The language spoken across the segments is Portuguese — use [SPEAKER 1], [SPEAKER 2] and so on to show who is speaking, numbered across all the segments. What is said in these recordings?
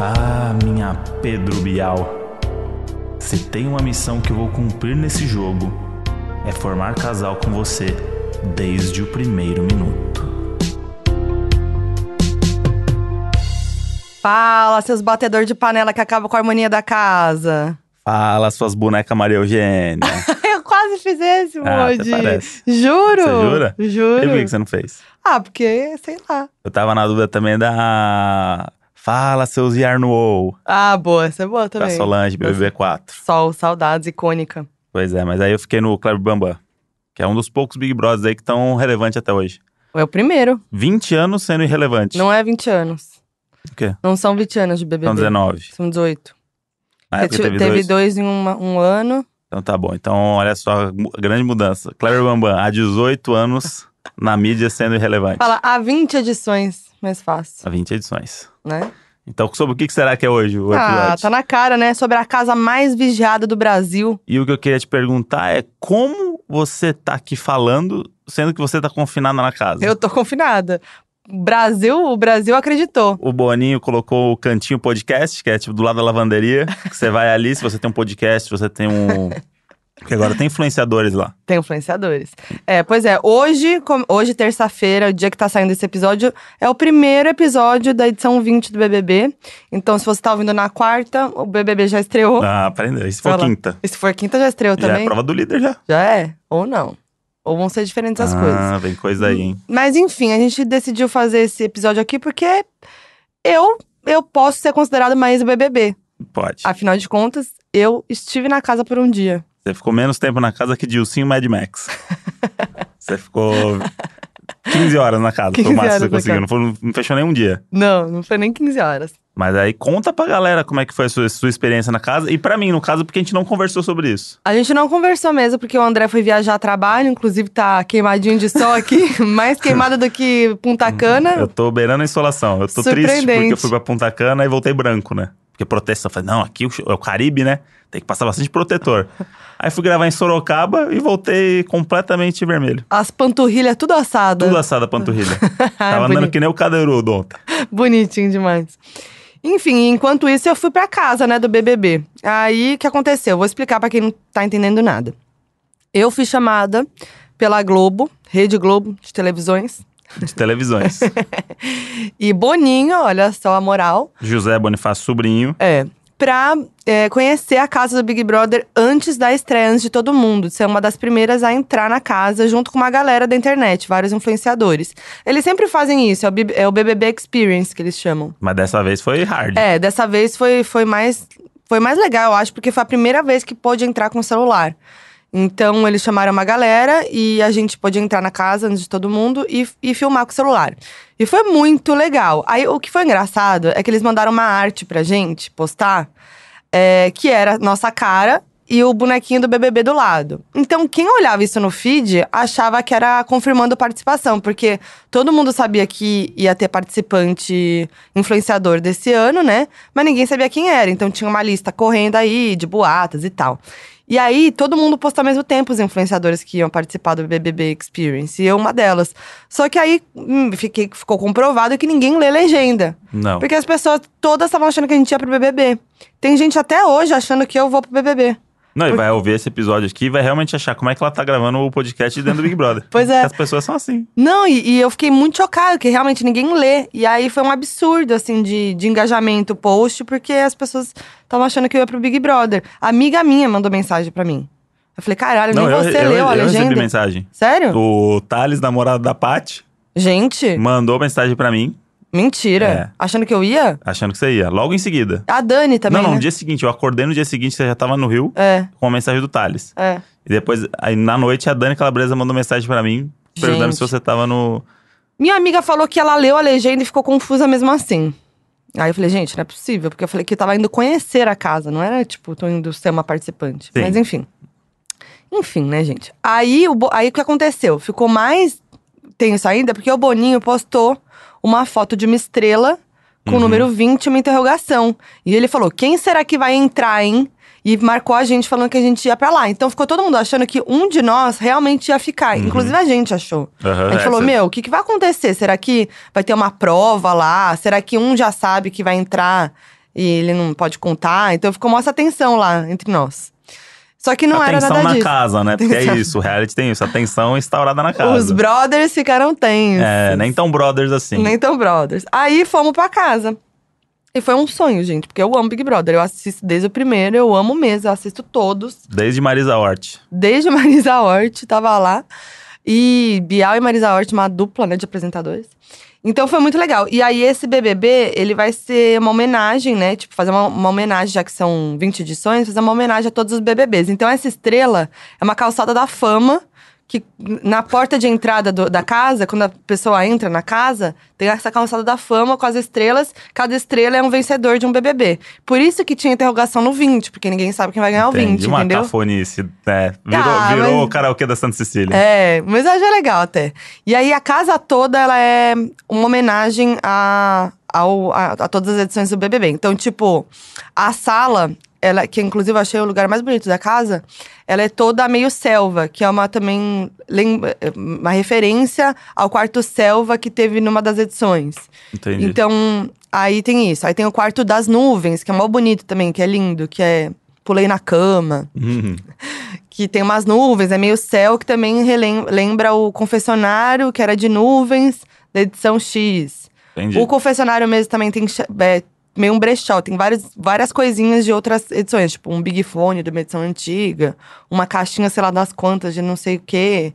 [SPEAKER 1] Ah, minha Pedro Bial. Se tem uma missão que eu vou cumprir nesse jogo, é formar casal com você desde o primeiro minuto.
[SPEAKER 2] Fala, seus batedor de panela que acaba com a harmonia da casa.
[SPEAKER 1] Fala, suas bonecas Maria Eugênia.
[SPEAKER 2] Eu quase fiz esse,
[SPEAKER 1] Ah, até
[SPEAKER 2] Moody.
[SPEAKER 1] parece.
[SPEAKER 2] Juro.
[SPEAKER 1] Você jura? E por
[SPEAKER 2] Juro.
[SPEAKER 1] que que você não fez?
[SPEAKER 2] Ah, porque, sei lá.
[SPEAKER 1] Eu tava na dúvida também da. Fala, seus Yarnuou.
[SPEAKER 2] Ah, boa, essa é boa
[SPEAKER 1] Da
[SPEAKER 2] também.
[SPEAKER 1] Solange, BBB4.
[SPEAKER 2] Sol, saudades, icônica.
[SPEAKER 1] Pois é, mas aí eu fiquei no Kleber Bambam, que é um dos poucos Big Brothers aí que estão relevantes até hoje.
[SPEAKER 2] É o primeiro,
[SPEAKER 1] 20 anos sendo irrelevante.
[SPEAKER 2] não é 20 anos.
[SPEAKER 1] O quê?
[SPEAKER 2] Não são 20 anos de BBB.
[SPEAKER 1] São 19.
[SPEAKER 2] São 18.
[SPEAKER 1] Na época
[SPEAKER 2] Te-
[SPEAKER 1] teve, dois.
[SPEAKER 2] dois em uma- um ano.
[SPEAKER 1] Então tá bom. Então olha só, mu- grande mudança. Kleber Bambam, há 18 anos na mídia sendo irrelevante.
[SPEAKER 2] Fala, há 20 edições, mais fácil,
[SPEAKER 1] Há 20 edições.
[SPEAKER 2] né?
[SPEAKER 1] Então sobre o que que será que é hoje o
[SPEAKER 2] Ah,
[SPEAKER 1] episódio?
[SPEAKER 2] tá na cara, né? Sobre a casa mais vigiada do Brasil.
[SPEAKER 1] E o que eu queria te perguntar é como você tá aqui falando, sendo que você tá confinada na casa?
[SPEAKER 2] Eu tô confinada. Brasil, o Brasil acreditou.
[SPEAKER 1] O Boninho colocou o Cantinho Podcast, que é tipo do lado da lavanderia. que você vai ali, se você tem um podcast, você tem um. Porque agora tem influenciadores lá.
[SPEAKER 2] Tem influenciadores. É, pois é, hoje, com- hoje terça-feira, o dia que tá saindo esse episódio, é o primeiro episódio da edição 20 do BBB. Então, se você tá ouvindo na quarta, o BBB já estreou.
[SPEAKER 1] Ah, aprendeu. Isso foi
[SPEAKER 2] Olha Tá lá.
[SPEAKER 1] quinta.
[SPEAKER 2] E se for quinta, já estreou
[SPEAKER 1] Já é
[SPEAKER 2] também?
[SPEAKER 1] prova do líder já.
[SPEAKER 2] Já é? Ou não? Ou vão ser diferentes as
[SPEAKER 1] ah,
[SPEAKER 2] coisas.
[SPEAKER 1] vem coisa aí, hein?
[SPEAKER 2] Mas enfim, a gente decidiu fazer esse episódio aqui porque eu eu posso ser considerada uma ex-BBB.
[SPEAKER 1] Pode.
[SPEAKER 2] Afinal de contas, eu estive na casa por um dia.
[SPEAKER 1] Você ficou menos tempo na casa que Dilcinho e Mad Max. você ficou 15 horas na casa, foi o
[SPEAKER 2] 15
[SPEAKER 1] máximo que você conseguiu.
[SPEAKER 2] horas na
[SPEAKER 1] Não, foi- não fechou nenhum dia.
[SPEAKER 2] Não, não foi nem 15 horas.
[SPEAKER 1] Mas aí conta pra galera como é que foi a sua, sua experiência na casa. E pra mim, no caso, porque a gente não conversou sobre isso.
[SPEAKER 2] A gente não conversou mesmo, porque o André foi viajar a trabalho, inclusive tá queimadinho de sol aqui, mais queimado do que Punta
[SPEAKER 1] Uhum. Eu
[SPEAKER 2] Cana.
[SPEAKER 1] tô beirando a insolação. Eu tô triste
[SPEAKER 2] É. Surpreendente.
[SPEAKER 1] porque eu fui pra Punta Cana e voltei branco, né? Porque proteção. Eu Falei, não, aqui o ch- é o Caribe, né? Tem que passar bastante protetor. aí fui gravar em Sorocaba e voltei completamente vermelho.
[SPEAKER 2] As panturrilhas tudo assada.
[SPEAKER 1] Tudo assado a panturrilha. Tava andando
[SPEAKER 2] Bonito.
[SPEAKER 1] que nem o cadeirudo ontem.
[SPEAKER 2] Bonitinho demais. Enfim, enquanto isso, eu fui pra casa, né, do BBB. Aí, o que aconteceu? Vou explicar pra quem não tá entendendo nada. Eu fui chamada pela Globo, Rede Globo de televisões.
[SPEAKER 1] De televisões.
[SPEAKER 2] E Boninho, olha só a moral,
[SPEAKER 1] José Bonifácio Sobrinho.
[SPEAKER 2] é, pra é, conhecer a casa do Big Brother antes da estreia, antes de todo mundo. Ser uma das primeiras a entrar na casa, junto com uma galera da internet, vários influenciadores. Eles sempre fazem isso, é o, Bi- é o BBB Experience que eles chamam.
[SPEAKER 1] Mas dessa vez foi hard.
[SPEAKER 2] É, dessa vez foi, foi mais foi mais legal, eu acho, porque foi a primeira vez que pôde entrar com o celular. Então eles chamaram uma galera e a gente pôde entrar na casa antes de todo mundo e, e filmar com o celular. E foi muito legal. Aí o que foi engraçado é que eles mandaram uma arte pra gente postar, é, que era nossa cara e o bonequinho do BBB do lado. Então quem olhava isso no feed achava que era confirmando participação, porque todo mundo sabia que ia ter participante influenciador desse ano, né? Mas ninguém sabia quem era. Então tinha uma lista correndo aí de boatas e tal. E aí, todo mundo postou ao mesmo tempo os influenciadores que iam participar do BBB Experience. E eu, uma delas. Só que aí hum, fiquei, ficou comprovado que ninguém lê legenda.
[SPEAKER 1] Não.
[SPEAKER 2] Porque as pessoas todas estavam achando que a gente ia pro BBB. Tem gente até hoje achando que eu vou pro BBB.
[SPEAKER 1] Não, e vai ouvir esse episódio aqui e vai realmente achar como é que ela tá gravando o podcast de dentro do Big Brother.
[SPEAKER 2] Pois é.
[SPEAKER 1] Porque As pessoas são assim.
[SPEAKER 2] Não, e, e eu fiquei muito chocada, que realmente ninguém lê. E aí foi um absurdo, assim, de, de engajamento o post, porque as pessoas estavam achando que eu ia pro Big Brother. A amiga minha mandou mensagem pra mim. Eu falei, caralho, nem você
[SPEAKER 1] eu,
[SPEAKER 2] leu a
[SPEAKER 1] eu
[SPEAKER 2] legenda.
[SPEAKER 1] recebi mensagem.
[SPEAKER 2] Sério?
[SPEAKER 1] O Thales, namorado da Paty,
[SPEAKER 2] Gente,
[SPEAKER 1] mandou mensagem pra mim,
[SPEAKER 2] mentira.
[SPEAKER 1] É.
[SPEAKER 2] Achando que eu ia?
[SPEAKER 1] achando que você ia. Logo em seguida.
[SPEAKER 2] A Dani também,
[SPEAKER 1] não, não,
[SPEAKER 2] né?
[SPEAKER 1] no dia seguinte. Eu acordei no dia seguinte, você já tava no Rio,
[SPEAKER 2] É,
[SPEAKER 1] com a mensagem do Thales.
[SPEAKER 2] é.
[SPEAKER 1] E depois, aí na noite, a Dani Calabresa mandou mensagem pra mim, perguntando
[SPEAKER 2] Gente.
[SPEAKER 1] se você tava no...
[SPEAKER 2] Minha amiga falou que ela leu a legenda e ficou confusa mesmo assim. Aí eu falei, gente, não é possível, porque eu falei que eu tava indo conhecer a casa, não era tipo, tô indo ser uma participante.
[SPEAKER 1] Sim.
[SPEAKER 2] Mas enfim. Enfim, né, gente? Aí o, Bo- aí o que aconteceu? Ficou mais tenso ainda, porque o Boninho postou uma foto de uma estrela com o número 20 e uma interrogação. E ele falou: quem será que vai entrar, hein? E marcou a gente falando que a gente ia pra lá. Então ficou todo mundo achando que um de nós realmente ia ficar. Inclusive a gente achou.
[SPEAKER 1] Aham,
[SPEAKER 2] a gente
[SPEAKER 1] é,
[SPEAKER 2] falou:
[SPEAKER 1] você-
[SPEAKER 2] meu, o que, que vai acontecer? Será que vai ter uma prova lá? Será que um já sabe que vai entrar E ele não pode contar, então ficou mostra atenção lá entre nós. Só que não
[SPEAKER 1] atenção
[SPEAKER 2] era nada
[SPEAKER 1] na
[SPEAKER 2] disso.
[SPEAKER 1] casa, né? Porque é
[SPEAKER 2] Atenção.
[SPEAKER 1] isso, o reality tem isso, atenção instaurada na
[SPEAKER 2] Os
[SPEAKER 1] casa.
[SPEAKER 2] brothers ficaram tensos.
[SPEAKER 1] é, nem tão brothers assim.
[SPEAKER 2] Nem tão brothers. Aí fomos pra casa. E foi um sonho, gente, porque eu amo Big Brother. Eu assisto desde o primeiro, eu amo mesmo, eu assisto todos.
[SPEAKER 1] Desde Marisa Hort.
[SPEAKER 2] Desde Marisa Hort, tava lá. E Bial e Marisa Hort, uma dupla, né, de apresentadores. Então foi muito legal. E aí esse BBB, ele vai ser uma homenagem, né? Tipo, fazer uma, uma homenagem, já que são 20 edições, fazer uma homenagem a todos os BBBs. Então essa estrela é uma calçada da fama, que na porta de entrada do- da casa, quando a pessoa entra na casa, tem essa calçada da fama com as estrelas. Cada estrela é um vencedor de um BBB. Por isso que tinha interrogação no 20, porque ninguém sabe quem vai ganhar É o 20,
[SPEAKER 1] Entendi, uma
[SPEAKER 2] entendeu?
[SPEAKER 1] cafonice. né? Virou,
[SPEAKER 2] Ah,
[SPEAKER 1] virou
[SPEAKER 2] mas-
[SPEAKER 1] o karaokê da Santa Cecília.
[SPEAKER 2] É, mas eu achei legal até. E aí a casa toda, ela é uma homenagem a, ao- a, a todas as edições do BBB. Então, tipo, a sala, ela, que inclusive eu achei o lugar mais bonito da casa, ela é toda meio selva, que é uma também lem- uma referência ao quarto selva que teve numa das edições.
[SPEAKER 1] Entendi.
[SPEAKER 2] Então, aí tem isso. Aí tem o quarto das nuvens, que é mó bonito também, que é lindo, que é pulei na cama
[SPEAKER 1] Uhum.
[SPEAKER 2] que tem umas nuvens, é meio céu, que também relem- lembra o confessionário, que era de nuvens, da edição X.
[SPEAKER 1] Entendi.
[SPEAKER 2] O confessionário mesmo também tem cha- é, meio um brechó, tem vários, várias coisinhas de outras edições, tipo um Big Fone de uma edição antiga, uma caixinha, sei lá, das quantas, de não sei o quê.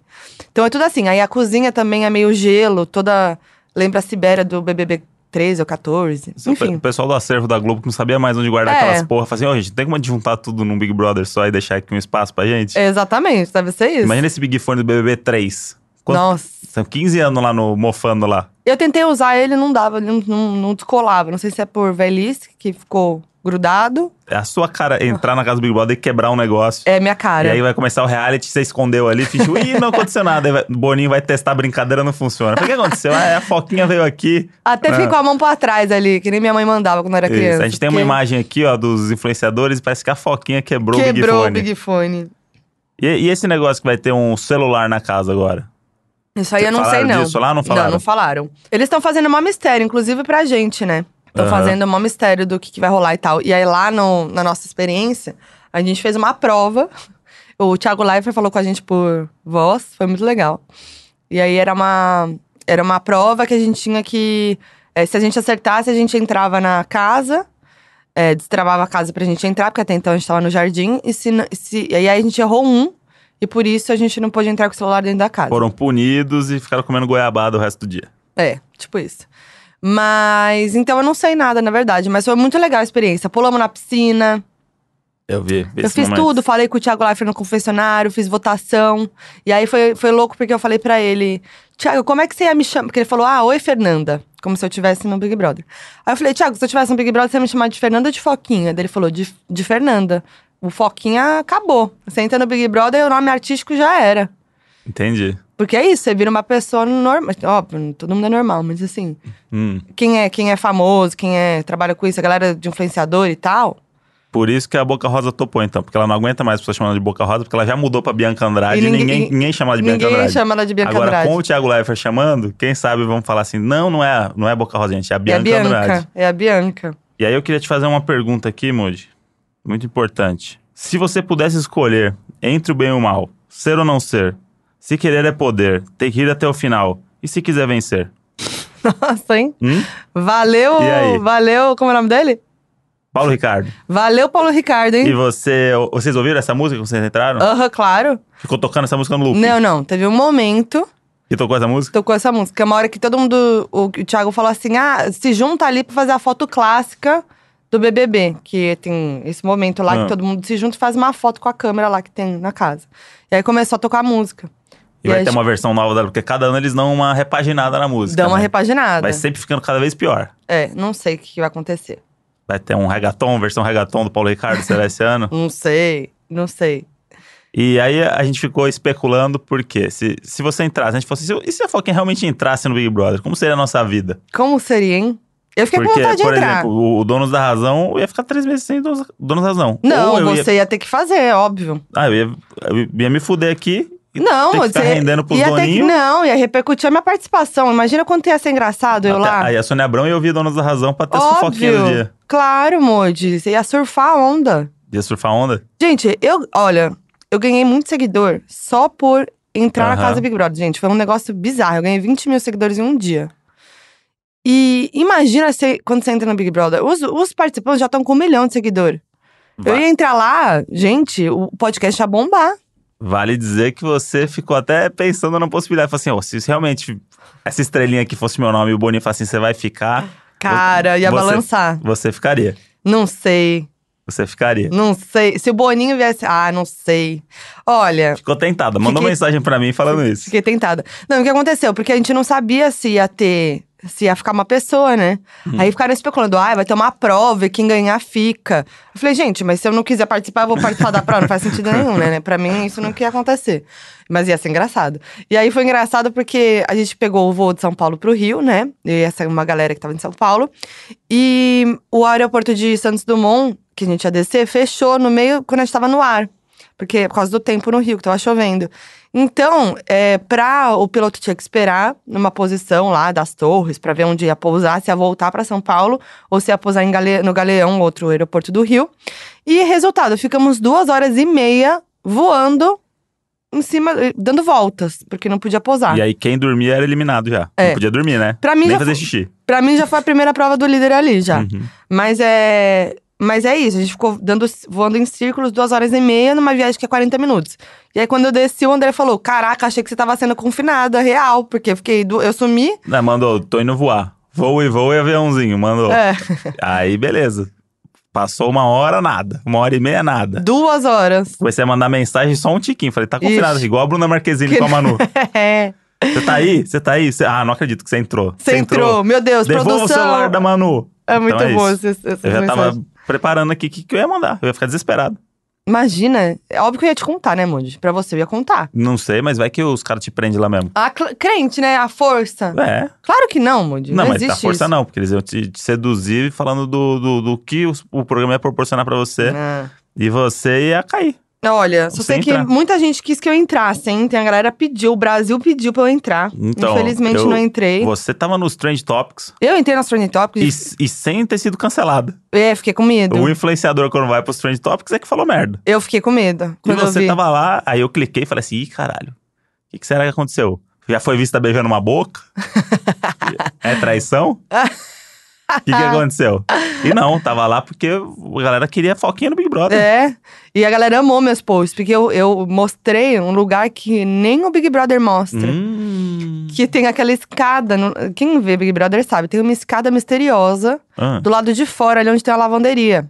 [SPEAKER 2] Então é tudo assim. Aí a cozinha também é meio gelo, toda. Lembra a Sibéria do BBB 13 ou 14.
[SPEAKER 1] Isso,
[SPEAKER 2] Enfim.
[SPEAKER 1] é O pessoal do acervo da Globo que não sabia mais onde guardar
[SPEAKER 2] É.
[SPEAKER 1] aquelas porra, fala assim, ó, gente, não tem como a gente juntar tudo num Big Brother só e deixar aqui um espaço pra gente?
[SPEAKER 2] Exatamente, deve ser É isso.
[SPEAKER 1] Imagina esse Big Fone do BBB 3. Quanto-
[SPEAKER 2] Nossa.
[SPEAKER 1] São 15 anos lá no mofando lá.
[SPEAKER 2] Eu tentei usar ele, não dava, ele não, não, não descolava. Não sei se é por velhice, que ficou grudado.
[SPEAKER 1] É a sua cara entrar na casa do Big Brother e quebrar um negócio.
[SPEAKER 2] É minha cara.
[SPEAKER 1] E aí vai começar o reality, você escondeu ali, fingiu, ih, não aconteceu nada. Aí vai- Boninho vai testar a brincadeira, não funciona. Fala, O que aconteceu? Ah, é, a Foquinha veio aqui.
[SPEAKER 2] Até fiquei
[SPEAKER 1] Ah.
[SPEAKER 2] com a mão pra trás ali, que nem minha mãe mandava quando eu era
[SPEAKER 1] Isso,
[SPEAKER 2] criança.
[SPEAKER 1] A gente tem uma
[SPEAKER 2] porque
[SPEAKER 1] imagem aqui, ó, dos influenciadores, parece que a Foquinha quebrou,
[SPEAKER 2] Quebrou
[SPEAKER 1] o Big Fone.
[SPEAKER 2] Fone.
[SPEAKER 1] E, e esse negócio que vai ter um celular na casa agora?
[SPEAKER 2] Isso aí eu não
[SPEAKER 1] Falaram
[SPEAKER 2] sei, não.
[SPEAKER 1] disso lá? Não falaram?
[SPEAKER 2] Não, não falaram. Eles estão fazendo um mistério, inclusive pra gente, né? Estão
[SPEAKER 1] Aham.
[SPEAKER 2] fazendo um mistério do que, que vai rolar e tal. E aí, lá no- na nossa experiência, a gente fez uma prova. O Thiago Leifert falou com a gente por voz, foi muito legal. E aí era uma, era uma prova que a gente tinha que. eh, se a gente acertasse, a gente entrava na casa, eh, destravava a casa pra gente entrar, porque até então a gente tava no jardim. E, se, n- se, e aí a gente errou um, e por isso a gente não pôde entrar com o celular dentro da casa.
[SPEAKER 1] Foram punidos e ficaram comendo goiabada o resto do dia.
[SPEAKER 2] É, tipo isso. Mas, então eu não sei nada, na verdade. Mas foi muito legal a experiência. Pulamos na piscina,
[SPEAKER 1] Eu vi. vi
[SPEAKER 2] eu
[SPEAKER 1] esse
[SPEAKER 2] fiz
[SPEAKER 1] momento.
[SPEAKER 2] tudo. Falei com o Thiago Leifert no confessionário, fiz votação. E aí foi, foi louco porque eu falei pra ele... Thiago, como é que você ia me chamar? Porque ele falou, ah, oi, Fernanda. Como se eu tivesse no Big Brother. Aí eu falei, Thiago, se eu tivesse no Big Brother, você ia me chamar de Fernanda ou de Foquinha? Daí ele falou, de, de Fernanda. O Foquinha acabou. Você entra no Big Brother, o nome artístico já era.
[SPEAKER 1] Entendi.
[SPEAKER 2] Porque é isso, você vira uma pessoa normal. Óbvio, todo mundo é normal, mas assim
[SPEAKER 1] Hum.
[SPEAKER 2] quem é, quem é famoso, quem é trabalha com isso, a galera de influenciador e tal.
[SPEAKER 1] Por isso que a Boca Rosa topou, então. Porque ela não aguenta mais pessoas chamando de Boca Rosa, porque ela já mudou pra Bianca Andrade
[SPEAKER 2] E
[SPEAKER 1] e
[SPEAKER 2] ninguém-
[SPEAKER 1] ninguém, ninguém, chama ela de Bianca
[SPEAKER 2] Ninguém
[SPEAKER 1] Andrade.
[SPEAKER 2] chama ela de Bianca
[SPEAKER 1] Agora,
[SPEAKER 2] Andrade.
[SPEAKER 1] com o Thiago Leifert chamando, quem sabe vamos falar assim: não, não é, a- não é a Boca Rosa, gente, é a
[SPEAKER 2] é a
[SPEAKER 1] Bianca,
[SPEAKER 2] Bianca,
[SPEAKER 1] Andrade.
[SPEAKER 2] é a Bianca.
[SPEAKER 1] E aí eu queria te fazer uma pergunta aqui, Moody. Muito importante. Se você pudesse escolher entre o bem e o mal, ser ou não ser, se querer é poder, ter que ir até o final, e se quiser vencer?
[SPEAKER 2] Nossa, hein?
[SPEAKER 1] Hum?
[SPEAKER 2] Valeu,
[SPEAKER 1] E aí?
[SPEAKER 2] valeu, como é o nome dele?
[SPEAKER 1] Paulo Ricardo.
[SPEAKER 2] Valeu, Paulo Ricardo,
[SPEAKER 1] E
[SPEAKER 2] hein?
[SPEAKER 1] você. Vocês ouviram essa música quando vocês entraram?
[SPEAKER 2] Aham, claro.
[SPEAKER 1] Ficou tocando essa música no loop?
[SPEAKER 2] Ah. Não, não, teve um momento
[SPEAKER 1] Que tocou essa música?
[SPEAKER 2] tocou essa música. Uma hora que todo mundo. O, o Thiago falou assim: ah, se junta ali pra fazer a foto clássica do BBB, que tem esse momento lá
[SPEAKER 1] Ah.
[SPEAKER 2] que todo mundo se junta e faz uma foto com a câmera lá que tem na casa. E aí começou a tocar a música.
[SPEAKER 1] E vai
[SPEAKER 2] aí
[SPEAKER 1] ter uma versão nova dela, porque cada ano eles dão uma repaginada na música.
[SPEAKER 2] Dá uma
[SPEAKER 1] né?
[SPEAKER 2] repaginada.
[SPEAKER 1] Vai sempre ficando cada vez pior.
[SPEAKER 2] É, não sei o que que vai acontecer.
[SPEAKER 1] Vai ter um reggaeton, versão reggaeton do Paulo Ricardo, será esse ano?
[SPEAKER 2] Não sei, não sei.
[SPEAKER 1] E aí a gente ficou especulando por quê? Se, se você entrasse, a gente fosse assim, e se a Foquinha realmente entrasse no Big Brother? Como seria a nossa vida?
[SPEAKER 2] Como seria, hein? Eu fiquei com
[SPEAKER 1] Porque,
[SPEAKER 2] vontade de
[SPEAKER 1] por
[SPEAKER 2] entrar.
[SPEAKER 1] exemplo, o, o Donos da Razão eu ia ficar três meses sem Donos, Donos da Razão.
[SPEAKER 2] não,
[SPEAKER 1] Ou eu
[SPEAKER 2] você ia... ter que fazer, é óbvio.
[SPEAKER 1] Ia, ah, eu ia, eu ia me fuder aqui
[SPEAKER 2] Não,
[SPEAKER 1] tem que ficar
[SPEAKER 2] você-
[SPEAKER 1] rendendo pros
[SPEAKER 2] ia ter que,
[SPEAKER 1] doninhos.
[SPEAKER 2] não, ia repercutir a minha participação. Imagina quanto ia ser engraçado eu
[SPEAKER 1] Até-
[SPEAKER 2] lá.
[SPEAKER 1] Aí a Sônia Abrão ia ouvir Donos da Razão pra ter as fofoquinhas do
[SPEAKER 2] Óbvio.
[SPEAKER 1] dia.
[SPEAKER 2] Claro, Modi. Você ia surfar a onda.
[SPEAKER 1] Ia surfar onda?
[SPEAKER 2] Gente, eu, olha, eu ganhei muito seguidor só por entrar na
[SPEAKER 1] Aham.
[SPEAKER 2] casa Big Brother, gente. Foi um negócio bizarro. Eu ganhei 20 mil seguidores em um dia. E imagina se, quando você entra no Big Brother. Os, os participantes já estão com um milhão de seguidor. Eu
[SPEAKER 1] Va-
[SPEAKER 2] ia entrar lá, gente, o podcast ia bombar.
[SPEAKER 1] Vale dizer que você ficou até pensando na possibilidade. Falou assim, ó, se realmente essa estrelinha aqui fosse meu nome e o Boninho falasse assim, você vai ficar,
[SPEAKER 2] Cara, ia
[SPEAKER 1] Você-
[SPEAKER 2] balançar.
[SPEAKER 1] você ficaria.
[SPEAKER 2] Não sei,
[SPEAKER 1] Você ficaria.
[SPEAKER 2] não sei. Se o Boninho viesse. Ah, não sei. Olha,
[SPEAKER 1] Ficou tentada. Mandou
[SPEAKER 2] Fiquei-
[SPEAKER 1] mensagem pra mim falando isso.
[SPEAKER 2] Fiquei tentada. Não, o que aconteceu? Porque a gente não sabia se ia ter. Se ia ficar uma pessoa, né? Aí ficaram especulando, ah, vai ter uma prova e quem ganhar fica. Eu falei, gente, mas se eu não quiser participar, eu vou participar da prova. Não faz sentido nenhum, né? Pra mim, isso não ia acontecer. Mas ia ser engraçado. E aí foi engraçado porque a gente pegou o voo de São Paulo pro Rio, né? Eu ia sair uma galera que tava em São Paulo. E o aeroporto de Santos Dumont, que a gente ia descer, fechou no meio quando a gente tava no ar. Porque é por causa do tempo no Rio, que tava chovendo. Então, é, pra o piloto tinha que esperar numa posição lá das torres pra ver onde ia pousar, se ia voltar pra São Paulo ou se ia pousar em Gale- no Galeão, outro aeroporto do Rio. E resultado, ficamos duas horas e meia voando em cima, dando voltas, porque não podia pousar.
[SPEAKER 1] E aí quem dormia era eliminado já.
[SPEAKER 2] É.
[SPEAKER 1] Não podia dormir, né?
[SPEAKER 2] Pra mim,
[SPEAKER 1] Nem
[SPEAKER 2] já
[SPEAKER 1] fazer
[SPEAKER 2] foi,
[SPEAKER 1] xixi.
[SPEAKER 2] pra mim já foi a primeira prova do líder ali já.
[SPEAKER 1] Uhum.
[SPEAKER 2] Mas é. Mas é isso, a gente ficou dando, voando em círculos duas horas e meia numa viagem que é 40 minutos. E aí, quando eu desci, o André falou: Caraca, achei que você tava sendo confinada, real, porque eu fiquei. du- Eu sumi.
[SPEAKER 1] Não, mandou, tô indo voar. Voo e voo e aviãozinho, mandou.
[SPEAKER 2] É,
[SPEAKER 1] Aí, beleza. Passou uma hora, nada. Uma hora e meia, nada.
[SPEAKER 2] duas horas.
[SPEAKER 1] Comecei a mandar mensagem só um tiquinho. Falei, tá confinado,
[SPEAKER 2] Ixi.
[SPEAKER 1] igual a Bruna Marquezine
[SPEAKER 2] Que-
[SPEAKER 1] com a Manu.
[SPEAKER 2] É.
[SPEAKER 1] Você tá aí? Você tá aí? Você- Ah, não acredito que você entrou.
[SPEAKER 2] Você entrou. Meu Deus,
[SPEAKER 1] Devolva
[SPEAKER 2] produção.
[SPEAKER 1] o celular da Manu.
[SPEAKER 2] É muito
[SPEAKER 1] Então é
[SPEAKER 2] bom
[SPEAKER 1] isso.
[SPEAKER 2] essas, essas
[SPEAKER 1] Eu já
[SPEAKER 2] mensagens.
[SPEAKER 1] tava preparando aqui o que, que eu ia mandar. Eu ia ficar desesperado.
[SPEAKER 2] Imagina, é óbvio que eu ia te contar, né, Moody? Pra você, eu ia contar.
[SPEAKER 1] Não sei, mas vai que os caras te prendem lá mesmo.
[SPEAKER 2] A cl- crente, né? A força.
[SPEAKER 1] É.
[SPEAKER 2] Claro que não, Moody.
[SPEAKER 1] Não,
[SPEAKER 2] Não,
[SPEAKER 1] mas
[SPEAKER 2] existe
[SPEAKER 1] da força
[SPEAKER 2] isso.
[SPEAKER 1] não, porque eles iam te, te seduzir falando do, do, do que os- o programa ia proporcionar pra você.
[SPEAKER 2] Ah.
[SPEAKER 1] E você ia cair.
[SPEAKER 2] Olha, só
[SPEAKER 1] Você
[SPEAKER 2] sei que
[SPEAKER 1] entrar.
[SPEAKER 2] muita gente quis que eu entrasse, hein? Tem a galera pediu, o Brasil pediu pra eu entrar.
[SPEAKER 1] Então,
[SPEAKER 2] Infelizmente
[SPEAKER 1] eu-
[SPEAKER 2] não entrei.
[SPEAKER 1] Você tava nos Trend Topics
[SPEAKER 2] Eu entrei nas Trending
[SPEAKER 1] e,
[SPEAKER 2] Topics
[SPEAKER 1] e sem ter sido cancelada.
[SPEAKER 2] é, fiquei com medo.
[SPEAKER 1] O influenciador, quando vai pros Trend Topics, é que falou merda.
[SPEAKER 2] Eu fiquei com medo. Quando
[SPEAKER 1] e você
[SPEAKER 2] eu vi.
[SPEAKER 1] tava lá, aí eu cliquei e falei assim: ih, caralho, o que, que será que aconteceu? Já foi vista beijando uma boca? é traição? O que, que aconteceu? E não, tava lá porque a galera queria foquinha no Big Brother.
[SPEAKER 2] É. E a galera amou meus posts, porque eu, eu mostrei um lugar que nem o Big Brother mostra.
[SPEAKER 1] Hum.
[SPEAKER 2] Que tem aquela escada. no- Quem vê Big Brother sabe, tem uma escada misteriosa
[SPEAKER 1] Ah,
[SPEAKER 2] do lado de fora, ali onde tem a lavanderia.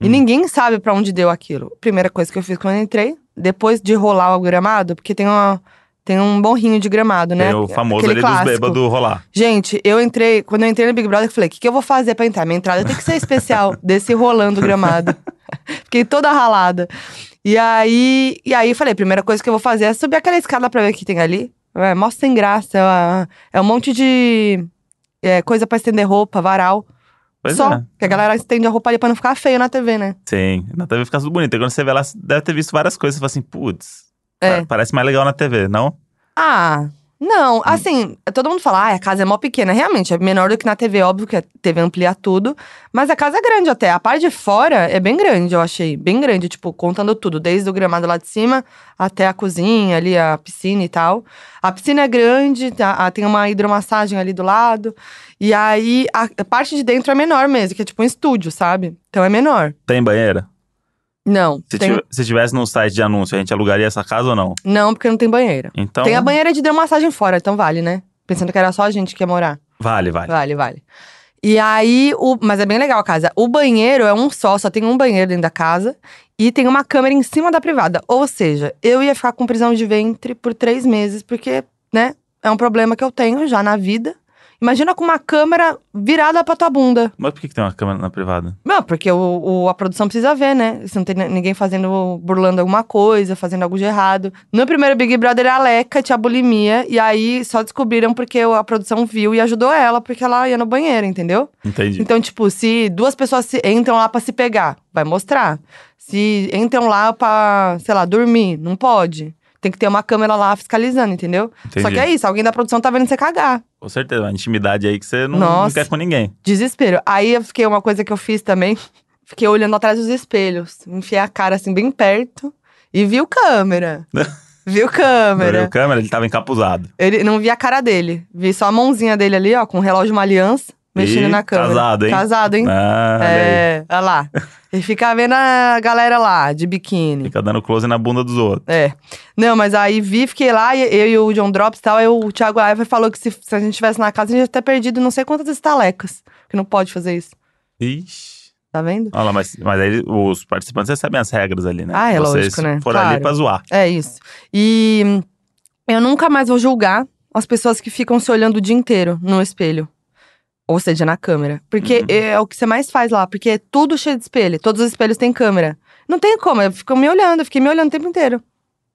[SPEAKER 2] E
[SPEAKER 1] Hum.
[SPEAKER 2] ninguém sabe pra onde deu aquilo. Primeira coisa que eu fiz quando eu entrei, depois de rolar o gramado, porque tem, uma, tem um borrinho de gramado, né?
[SPEAKER 1] tem é o famoso
[SPEAKER 2] Aquele
[SPEAKER 1] ali
[SPEAKER 2] clássico.
[SPEAKER 1] dos bêbados rolar.
[SPEAKER 2] Gente, eu entrei, quando eu entrei no Big Brother, eu falei: o que, que eu vou fazer pra entrar? Minha entrada tem que ser especial, desse rolando o gramado. Fiquei toda ralada. E aí, e aí eu falei: a primeira coisa que eu vou fazer é subir aquela escada pra ver o que tem ali. É, mó sem graça, é uma- é um monte de é, coisa pra estender roupa, varal.
[SPEAKER 1] Pois
[SPEAKER 2] Só,
[SPEAKER 1] é.
[SPEAKER 2] que a galera estende a roupa ali pra não ficar feio na TV, né?
[SPEAKER 1] Sim, na TV fica tudo bonito. E quando você vê lá, você deve ter visto várias coisas. Você fala assim, putz,
[SPEAKER 2] É.
[SPEAKER 1] pa- parece mais legal na TV, não?
[SPEAKER 2] Ah,
[SPEAKER 1] Hum.
[SPEAKER 2] não. Assim, todo mundo fala, ah, a casa é mó pequena. Realmente, é menor do que na TV, óbvio que a TV amplia tudo. Mas a casa é grande até. A parte de fora é bem grande, eu achei. Bem grande, tipo, contando tudo. Desde o gramado lá de cima até a cozinha ali, a piscina e tal. A piscina é grande, tá- ah, tem uma hidromassagem ali do lado. E aí, a a parte de dentro é menor mesmo, que é tipo um estúdio, sabe? Então é menor.
[SPEAKER 1] Tem banheira?
[SPEAKER 2] Não,
[SPEAKER 1] Se,
[SPEAKER 2] tem-
[SPEAKER 1] tive- se tivesse num site de anúncio, a gente alugaria essa casa ou não?
[SPEAKER 2] não, porque não tem banheira.
[SPEAKER 1] Então,
[SPEAKER 2] Tem a banheira de hidromassagem fora, então vale, né? Pensando que era só a gente que ia morar.
[SPEAKER 1] vale, vale.
[SPEAKER 2] Vale, vale. E aí, o... mas é bem legal a casa. O banheiro é um só, só tem um banheiro dentro da casa. E tem uma câmera em cima da privada. Ou seja, eu ia ficar com prisão de ventre por três meses, porque, né, é um problema que eu tenho já na vida. Imagina com uma câmera virada pra tua bunda.
[SPEAKER 1] Mas por que, que tem uma câmera na privada?
[SPEAKER 2] Não, porque o, o- a produção precisa ver, né? Se não tem ni- ninguém fazendo, burlando alguma coisa, fazendo algo de errado. No primeiro Big Brother, a Leca tinha bulimia. E aí, só descobriram porque a produção viu e ajudou ela, porque ela ia no banheiro, entendeu?
[SPEAKER 1] Entendi.
[SPEAKER 2] Então, tipo, se duas pessoas se- entram lá pra se pegar, vai mostrar. Se entram lá pra, sei lá, dormir, não pode. Tem que ter uma câmera lá fiscalizando, entendeu? Só
[SPEAKER 1] Entendi.
[SPEAKER 2] que é isso, alguém da produção tá vendo você cagar.
[SPEAKER 1] Com certeza, uma intimidade aí que você não, não
[SPEAKER 2] Nossa.
[SPEAKER 1] quer com ninguém.
[SPEAKER 2] Desespero. Aí eu fiquei uma coisa que eu fiz também. Fiquei olhando atrás dos espelhos. Enfiei a cara assim bem perto e viu câmera. viu
[SPEAKER 1] Olhou
[SPEAKER 2] câmera.
[SPEAKER 1] a câmera, ele tava encapuzado.
[SPEAKER 2] Ele não vi a cara dele. Vi só a mãozinha dele ali, ó, com o relógio de uma aliança, mexendo
[SPEAKER 1] Ih,
[SPEAKER 2] na câmera.
[SPEAKER 1] casado, hein?
[SPEAKER 2] Casado, hein?
[SPEAKER 1] Ah, olha aí.
[SPEAKER 2] é, olha lá. E fica vendo a galera lá, de biquíni.
[SPEAKER 1] Fica dando close na bunda dos outros.
[SPEAKER 2] É. Não, mas aí vi, fiquei lá, e- eu e o John Drops e tal. Aí o Thiago Aiva falou que se, se a gente estivesse na casa, a gente ia ter perdido não sei quantas estalecas. Que não pode fazer isso.
[SPEAKER 1] Ixi.
[SPEAKER 2] Tá vendo?
[SPEAKER 1] Olha lá, mas, mas aí os participantes recebem as regras ali, né?
[SPEAKER 2] Ah, é
[SPEAKER 1] Vocês
[SPEAKER 2] lógico, né?
[SPEAKER 1] foram ali
[SPEAKER 2] Claro.
[SPEAKER 1] pra zoar.
[SPEAKER 2] É isso. E hum, eu nunca mais vou julgar as pessoas que ficam se olhando o dia inteiro no espelho. Ou seja, na câmera. Porque
[SPEAKER 1] Uhum.
[SPEAKER 2] é o que você mais faz lá, porque é tudo cheio de espelho. Todos os espelhos têm câmera. Não tem como, eu fico me olhando, eu fiquei me olhando o tempo inteiro.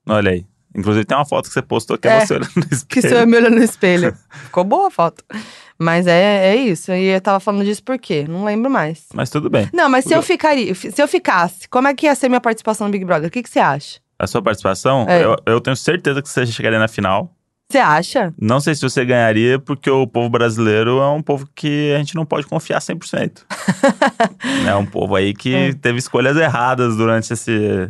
[SPEAKER 1] Olha aí. Inclusive tem uma foto que você postou que é,
[SPEAKER 2] É.
[SPEAKER 1] você olhando no
[SPEAKER 2] Que
[SPEAKER 1] espelho.
[SPEAKER 2] sou eu me olhando no espelho. Ficou boa a foto. Mas é, é isso. E eu tava falando disso por quê? Não lembro mais.
[SPEAKER 1] Mas tudo bem.
[SPEAKER 2] Não, mas se eu ficaria, se eu ficasse, como é que ia ser minha participação no Big Brother? O que, que você acha?
[SPEAKER 1] A sua participação,
[SPEAKER 2] É.
[SPEAKER 1] eu, eu tenho certeza que você chegaria na final.
[SPEAKER 2] Você acha?
[SPEAKER 1] Não sei se você ganharia, porque o povo brasileiro é um povo que a gente não pode confiar 100%. é um povo aí que
[SPEAKER 2] É.
[SPEAKER 1] teve escolhas erradas durante esse,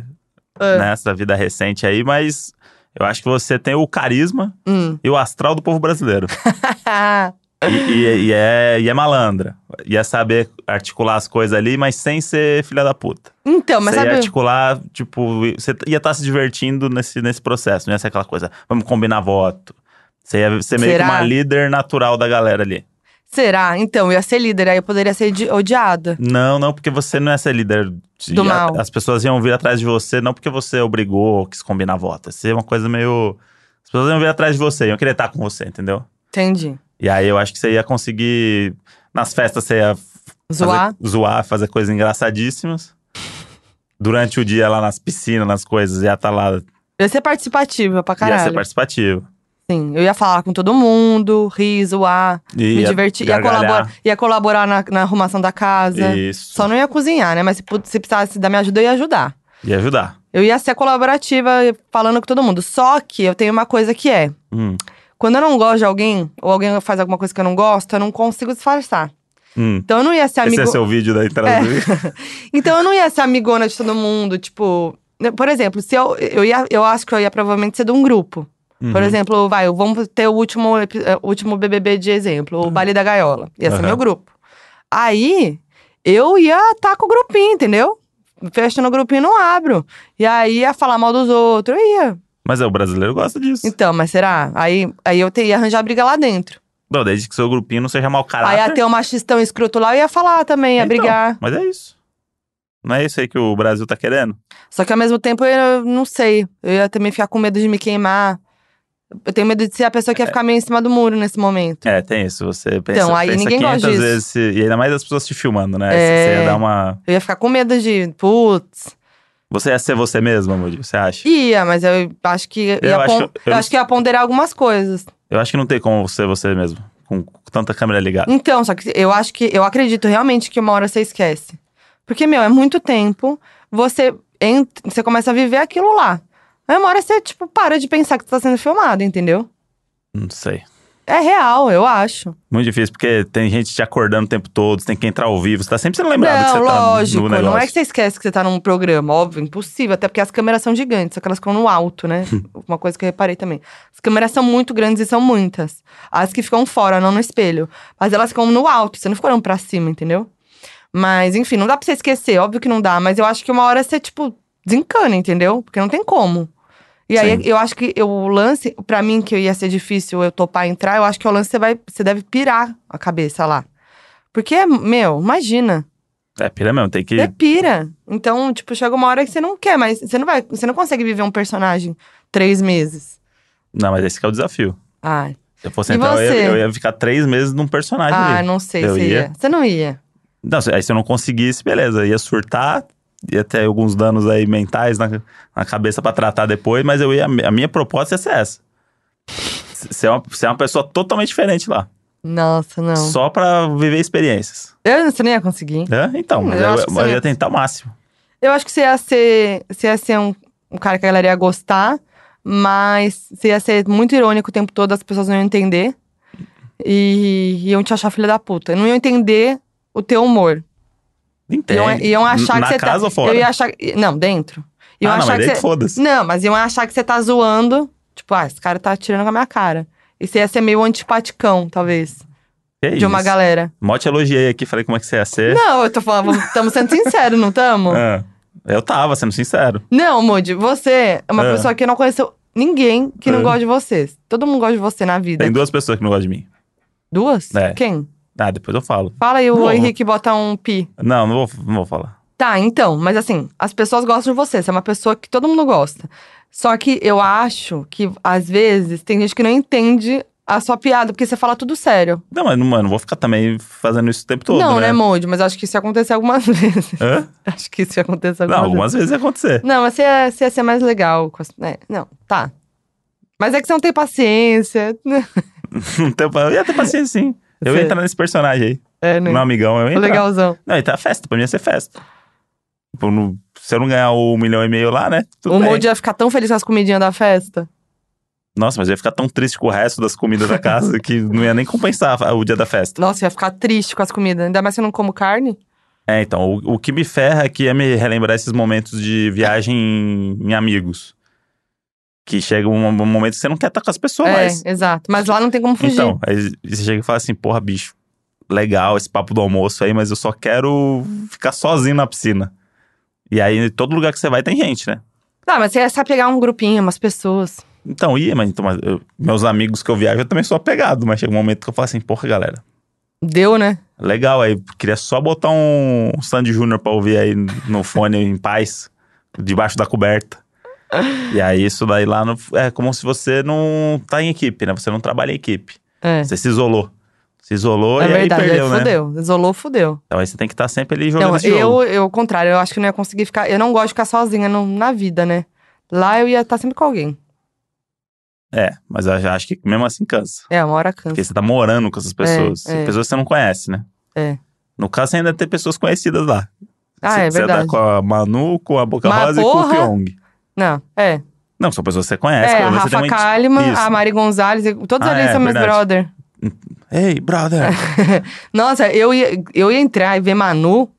[SPEAKER 2] É.
[SPEAKER 1] nessa vida recente aí, mas eu acho que você tem o carisma
[SPEAKER 2] Hum.
[SPEAKER 1] e o astral do povo brasileiro. E, e- e é, e é malandra. E é saber articular as coisas ali, mas sem ser filha da puta.
[SPEAKER 2] então, mas
[SPEAKER 1] você ia
[SPEAKER 2] sabe.
[SPEAKER 1] articular, tipo, você ia estar se divertindo nesse, nesse processo. Não ia ser aquela coisa, vamos combinar voto. Você ia ser meio
[SPEAKER 2] Será?
[SPEAKER 1] que uma líder natural da galera ali.
[SPEAKER 2] Será? Então, eu ia ser líder, aí eu poderia ser de- odiada.
[SPEAKER 1] Não, não, porque você não ia ser líder. de-
[SPEAKER 2] Do mal.
[SPEAKER 1] a- as pessoas iam vir atrás de você, não porque você obrigou ou quis combinar voto. Ia ser uma coisa meio. As pessoas iam vir atrás de você, iam querer estar com você, entendeu?
[SPEAKER 2] Entendi.
[SPEAKER 1] E aí eu acho que você ia conseguir. Nas festas você ia
[SPEAKER 2] Zoar?
[SPEAKER 1] Fazer, zoar, fazer coisas engraçadíssimas. Durante o dia lá nas piscinas, nas coisas, ia estar lá,
[SPEAKER 2] Eu ia ser participativa pra
[SPEAKER 1] é ia ser
[SPEAKER 2] caralho.
[SPEAKER 1] participativo.
[SPEAKER 2] Sim, eu ia falar com todo mundo, rir, zoar,
[SPEAKER 1] Ia
[SPEAKER 2] me divertir. Ia
[SPEAKER 1] gargalhar.
[SPEAKER 2] colaborar, ia colaborar na, na arrumação da casa.
[SPEAKER 1] Isso.
[SPEAKER 2] Só não ia cozinhar, né? Mas se, pu- se precisasse da minha ajuda, eu ia ajudar.
[SPEAKER 1] Ia ajudar.
[SPEAKER 2] Eu ia ser colaborativa, falando com todo mundo. Só que eu tenho uma coisa que é:
[SPEAKER 1] Hum,
[SPEAKER 2] quando eu não gosto de alguém, ou alguém faz alguma coisa que eu não gosto, eu não consigo disfarçar.
[SPEAKER 1] hum.
[SPEAKER 2] Então eu não ia ser
[SPEAKER 1] Esse
[SPEAKER 2] amigo.
[SPEAKER 1] é seu vídeo da entrada
[SPEAKER 2] É.
[SPEAKER 1] do vídeo?
[SPEAKER 2] Então eu não ia ser amigona de todo mundo, tipo. né, Por exemplo, se eu, eu, ia, eu acho que eu ia provavelmente ser de um grupo. Por
[SPEAKER 1] Uhum.
[SPEAKER 2] exemplo, vai, vamos ter o último, epi- eh, último BBB de exemplo, o Baile da Gaiola. Ia ser
[SPEAKER 1] Uhum. Aham.
[SPEAKER 2] meu grupo. Aí, eu ia estar com o grupinho, entendeu? Fecha no grupinho, não abro. E aí, ia falar mal dos outros, eu ia.
[SPEAKER 1] Mas é, o brasileiro gosta disso.
[SPEAKER 2] Então, mas será? Aí, aí eu te, ia arranjar briga lá dentro.
[SPEAKER 1] Não, desde que seu grupinho não seja mau caráter.
[SPEAKER 2] Aí ia ter um machistão escroto lá, eu ia falar também, ia
[SPEAKER 1] Então,
[SPEAKER 2] brigar.
[SPEAKER 1] Mas é isso. Não é isso aí que o Brasil tá querendo?
[SPEAKER 2] Só que ao mesmo tempo, eu não sei. Eu ia também ficar com medo de me queimar. Eu tenho medo de ser a pessoa que ia ficar meio em cima do muro nesse momento.
[SPEAKER 1] É, tem isso. Você pensa,
[SPEAKER 2] Então, aí
[SPEAKER 1] pensa
[SPEAKER 2] ninguém gosta
[SPEAKER 1] 500
[SPEAKER 2] disso.
[SPEAKER 1] vezes. se- E ainda mais as pessoas te filmando, né?
[SPEAKER 2] É.
[SPEAKER 1] Você ia dar uma...
[SPEAKER 2] Eu ia ficar com medo de, putz,
[SPEAKER 1] Você ia ser você mesma, Moody, você acha?
[SPEAKER 2] Ia, mas eu acho que ia,
[SPEAKER 1] Eu acho
[SPEAKER 2] pon-
[SPEAKER 1] que-
[SPEAKER 2] eu
[SPEAKER 1] eu não
[SPEAKER 2] acho que ia ponderar algumas coisas.
[SPEAKER 1] Eu acho que não tem como ser você mesmo, com tanta câmera ligada.
[SPEAKER 2] Então, só que eu acho que eu acredito realmente que uma hora você esquece. Porque meu, é muito tempo, você ent- você começa a viver aquilo lá. Aí uma hora você tipo para de pensar que você tá sendo filmado, entendeu?
[SPEAKER 1] Não sei.
[SPEAKER 2] É real, eu acho.
[SPEAKER 1] Muito difícil, porque tem gente te acordando o tempo todo, você tem que entrar ao vivo, você tá sempre sendo lembrado que
[SPEAKER 2] não,
[SPEAKER 1] você
[SPEAKER 2] lógico,
[SPEAKER 1] tá no negócio.
[SPEAKER 2] não é que você esquece que você tá num programa, óbvio, impossível, até porque as câmeras são gigantes, só que elas ficam no alto, né? Uma coisa que eu reparei também. As câmeras são muito grandes e são muitas. As que ficam fora, não no espelho, mas elas ficam no alto, você não ficou olhando pra cima, entendeu? Mas enfim, não dá pra você esquecer, óbvio que não dá, mas eu acho que uma hora você tipo desencana, entendeu? Porque não tem como. E aí
[SPEAKER 1] Sim.
[SPEAKER 2] eu acho que eu- o lance, pra mim que ia ser difícil eu topar entrar, eu acho que é o lance você vai, você deve pirar a cabeça lá. Porque, meu, imagina.
[SPEAKER 1] É, pira mesmo, tem que.
[SPEAKER 2] É pira. Então, tipo, chega uma hora que você não quer, mas você não vai, você não consegue viver um personagem três meses.
[SPEAKER 1] Não, mas esse que é o desafio.
[SPEAKER 2] Ah,
[SPEAKER 1] Se eu fosse
[SPEAKER 2] E
[SPEAKER 1] entrar, eu ia,
[SPEAKER 2] você?
[SPEAKER 1] eu ia ficar três meses num personagem
[SPEAKER 2] ah
[SPEAKER 1] ali.
[SPEAKER 2] não sei
[SPEAKER 1] Eu
[SPEAKER 2] se
[SPEAKER 1] ia.
[SPEAKER 2] ia. Você não ia.
[SPEAKER 1] Não, se- aí se eu não conseguisse, beleza, ia surtar, ia ter alguns danos aí mentais na, na cabeça pra tratar depois, mas eu ia. A minha proposta ia ser essa. S- Ser uma, ser uma pessoa totalmente diferente lá.
[SPEAKER 2] Nossa, não.
[SPEAKER 1] Só pra viver experiências.
[SPEAKER 2] Eu, você não ia conseguir.
[SPEAKER 1] É, então, mas
[SPEAKER 2] Hum, Eu
[SPEAKER 1] eu,
[SPEAKER 2] acho que
[SPEAKER 1] mas
[SPEAKER 2] você
[SPEAKER 1] eu
[SPEAKER 2] ia-
[SPEAKER 1] ia tentar o máximo.
[SPEAKER 2] Eu acho que você ia ser, você ia ser um, um cara que a galera ia gostar, Mas você ia ser muito irônico o tempo todo, as pessoas não iam entender. E iam te achar filha da puta. Não iam entender o teu humor.
[SPEAKER 1] Entende.
[SPEAKER 2] Iam, iam achar
[SPEAKER 1] É, Na
[SPEAKER 2] que você
[SPEAKER 1] casa
[SPEAKER 2] tá.
[SPEAKER 1] ou fora?
[SPEAKER 2] Eu ia achar. Não, dentro. Iam
[SPEAKER 1] ah, não,
[SPEAKER 2] achar
[SPEAKER 1] mas
[SPEAKER 2] que
[SPEAKER 1] daí
[SPEAKER 2] você-
[SPEAKER 1] foda-se.
[SPEAKER 2] Não, mas iam achar que você tá zoando. Tipo, ah, esse cara tá tirando com a minha cara. E você ia ser meio antipaticão, talvez.
[SPEAKER 1] Que
[SPEAKER 2] de uma
[SPEAKER 1] isso.
[SPEAKER 2] galera.
[SPEAKER 1] Mó te elogiei aqui, falei como é que você ia ser.
[SPEAKER 2] Não, eu tô falando, estamos sendo sinceros, não estamos?
[SPEAKER 1] Ah, eu tava, sendo sincero.
[SPEAKER 2] Não, Moody, você é uma
[SPEAKER 1] É.
[SPEAKER 2] pessoa que não conheceu ninguém que não
[SPEAKER 1] É.
[SPEAKER 2] gosta de você. Todo mundo gosta de você na vida.
[SPEAKER 1] Tem duas pessoas que não gostam de mim.
[SPEAKER 2] Duas?
[SPEAKER 1] É.
[SPEAKER 2] Quem?
[SPEAKER 1] Ah, depois eu falo.
[SPEAKER 2] Fala aí o
[SPEAKER 1] Não.
[SPEAKER 2] Henrique bota um pi.
[SPEAKER 1] Não, não vou, não vou falar.
[SPEAKER 2] Tá, então, mas assim, as pessoas gostam de você. Você é uma pessoa que todo mundo gosta. Só que eu acho que, às vezes, tem gente que não entende a sua piada, porque você fala tudo sério.
[SPEAKER 1] Não, mas mano, não vou ficar também fazendo isso o tempo todo,
[SPEAKER 2] não, né,
[SPEAKER 1] né?
[SPEAKER 2] Moody? Mas acho que isso ia acontecer algumas vezes.
[SPEAKER 1] Hã?
[SPEAKER 2] acho que isso ia acontecer
[SPEAKER 1] Não,
[SPEAKER 2] algumas vezes.
[SPEAKER 1] algumas vezes ia acontecer.
[SPEAKER 2] Não, mas você ia, você ia ser mais legal. com as- né? Não, tá. Mas é que você não tem paciência. né?
[SPEAKER 1] Não tem- Um eu ia ter paciência, sim. Eu ia
[SPEAKER 2] Você-
[SPEAKER 1] entrar nesse personagem aí.
[SPEAKER 2] É, né?
[SPEAKER 1] Meu amigão, eu ia
[SPEAKER 2] Tô
[SPEAKER 1] entrar.
[SPEAKER 2] legalzão.
[SPEAKER 1] Não, ia ter a festa. Pra mim ia ser festa. Tipo, no- se eu não ganhar o milhão e meio lá, né? Tudo
[SPEAKER 2] o
[SPEAKER 1] bem.
[SPEAKER 2] Moody ia ficar tão feliz com as comidinhas da festa.
[SPEAKER 1] Nossa, mas eu ia ficar tão triste com o resto das comidas da casa que não ia nem compensar o dia da festa.
[SPEAKER 2] Nossa, ia ficar triste com as comidas. Ainda mais se eu não como carne.
[SPEAKER 1] É, então, o, o que me ferra é que é me relembrar esses momentos de viagem em, em amigos. Que chega um, um momento que você não quer estar com as pessoas
[SPEAKER 2] é,
[SPEAKER 1] mais.
[SPEAKER 2] exato. Mas lá não tem como fugir.
[SPEAKER 1] Então, aí você chega e fala assim, porra, bicho, legal esse papo do almoço aí, mas eu só quero ficar sozinho na piscina. E aí, todo lugar que você vai tem gente, né?
[SPEAKER 2] Tá, mas você ia só pegar um grupinho, umas pessoas.
[SPEAKER 1] Então, ia, mas, então, mas eu- meus amigos que eu viajo, eu também sou apegado, mas chega um momento que eu falo assim, porra, galera,
[SPEAKER 2] Deu, né?
[SPEAKER 1] Legal, aí queria só botar um Sandy Júnior pra ouvir aí no fone em paz, debaixo da coberta. E aí isso daí lá no- é como se você não tá em equipe, né? Você não trabalha em equipe.
[SPEAKER 2] É.
[SPEAKER 1] Você se isolou. Se isolou
[SPEAKER 2] É
[SPEAKER 1] e
[SPEAKER 2] verdade,
[SPEAKER 1] aí perdeu,
[SPEAKER 2] aí
[SPEAKER 1] né?
[SPEAKER 2] fudeu. Isolou, fudeu.
[SPEAKER 1] Então aí você tem que estar sempre ali jogando
[SPEAKER 2] Não,
[SPEAKER 1] esse jogo.
[SPEAKER 2] Então, eu, eu, ao contrário, eu acho que não ia conseguir ficar. Eu não gosto de ficar sozinha no- na vida, né? Lá eu ia estar sempre com alguém.
[SPEAKER 1] É, mas eu já acho que mesmo assim cansa.
[SPEAKER 2] É, uma hora cansa.
[SPEAKER 1] Porque você tá morando com essas pessoas.
[SPEAKER 2] é.
[SPEAKER 1] Pessoas que você não conhece, né?
[SPEAKER 2] É.
[SPEAKER 1] No caso, você ainda tem pessoas conhecidas lá.
[SPEAKER 2] Ah,
[SPEAKER 1] você,
[SPEAKER 2] é
[SPEAKER 1] você tá
[SPEAKER 2] verdade.
[SPEAKER 1] com a Manu, com a Boca
[SPEAKER 2] Mas
[SPEAKER 1] Rosa e
[SPEAKER 2] porra!
[SPEAKER 1] com o Pyong.
[SPEAKER 2] Não, é.
[SPEAKER 1] Não, são pessoas que você conhece.
[SPEAKER 2] É, a
[SPEAKER 1] pelo menos você tem uma
[SPEAKER 2] Rafa
[SPEAKER 1] inti-
[SPEAKER 2] Kalimann,
[SPEAKER 1] Isso.
[SPEAKER 2] a Mari Gonzalez, e- todos
[SPEAKER 1] Ah,
[SPEAKER 2] ali
[SPEAKER 1] é,
[SPEAKER 2] são meus
[SPEAKER 1] verdade.
[SPEAKER 2] brother.
[SPEAKER 1] Ei, brother!
[SPEAKER 2] Nossa, eu ia, eu ia entrar e ver Manu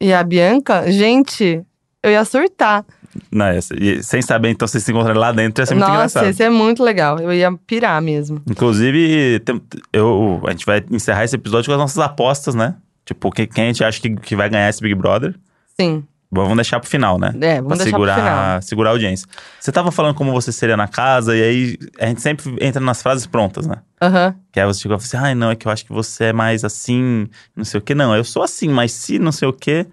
[SPEAKER 2] e a Bianca, gente, eu ia surtar.
[SPEAKER 1] Não, essa- e sem saber, então, vocês se encontrarem lá dentro, ia ser muito
[SPEAKER 2] Nossa,
[SPEAKER 1] engraçado.
[SPEAKER 2] isso é muito legal. Eu ia pirar mesmo.
[SPEAKER 1] Inclusive, tem- eu, a gente vai encerrar esse episódio com as nossas apostas, né? Tipo, que- quem a gente acha que, que vai ganhar esse Big Brother.
[SPEAKER 2] Sim.
[SPEAKER 1] Bom, vamos deixar pro final, né?
[SPEAKER 2] É, vamos
[SPEAKER 1] pra
[SPEAKER 2] deixar
[SPEAKER 1] segurar,
[SPEAKER 2] pro final.
[SPEAKER 1] segurar a audiência. Você tava falando como você seria na casa, e aí a gente sempre entra nas frases prontas, né?
[SPEAKER 2] Aham.
[SPEAKER 1] Que aí você chegou e falou assim, ai, não, é que eu acho que você é mais assim, não sei o quê. Não, eu sou assim, mas se não sei o quê.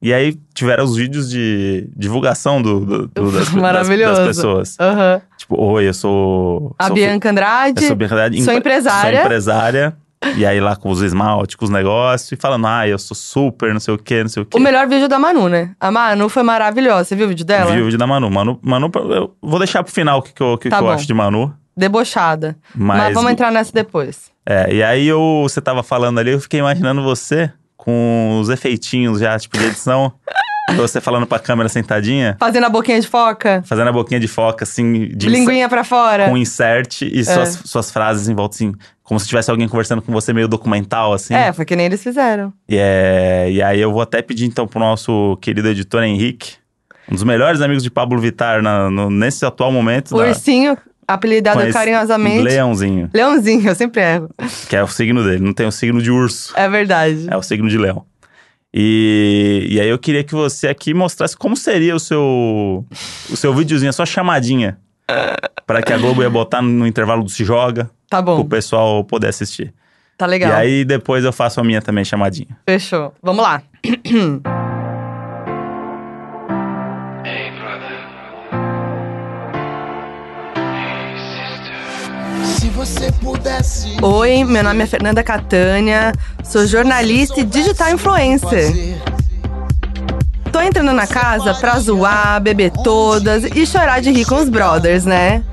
[SPEAKER 1] E aí tiveram os vídeos de divulgação do, do- do- das, das-
[SPEAKER 2] Maravilhoso.
[SPEAKER 1] das pessoas.
[SPEAKER 2] Aham.
[SPEAKER 1] Tipo, oi, eu sou...
[SPEAKER 2] A
[SPEAKER 1] sou fi- é
[SPEAKER 2] Bianca Andrade.
[SPEAKER 1] Eu sou, Bianca-
[SPEAKER 2] sou empresária.
[SPEAKER 1] Sou empresária. E aí lá com os esmalte, com os negócios. E falando, ah, eu sou super, não sei o quê, não sei o quê.
[SPEAKER 2] O é melhor vídeo da Manu, né? A Manu foi maravilhosa. Você viu o vídeo dela?
[SPEAKER 1] Vi o vídeo da Manu. Manu, Manu eu vou deixar pro final o que, que eu, o que
[SPEAKER 2] Tá
[SPEAKER 1] que eu
[SPEAKER 2] bom.
[SPEAKER 1] acho de Manu.
[SPEAKER 2] Debochada.
[SPEAKER 1] Mas,
[SPEAKER 2] Mas vamos entrar nessa depois.
[SPEAKER 1] É, e aí eu, você tava falando ali, eu fiquei imaginando você com os efeitinhos já, tipo, de edição. você falando pra câmera sentadinha,
[SPEAKER 2] Fazendo a boquinha de foca,
[SPEAKER 1] fazendo a boquinha de foca, assim, de
[SPEAKER 2] linguinha É. pra fora.
[SPEAKER 1] com insert e suas, suas frases em volta, assim, como se tivesse alguém conversando com você meio documental, assim.
[SPEAKER 2] É, foi que nem eles fizeram.
[SPEAKER 1] E, é, e aí eu vou até pedir, então, pro nosso querido editor Henrique, um dos melhores amigos de Pablo Vittar na- no- nesse atual momento.
[SPEAKER 2] O
[SPEAKER 1] da-
[SPEAKER 2] ursinho, apelidado
[SPEAKER 1] com esse
[SPEAKER 2] carinhosamente.
[SPEAKER 1] Leãozinho,
[SPEAKER 2] Leãozinho, eu sempre erro.
[SPEAKER 1] que é o signo dele, não tem o signo de urso.
[SPEAKER 2] É verdade.
[SPEAKER 1] É o signo de leão. E, e aí eu queria que você aqui mostrasse como seria o seu o seu videozinho, a sua chamadinha. pra que a Globo ia botar no intervalo do Se Joga,
[SPEAKER 2] Tá
[SPEAKER 1] pro
[SPEAKER 2] bom,
[SPEAKER 1] pessoal poder assistir.
[SPEAKER 2] tá legal.
[SPEAKER 1] E aí depois eu faço a minha também chamadinha.
[SPEAKER 2] Fechou. Vamos lá.
[SPEAKER 3] Hey, brother. Hey, sister.
[SPEAKER 4] Se você pudesse
[SPEAKER 2] Oi, meu nome é Fernanda Catânia, sou jornalista e digital influencer.
[SPEAKER 4] fazer
[SPEAKER 2] Tô entrando na casa pra zoar, beber todas e chorar de rir com os brothers, né?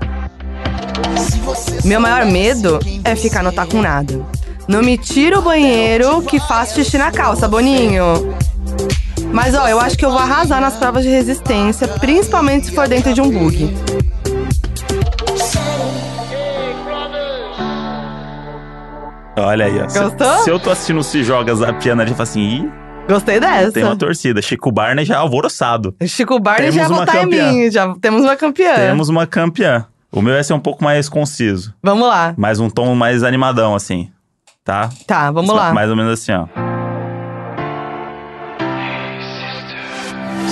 [SPEAKER 4] se você
[SPEAKER 2] Meu maior
[SPEAKER 4] soubesse
[SPEAKER 2] medo
[SPEAKER 4] quem
[SPEAKER 2] é
[SPEAKER 4] você
[SPEAKER 2] ficar no tá com nada. Não me tira o banheiro que faço xixi na calça, Boninho. Mas ó, eu acho que eu vou arrasar nas provas de resistência, principalmente se for dentro de um bug.
[SPEAKER 1] Olha aí, ó. Se-
[SPEAKER 2] Gostou?
[SPEAKER 1] Se, eu tô assistindo o Se Joga Zapiana, eu falo assim, ih,
[SPEAKER 2] Gostei
[SPEAKER 1] tem uma
[SPEAKER 2] dessa.
[SPEAKER 1] torcida. Chico Barney já é alvoroçado.
[SPEAKER 2] Chico Barney
[SPEAKER 1] Temos
[SPEAKER 2] já ia
[SPEAKER 1] uma
[SPEAKER 2] votar em
[SPEAKER 1] campeã.
[SPEAKER 2] mim. Já temos uma campeã.
[SPEAKER 1] Temos uma campeã. O meu vai ser um pouco mais conciso,
[SPEAKER 2] Vamos lá.
[SPEAKER 1] mas um tom mais animadão, assim. Tá?
[SPEAKER 2] Tá, vamos lá.
[SPEAKER 1] Mais ou menos assim, ó.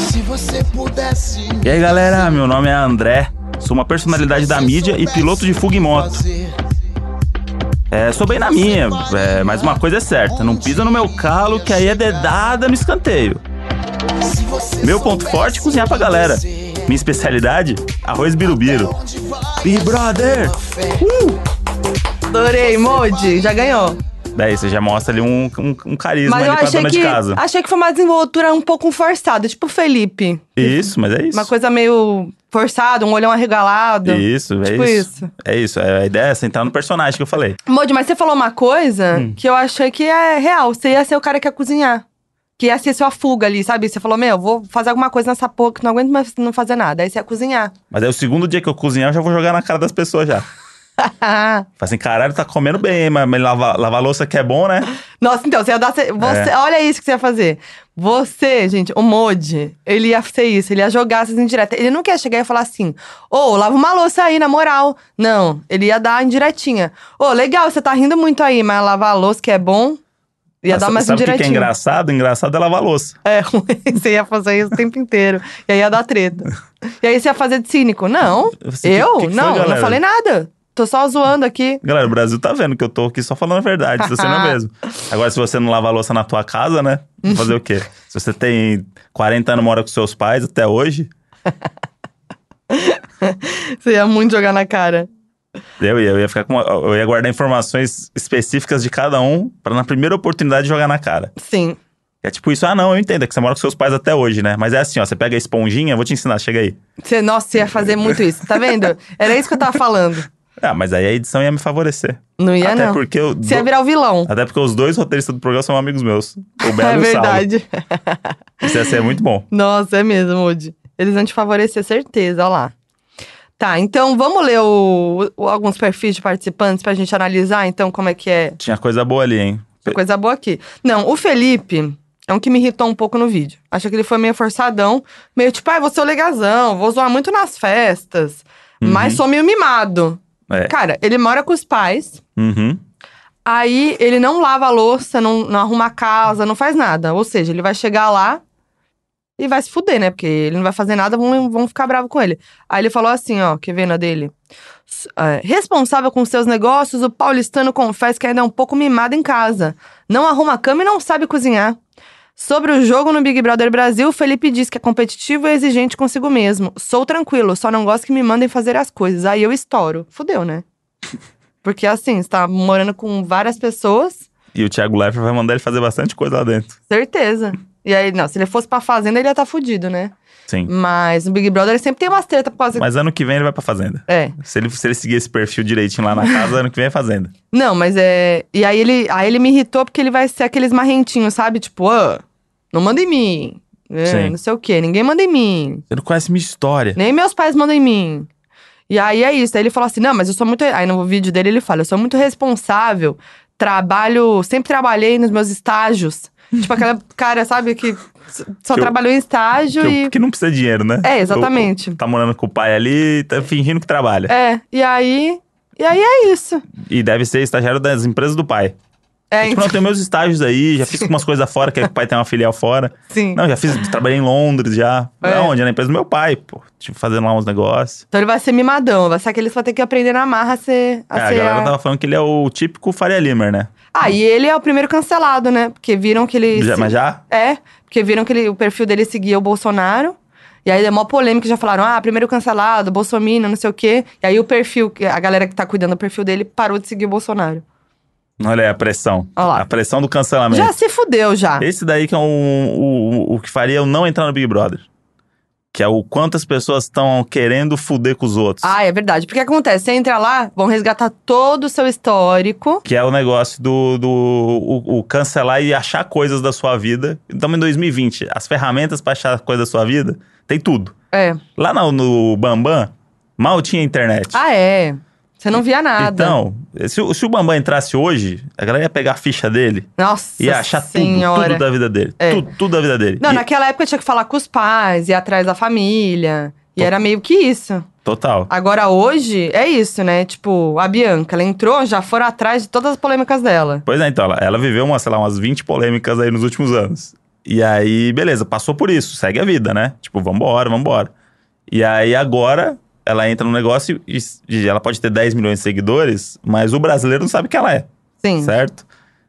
[SPEAKER 4] Se você pudesse.
[SPEAKER 1] E aí, galera, meu nome é André. Sou uma personalidade da mídia e piloto de fuga em moto. É, sou bem na minha, é, mas uma coisa é certa: não pisa no meu calo, que aí é dedada no escanteio. Meu ponto forte é cozinhar pra galera. Minha especialidade? Arroz birubiru. Big Brother! Uh!
[SPEAKER 2] Adorei, Modi. Já ganhou.
[SPEAKER 1] Daí você já mostra ali um, um, um carisma
[SPEAKER 2] Mas eu
[SPEAKER 1] ali pra
[SPEAKER 2] achei
[SPEAKER 1] dona
[SPEAKER 2] que,
[SPEAKER 1] de casa.
[SPEAKER 2] achei que foi uma desenvoltura um pouco forçada. Tipo o Felipe.
[SPEAKER 1] Isso, mas é isso.
[SPEAKER 2] Uma coisa meio forçada, um olhão arregalado.
[SPEAKER 1] Isso, é
[SPEAKER 2] Tipo
[SPEAKER 1] isso.
[SPEAKER 2] isso.
[SPEAKER 1] É isso. É, a ideia é você entrar no personagem que eu falei.
[SPEAKER 2] Modi, mas você falou uma coisa
[SPEAKER 1] Hum.
[SPEAKER 2] que eu achei que é real. Você ia ser o cara que ia cozinhar. Que ia ser sua fuga ali, sabe? Você falou, meu, vou fazer alguma coisa nessa porra que não aguento mais não fazer nada. Aí você ia cozinhar.
[SPEAKER 1] Mas aí o segundo dia que eu cozinhar, eu já vou jogar na cara das pessoas já. Fala assim, caralho, tá comendo bem, hein? mas mas lavar, lavar louça que é bom, né?
[SPEAKER 2] Nossa, então, você ia dar. Você,
[SPEAKER 1] É.
[SPEAKER 2] Olha isso que você ia fazer. Você, gente, o Modi, ele ia ser isso, ele ia jogar essas indiretas. Ele não quer chegar e falar assim, ô, lava uma louça aí, na moral. Não, ele ia dar indiretinha. Ô, legal, você tá rindo muito aí, mas lavar a louça que é bom. Ia
[SPEAKER 1] Mas
[SPEAKER 2] dar
[SPEAKER 1] sa-
[SPEAKER 2] mais
[SPEAKER 1] Sabe o que que é
[SPEAKER 2] indiretinha.
[SPEAKER 1] engraçado? Engraçado é lavar louça.
[SPEAKER 2] É ruim, você ia fazer isso o tempo inteiro. E aí ia dar treta. E aí você ia fazer de cínico. Não,
[SPEAKER 1] Você- que-
[SPEAKER 2] eu?
[SPEAKER 1] que que foi,
[SPEAKER 2] não, eu não
[SPEAKER 1] galera?
[SPEAKER 2] falei nada. Tô só zoando aqui.
[SPEAKER 1] Galera, o Brasil tá vendo que eu tô aqui só falando a verdade, se você não é mesmo. Agora, se você não lava a louça na tua casa, né? Fazer o quê? Se você tem 40 anos, mora com seus pais até hoje,
[SPEAKER 2] Você ia muito jogar na cara.
[SPEAKER 1] eu ia, eu ia ficar com. Eu ia guardar informações específicas de cada um pra na primeira oportunidade jogar na cara.
[SPEAKER 2] Sim.
[SPEAKER 1] É tipo isso, ah não, eu entendo, é que você mora com seus pais até hoje, né? Mas é assim, ó, você pega a esponjinha, eu vou te ensinar, chega aí.
[SPEAKER 2] Você, nossa, você ia fazer muito isso, tá vendo? Era isso que eu tava falando.
[SPEAKER 1] Ah, mas aí a edição ia me favorecer.
[SPEAKER 2] Não ia,
[SPEAKER 1] até
[SPEAKER 2] não.
[SPEAKER 1] porque eu.
[SPEAKER 2] Você ia
[SPEAKER 1] do-
[SPEAKER 2] virar o vilão.
[SPEAKER 1] Até porque os dois roteiristas do programa são amigos meus. O Belo
[SPEAKER 2] É
[SPEAKER 1] e o Saulo.
[SPEAKER 2] verdade.
[SPEAKER 1] Isso ia ser muito bom.
[SPEAKER 2] Nossa, é mesmo, Woody. Eles vão te favorecer, certeza, ó lá. Tá, então vamos ler o- o- alguns perfis de participantes pra gente analisar, então, como é que é
[SPEAKER 1] Tinha coisa boa ali, hein?
[SPEAKER 2] Tem coisa boa aqui. Não, o Felipe é um que me irritou um pouco no vídeo. Acho que ele foi meio forçadão, meio tipo, ah, vou ser o legazão, vou zoar muito nas festas, mas sou meio mimado.
[SPEAKER 1] É.
[SPEAKER 2] Cara, ele mora com os pais,
[SPEAKER 1] Uhum.
[SPEAKER 2] aí ele não lava a louça, não, não arruma a casa, não faz nada. Ou seja, ele vai chegar lá e vai se fuder, né? Porque ele não vai fazer nada, vão, vão ficar bravo com ele. Aí ele falou assim, ó, que vendo a dele. S- é, responsável com seus negócios, o paulistano confessa que ainda é um pouco mimado em casa. Não arruma a cama e não sabe cozinhar. Sobre o jogo no Big Brother Brasil, o Felipe diz que é competitivo e exigente consigo mesmo. Sou tranquilo, só não gosto que me mandem fazer as coisas. Aí eu estouro. Fudeu, né? Porque assim, você tá morando com várias pessoas,
[SPEAKER 1] E o Thiago Leifert vai mandar ele fazer bastante coisa lá dentro.
[SPEAKER 2] certeza. E aí, não, se ele fosse pra fazenda, ele ia tá fudido, né?
[SPEAKER 1] Sim.
[SPEAKER 2] Mas no Big Brother sempre tem umas treta por causa.
[SPEAKER 1] Mas ano que vem ele vai pra fazenda.
[SPEAKER 2] É.
[SPEAKER 1] Se ele, se ele seguir esse perfil direitinho lá na casa, ano que vem é fazenda.
[SPEAKER 2] Não, mas é. E aí ele, aí ele me irritou porque ele vai ser aqueles marrentinhos, sabe? Tipo, ah, não manda em mim. É,
[SPEAKER 1] Sim.
[SPEAKER 2] não sei o quê, ninguém manda em mim.
[SPEAKER 1] Você não conhece minha história.
[SPEAKER 2] Nem meus pais mandam em mim. E aí é isso. Aí ele falou assim: não, mas eu sou muito. Aí no vídeo dele ele fala: eu sou muito responsável, trabalho. Sempre trabalhei nos meus estágios. tipo aquela cara, sabe, que s- só
[SPEAKER 1] Que eu-
[SPEAKER 2] trabalhou em
[SPEAKER 1] Que,
[SPEAKER 2] estágio
[SPEAKER 1] eu-
[SPEAKER 2] e.
[SPEAKER 1] que não precisa de dinheiro, né?
[SPEAKER 2] É, exatamente.
[SPEAKER 1] tá morando com o pai ali, tá fingindo que trabalha.
[SPEAKER 2] É, e aí. E aí é isso.
[SPEAKER 1] E deve ser estagiário das empresas do pai.
[SPEAKER 2] É,
[SPEAKER 1] Tipo, não, eu tenho meus estágios aí, já fiz umas coisas fora, que é que o pai tem uma filial fora.
[SPEAKER 2] sim.
[SPEAKER 1] Não, já fiz, trabalhei em Londres já.
[SPEAKER 2] É.
[SPEAKER 1] Não, onde? Na empresa do meu pai, pô. Tipo, fazendo lá uns negócios.
[SPEAKER 2] Então ele vai ser mimadão, vai ser aquele que vai ter que aprender na marra a ser. A
[SPEAKER 1] É, a
[SPEAKER 2] ser
[SPEAKER 1] galera
[SPEAKER 2] a-
[SPEAKER 1] tava falando que ele é o típico Faria Limer, né?
[SPEAKER 2] Ah, e ele é o primeiro cancelado, né? Porque viram que ele.
[SPEAKER 1] Já-
[SPEAKER 2] se-
[SPEAKER 1] mas já?
[SPEAKER 2] É, porque viram que ele- o perfil dele seguia o Bolsonaro. E aí deu mó polêmica, já falaram, ah, primeiro cancelado, Bolsonaro, não sei o quê. E aí o perfil, a galera que tá cuidando do perfil dele parou de seguir o Bolsonaro.
[SPEAKER 1] Olha aí é a pressão.
[SPEAKER 2] Olha lá.
[SPEAKER 1] A pressão do cancelamento.
[SPEAKER 2] Já se fudeu, já.
[SPEAKER 1] Esse daí que é um, o, o que faria eu não entrar no Big Brother. Que é o quanto as pessoas estão querendo fuder com os outros.
[SPEAKER 2] Ah, é verdade. Porque acontece, você entra lá, vão resgatar todo o seu histórico.
[SPEAKER 1] Que é o negócio do, do o, o cancelar e achar coisas da sua vida. Estamos em 2020. As ferramentas pra achar coisas da sua vida, tem tudo.
[SPEAKER 2] É.
[SPEAKER 1] Lá no, no Bambam, mal tinha internet.
[SPEAKER 2] Ah, é. Você não via nada.
[SPEAKER 1] Então, se, o- se o Bambam entrasse hoje, a galera ia pegar a ficha dele
[SPEAKER 2] Nossa
[SPEAKER 1] e ia achar tudo,
[SPEAKER 2] senhora.
[SPEAKER 1] tudo da vida dele.
[SPEAKER 2] É.
[SPEAKER 1] Tudo, tudo da vida dele.
[SPEAKER 2] Não,
[SPEAKER 1] E-
[SPEAKER 2] naquela época tinha que falar com os pais, ir atrás da família. E
[SPEAKER 1] Tô-
[SPEAKER 2] era meio que isso.
[SPEAKER 1] Total.
[SPEAKER 2] Agora hoje é isso, né? Tipo, a Bianca, ela entrou, já foram atrás de todas as polêmicas dela.
[SPEAKER 1] Pois é, então, ela, ela viveu, uma, sei lá, umas 20 polêmicas aí nos últimos anos. E aí, beleza, passou por isso, segue a vida, né? Tipo, vambora, vambora. E aí, agora, ela entra no negócio e, e ela pode ter 10 milhões de seguidores, mas o brasileiro não sabe quem ela é,
[SPEAKER 2] Sim.
[SPEAKER 1] certo?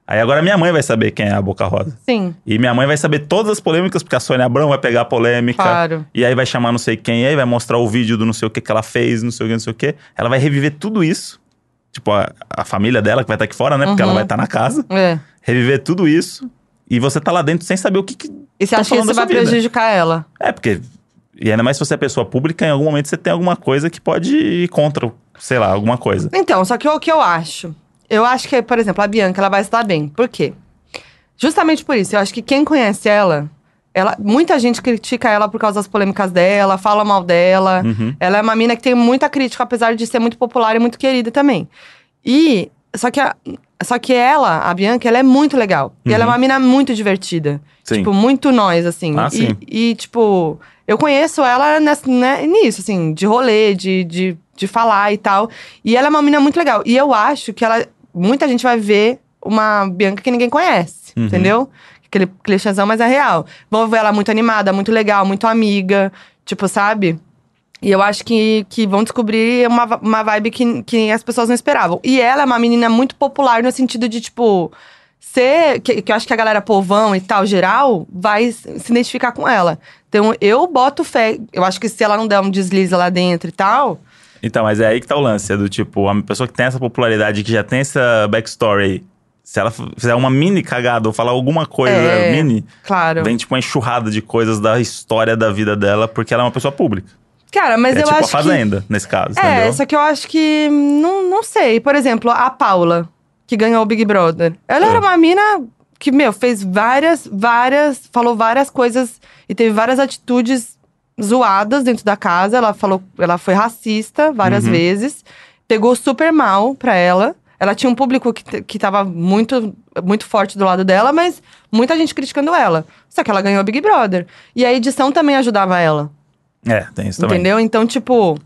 [SPEAKER 1] Aí agora minha mãe vai saber quem é a Boca Rosa.
[SPEAKER 2] Sim,
[SPEAKER 1] E minha mãe vai saber todas as polêmicas, porque a Sônia Abrão vai pegar a polêmica.
[SPEAKER 2] claro.
[SPEAKER 1] E aí vai chamar não sei quem, e aí vai mostrar o vídeo do não sei o que que ela fez, não sei o que, não sei o que. Ela vai reviver tudo isso. Tipo, a, a família dela que vai estar aqui fora, né? Porque
[SPEAKER 2] Uhum.
[SPEAKER 1] ela vai estar na casa.
[SPEAKER 2] É.
[SPEAKER 1] Reviver tudo isso. E você tá lá dentro sem saber o que. que...
[SPEAKER 2] E você
[SPEAKER 1] Tão
[SPEAKER 2] acha que
[SPEAKER 1] falando
[SPEAKER 2] isso
[SPEAKER 1] da
[SPEAKER 2] vai
[SPEAKER 1] sua vida.
[SPEAKER 2] prejudicar ela?
[SPEAKER 1] É, porque. E ainda mais se você é pessoa pública, em algum momento você tem alguma coisa que pode ir contra, sei lá, alguma coisa.
[SPEAKER 2] Então, só que o que eu acho? Eu acho que, por exemplo, a Bianca, ela vai se dar bem. Por quê? Justamente por isso. Eu acho que quem conhece ela, ela muita gente critica ela por causa das polêmicas dela, fala mal dela.
[SPEAKER 1] Uhum.
[SPEAKER 2] Ela é uma mina que tem muita crítica, apesar de ser muito popular e muito querida também. E só que, a- só que ela, a Bianca, ela é muito legal. E ela é
[SPEAKER 1] Uhum.
[SPEAKER 2] uma mina muito divertida.
[SPEAKER 1] Sim.
[SPEAKER 2] Tipo, muito nós, assim.
[SPEAKER 1] Ah,
[SPEAKER 2] e,
[SPEAKER 1] sim.
[SPEAKER 2] e, tipo, eu conheço ela nessa, né, nisso, assim, de rolê, de, de, de falar e tal. E ela é uma mina muito legal. E eu acho que ela. Muita gente vai ver uma Bianca que ninguém conhece,
[SPEAKER 1] Uhum.
[SPEAKER 2] entendeu? Aquele clichêzão, mas é real. Vão ver ela muito animada, muito legal, muito amiga, tipo, sabe? E eu acho que, que vão descobrir uma, va- uma vibe que, que as pessoas não esperavam. E ela é uma menina muito popular no sentido de, tipo, ser. Que, que eu acho que a galera povão e tal, geral, vai se se identificar com ela. Então eu boto fé. Eu acho que se ela não der um deslize lá dentro e tal.
[SPEAKER 1] Então, mas é aí que tá o lance. É do tipo, a pessoa que tem essa popularidade, que já tem essa backstory aí, se ela f- fizer uma mini cagada ou falar alguma coisa
[SPEAKER 2] É.
[SPEAKER 1] mini,
[SPEAKER 2] Claro.
[SPEAKER 1] Vem tipo uma enxurrada de coisas da história da vida dela, porque ela é uma pessoa pública.
[SPEAKER 2] Cara, mas
[SPEAKER 1] é
[SPEAKER 2] eu
[SPEAKER 1] tipo a
[SPEAKER 2] acho. que...
[SPEAKER 1] Fazenda, nesse caso,
[SPEAKER 2] É,
[SPEAKER 1] entendeu?
[SPEAKER 2] só que eu acho que. Não, não sei. Por exemplo, a Paula, que ganhou o Big Brother. Ela
[SPEAKER 1] É.
[SPEAKER 2] era uma mina que, meu, fez várias, várias. Falou várias coisas e teve várias atitudes zoadas dentro da casa. Ela falou. Ela foi racista várias
[SPEAKER 1] Uhum.
[SPEAKER 2] vezes. Pegou super mal pra ela. Ela tinha um público que, t- que tava muito, muito forte do lado dela, mas muita gente criticando ela. Só que ela ganhou o Big Brother. E a edição também ajudava ela.
[SPEAKER 1] É, tem isso também.
[SPEAKER 2] Entendeu? Então, tipo.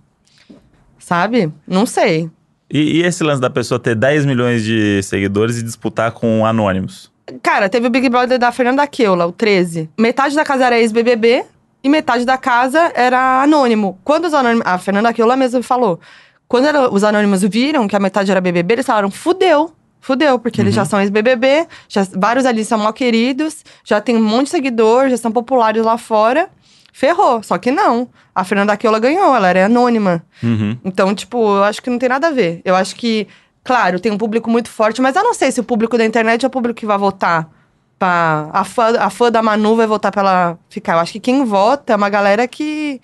[SPEAKER 2] Sabe? Não sei.
[SPEAKER 1] E, e esse lance da pessoa ter 10 milhões de seguidores e disputar com anônimos?
[SPEAKER 2] Cara, teve o Big Brother da Fernanda Keula, o 13. Metade da casa era ex-BBB e metade da casa era anônimo. Quando os anônimos. A Fernanda Keula mesmo falou. Quando era- os anônimos viram que a metade era BBB, eles falaram: fudeu. Fudeu, porque eles já são ex-BBB, já- vários ali são mal queridos, já tem um monte de seguidor, já são populares lá fora. Ferrou. Só que não. A Fernanda Keula ganhou, ela era anônima.
[SPEAKER 1] Uhum.
[SPEAKER 2] Então, tipo, eu acho que não tem nada a ver. Eu acho que, claro, tem um público muito forte, mas eu não sei se o público da internet é o público que vai votar. Pra, a, fã, a fã da Manu vai votar pra ela ficar. Eu acho que quem vota é uma galera que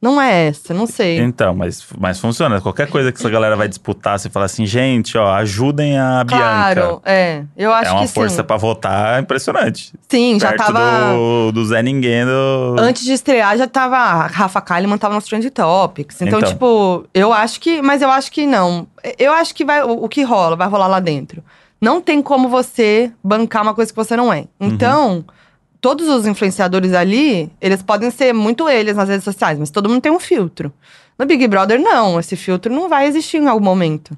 [SPEAKER 2] não é essa, não sei.
[SPEAKER 1] Então, mas, mas funciona. Qualquer coisa que essa galera vai disputar, você fala assim, gente, ó, ajudem a Bianca.
[SPEAKER 2] Claro, é. Eu acho
[SPEAKER 1] é uma
[SPEAKER 2] que
[SPEAKER 1] força pra votar impressionante.
[SPEAKER 2] sim. Sim, já
[SPEAKER 1] Perto
[SPEAKER 2] tava.
[SPEAKER 1] do, do Zé Ninguém do...
[SPEAKER 2] Antes de estrear, já tava. A Rafa Kalimann tava nos Trend Topics. Então,
[SPEAKER 1] Então.
[SPEAKER 2] tipo, eu acho que. Mas eu acho que não. Eu acho que vai. O, o que rola, vai rolar lá dentro. Não tem como você bancar uma coisa que você não é.
[SPEAKER 1] Uhum.
[SPEAKER 2] Então, todos os influenciadores ali, eles podem ser muito eles nas redes sociais, mas todo mundo tem um filtro. No Big Brother, não. Esse filtro não vai existir em algum momento.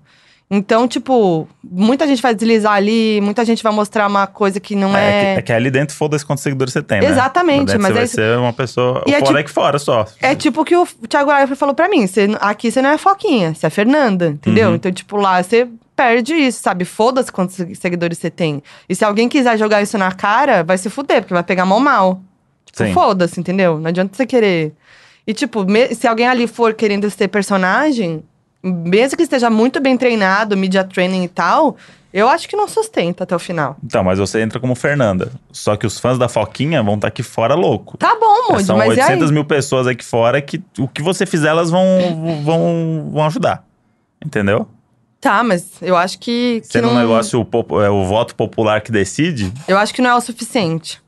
[SPEAKER 2] Então, tipo, muita gente vai deslizar ali, muita gente vai mostrar uma coisa que não
[SPEAKER 1] É,
[SPEAKER 2] é.
[SPEAKER 1] que, é que ali dentro foda-se quantos seguidores você tem, né?
[SPEAKER 2] Exatamente,
[SPEAKER 1] Lá dentro
[SPEAKER 2] mas
[SPEAKER 1] você
[SPEAKER 2] é
[SPEAKER 1] vai
[SPEAKER 2] isso-
[SPEAKER 1] ser uma pessoa...
[SPEAKER 2] E é
[SPEAKER 1] fora
[SPEAKER 2] tipo-
[SPEAKER 1] é que fora, só.
[SPEAKER 2] É tipo o que o Thiago Leifert falou pra mim. Você, aqui você não é a Foquinha, você é a Fernanda, entendeu?
[SPEAKER 1] Uhum.
[SPEAKER 2] Então, tipo, lá você perde isso, sabe? Foda-se quantos se- seguidores você tem. E se alguém quiser jogar isso na cara, vai se fuder, porque vai pegar mal mal. Tipo,
[SPEAKER 1] Sim.
[SPEAKER 2] foda-se, entendeu? Não adianta você querer. E, tipo, me- se alguém ali for querendo ser personagem, mesmo que esteja muito bem treinado, media training e tal, eu acho que não sustenta até o final.
[SPEAKER 1] Então, mas você entra como Fernanda. Só que os fãs da Foquinha vão estar aqui fora louco.
[SPEAKER 2] Tá bom, Moody,
[SPEAKER 1] É, São
[SPEAKER 2] mas e aí?
[SPEAKER 1] 800 mil pessoas aqui fora que o que você fizer, elas vão, vão, vão ajudar. Entendeu?
[SPEAKER 2] Tá, mas eu acho que. que
[SPEAKER 1] Sendo um
[SPEAKER 2] não-
[SPEAKER 1] negócio, o pop- é o voto popular que decide,
[SPEAKER 2] Eu acho que não é o suficiente.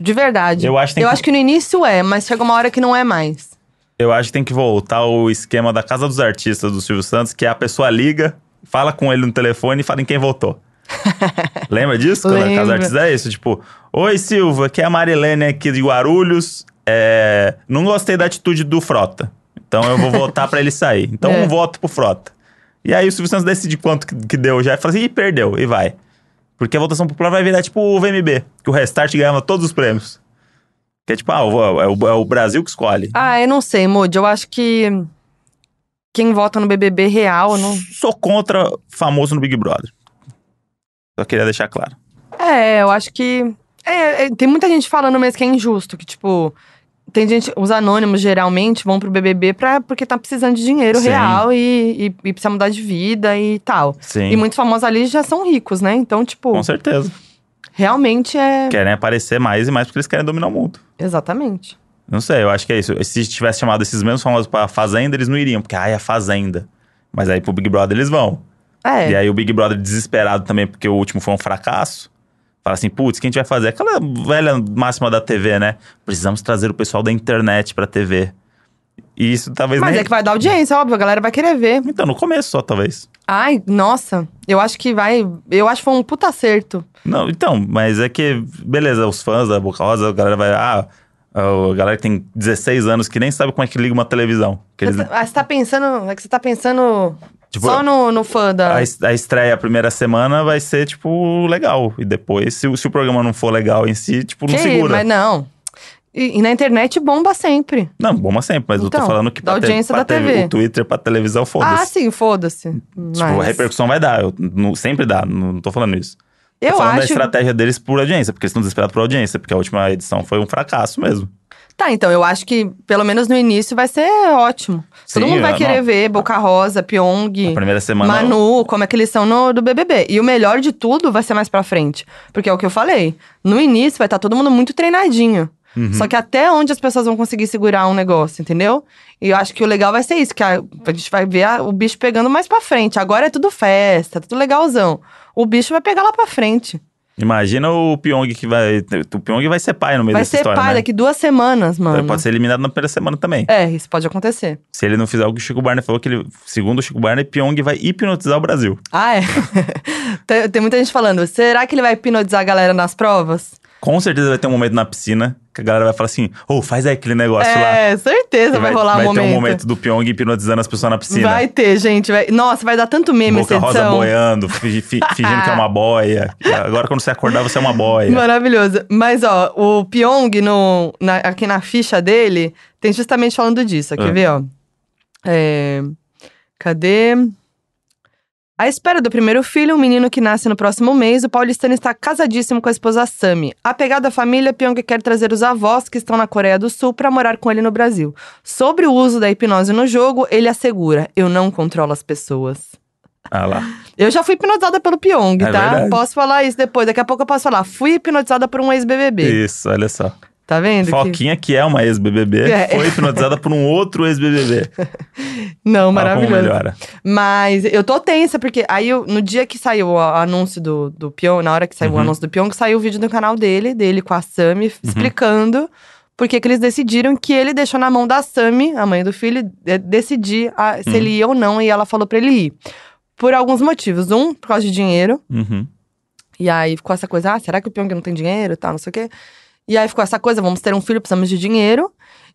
[SPEAKER 2] De verdade.
[SPEAKER 1] Eu acho que tem
[SPEAKER 2] eu
[SPEAKER 1] que-
[SPEAKER 2] acho que no início é, mas chega uma hora que não é mais.
[SPEAKER 1] Eu acho que tem que voltar o esquema da Casa dos Artistas do Silvio Santos, que é a pessoa liga, fala com ele no telefone e fala em quem votou. Lembra disso? Quando a Casa dos
[SPEAKER 2] Lembro.
[SPEAKER 1] Artistas é isso, tipo, Oi Silva, aqui é a Marilene aqui de Guarulhos, é, não gostei da atitude do Frota, então eu vou votar pra ele sair. Então
[SPEAKER 2] É.
[SPEAKER 1] um voto pro Frota. E aí o Silvio Santos decide quanto que, que deu já e fala assim, Ih, perdeu, e vai. Porque a votação popular vai virar tipo o VMB, que o Restart ganhava todos os prêmios. Que é tipo, ah, o- é o, é o Brasil que escolhe.
[SPEAKER 2] Ah, eu não sei, Moody. Eu acho que quem vota no BBB real, eu não.
[SPEAKER 1] Sou contra famoso no Big Brother. Só queria deixar claro.
[SPEAKER 2] É, eu acho que. É, é, tem muita gente falando mesmo que é injusto, que tipo. Tem gente, os anônimos geralmente vão pro BBB pra, porque tá precisando de dinheiro
[SPEAKER 1] Sim.
[SPEAKER 2] real e, e, e precisa mudar de vida e tal.
[SPEAKER 1] Sim.
[SPEAKER 2] E muitos famosos ali já são ricos, né? Então, tipo,
[SPEAKER 1] Com certeza.
[SPEAKER 2] realmente é.
[SPEAKER 1] Querem aparecer mais e mais porque eles querem dominar o mundo.
[SPEAKER 2] Exatamente.
[SPEAKER 1] Não sei, eu acho que é isso. Se tivesse chamado esses mesmos famosos pra Fazenda, eles não iriam, porque, ai, é Fazenda. Mas aí pro Big Brother eles vão.
[SPEAKER 2] É.
[SPEAKER 1] E aí o Big Brother desesperado também, porque o último foi um fracasso. Fala assim, putz, quem a gente vai fazer? Aquela velha máxima da TV, né? Precisamos trazer o pessoal da internet pra TV. E isso talvez
[SPEAKER 2] Mas
[SPEAKER 1] nem...
[SPEAKER 2] é que vai dar audiência, óbvio, a galera vai querer ver.
[SPEAKER 1] Então, no começo só, talvez.
[SPEAKER 2] Ai, nossa, eu acho que vai. Eu acho que foi um puta acerto.
[SPEAKER 1] Não, então, mas é que, beleza, os fãs da Boca Rosa, a galera vai. Ah, a galera que tem 16 anos que nem sabe como é que liga uma televisão. Que eles-
[SPEAKER 2] Você tá- ah, você tá pensando. É que você tá pensando
[SPEAKER 1] Tipo,
[SPEAKER 2] só no, no fã da.
[SPEAKER 1] a, es- a estreia, a primeira semana, vai ser, tipo, legal. E depois, se, o- se o programa não for legal em si, tipo, não
[SPEAKER 2] Que-
[SPEAKER 1] segura.
[SPEAKER 2] Mas não. E, e na internet bomba sempre.
[SPEAKER 1] Não, bomba sempre, mas eu tô
[SPEAKER 2] Então,
[SPEAKER 1] falando que
[SPEAKER 2] da
[SPEAKER 1] te-
[SPEAKER 2] audiência da
[SPEAKER 1] te-
[SPEAKER 2] TV.
[SPEAKER 1] o Twitter pra televisão,
[SPEAKER 2] Ah,
[SPEAKER 1] foda-se.
[SPEAKER 2] sim, foda-se.
[SPEAKER 1] tipo, a
[SPEAKER 2] Mas
[SPEAKER 1] repercussão é vai dar. Eu, não- sempre dá, não, não tô falando isso. tô
[SPEAKER 2] eu
[SPEAKER 1] falando da
[SPEAKER 2] acho.
[SPEAKER 1] estratégia deles por audiência, porque eles estão desesperados por audiência, porque a última edição foi um fracasso mesmo.
[SPEAKER 2] Tá, então, eu acho que pelo menos no início vai ser ótimo.
[SPEAKER 1] Sim,
[SPEAKER 2] Todo mundo vai
[SPEAKER 1] é,
[SPEAKER 2] querer
[SPEAKER 1] não. É
[SPEAKER 2] ver Boca Rosa,
[SPEAKER 1] A
[SPEAKER 2] Pyong,
[SPEAKER 1] primeira semana.
[SPEAKER 2] Manu, como é que eles são no, do BBB. E o melhor de tudo vai ser mais pra frente. Porque é o que eu falei. No início vai estar todo mundo muito treinadinho.
[SPEAKER 1] Uhum.
[SPEAKER 2] Só que até onde as pessoas vão conseguir segurar um negócio, entendeu? E eu acho que o legal vai ser isso, que a, a gente vai ver a- o bicho pegando mais pra frente. Agora é tudo festa, tudo legalzão. O bicho vai pegar lá pra frente.
[SPEAKER 1] Imagina o Pyong que vai. O Pyong vai ser pai no meio
[SPEAKER 2] vai
[SPEAKER 1] dessa
[SPEAKER 2] ser
[SPEAKER 1] história.
[SPEAKER 2] pai
[SPEAKER 1] né?
[SPEAKER 2] daqui um duas semanas,
[SPEAKER 1] Então,
[SPEAKER 2] mano.
[SPEAKER 1] Ele pode ser eliminado na primeira semana também.
[SPEAKER 2] É, isso pode acontecer.
[SPEAKER 1] Se ele não fizer o que o Chico Barney falou, que ele, segundo o Chico Barney, Pyong vai hipnotizar o Brasil.
[SPEAKER 2] Ah, é. tem, tem muita gente falando, será que ele vai hipnotizar a galera nas provas?
[SPEAKER 1] Com certeza vai ter um momento na piscina que a galera vai falar assim: ô, faz aí aquele negócio lá.
[SPEAKER 2] É, certeza vai, rolar
[SPEAKER 1] vai
[SPEAKER 2] um momento.
[SPEAKER 1] ter um momento do Pyong hipnotizando as pessoas na piscina.
[SPEAKER 2] Vai ter, gente. vai- Nossa, vai dar tanto meme
[SPEAKER 1] né? Boca
[SPEAKER 2] essa
[SPEAKER 1] rosa
[SPEAKER 2] edição.
[SPEAKER 1] boiando, fi- fi- fingindo que é uma boia. Agora, quando você acordar, você é uma boia.
[SPEAKER 2] Maravilhoso. Mas, ó, o Pyong, no, na- aqui na ficha dele, tem justamente falando disso. ó, Quer
[SPEAKER 1] Ah.
[SPEAKER 2] ver, ó? É, cadê? À espera do primeiro filho, um menino que nasce no próximo mês, o paulistano está casadíssimo com a esposa Sami. Apegado à família, Pyong quer trazer os avós que estão na Coreia do Sul para morar com ele no Brasil. Sobre o uso da hipnose no jogo, ele assegura: Eu não controlo as pessoas.
[SPEAKER 1] Ah lá.
[SPEAKER 2] Eu já fui hipnotizada pelo Pyong,
[SPEAKER 1] É
[SPEAKER 2] tá?
[SPEAKER 1] verdade.
[SPEAKER 2] Posso falar isso depois. Daqui a pouco eu posso falar. Fui hipnotizada por um ex-BBB.
[SPEAKER 1] Isso, olha só.
[SPEAKER 2] Tá vendo? que-
[SPEAKER 1] Foquinha, que é uma ex-BBB,
[SPEAKER 2] É.
[SPEAKER 1] foi hipnotizada por um outro ex-BBB.
[SPEAKER 2] Não,
[SPEAKER 1] Olha como
[SPEAKER 2] maravilhoso.
[SPEAKER 1] melhora.
[SPEAKER 2] Mas eu tô tensa, porque aí eu- no dia que saiu o anúncio do, do Pyong, na hora que saiu
[SPEAKER 1] Uhum.
[SPEAKER 2] o anúncio do Pyong, saiu o vídeo do canal dele, dele com a Sami, explicando por que que eles decidiram que ele deixou na mão da Sami, a mãe do filho, de- decidir a- se
[SPEAKER 1] Uhum.
[SPEAKER 2] ele ia ou não, e ela falou pra ele ir. Por alguns motivos. Um, por causa de dinheiro.
[SPEAKER 1] Uhum.
[SPEAKER 2] E aí ficou essa coisa, ah, será que o Pyong não tem dinheiro e tal, não sei o quê. E aí ficou essa coisa, vamos ter um filho, precisamos de dinheiro.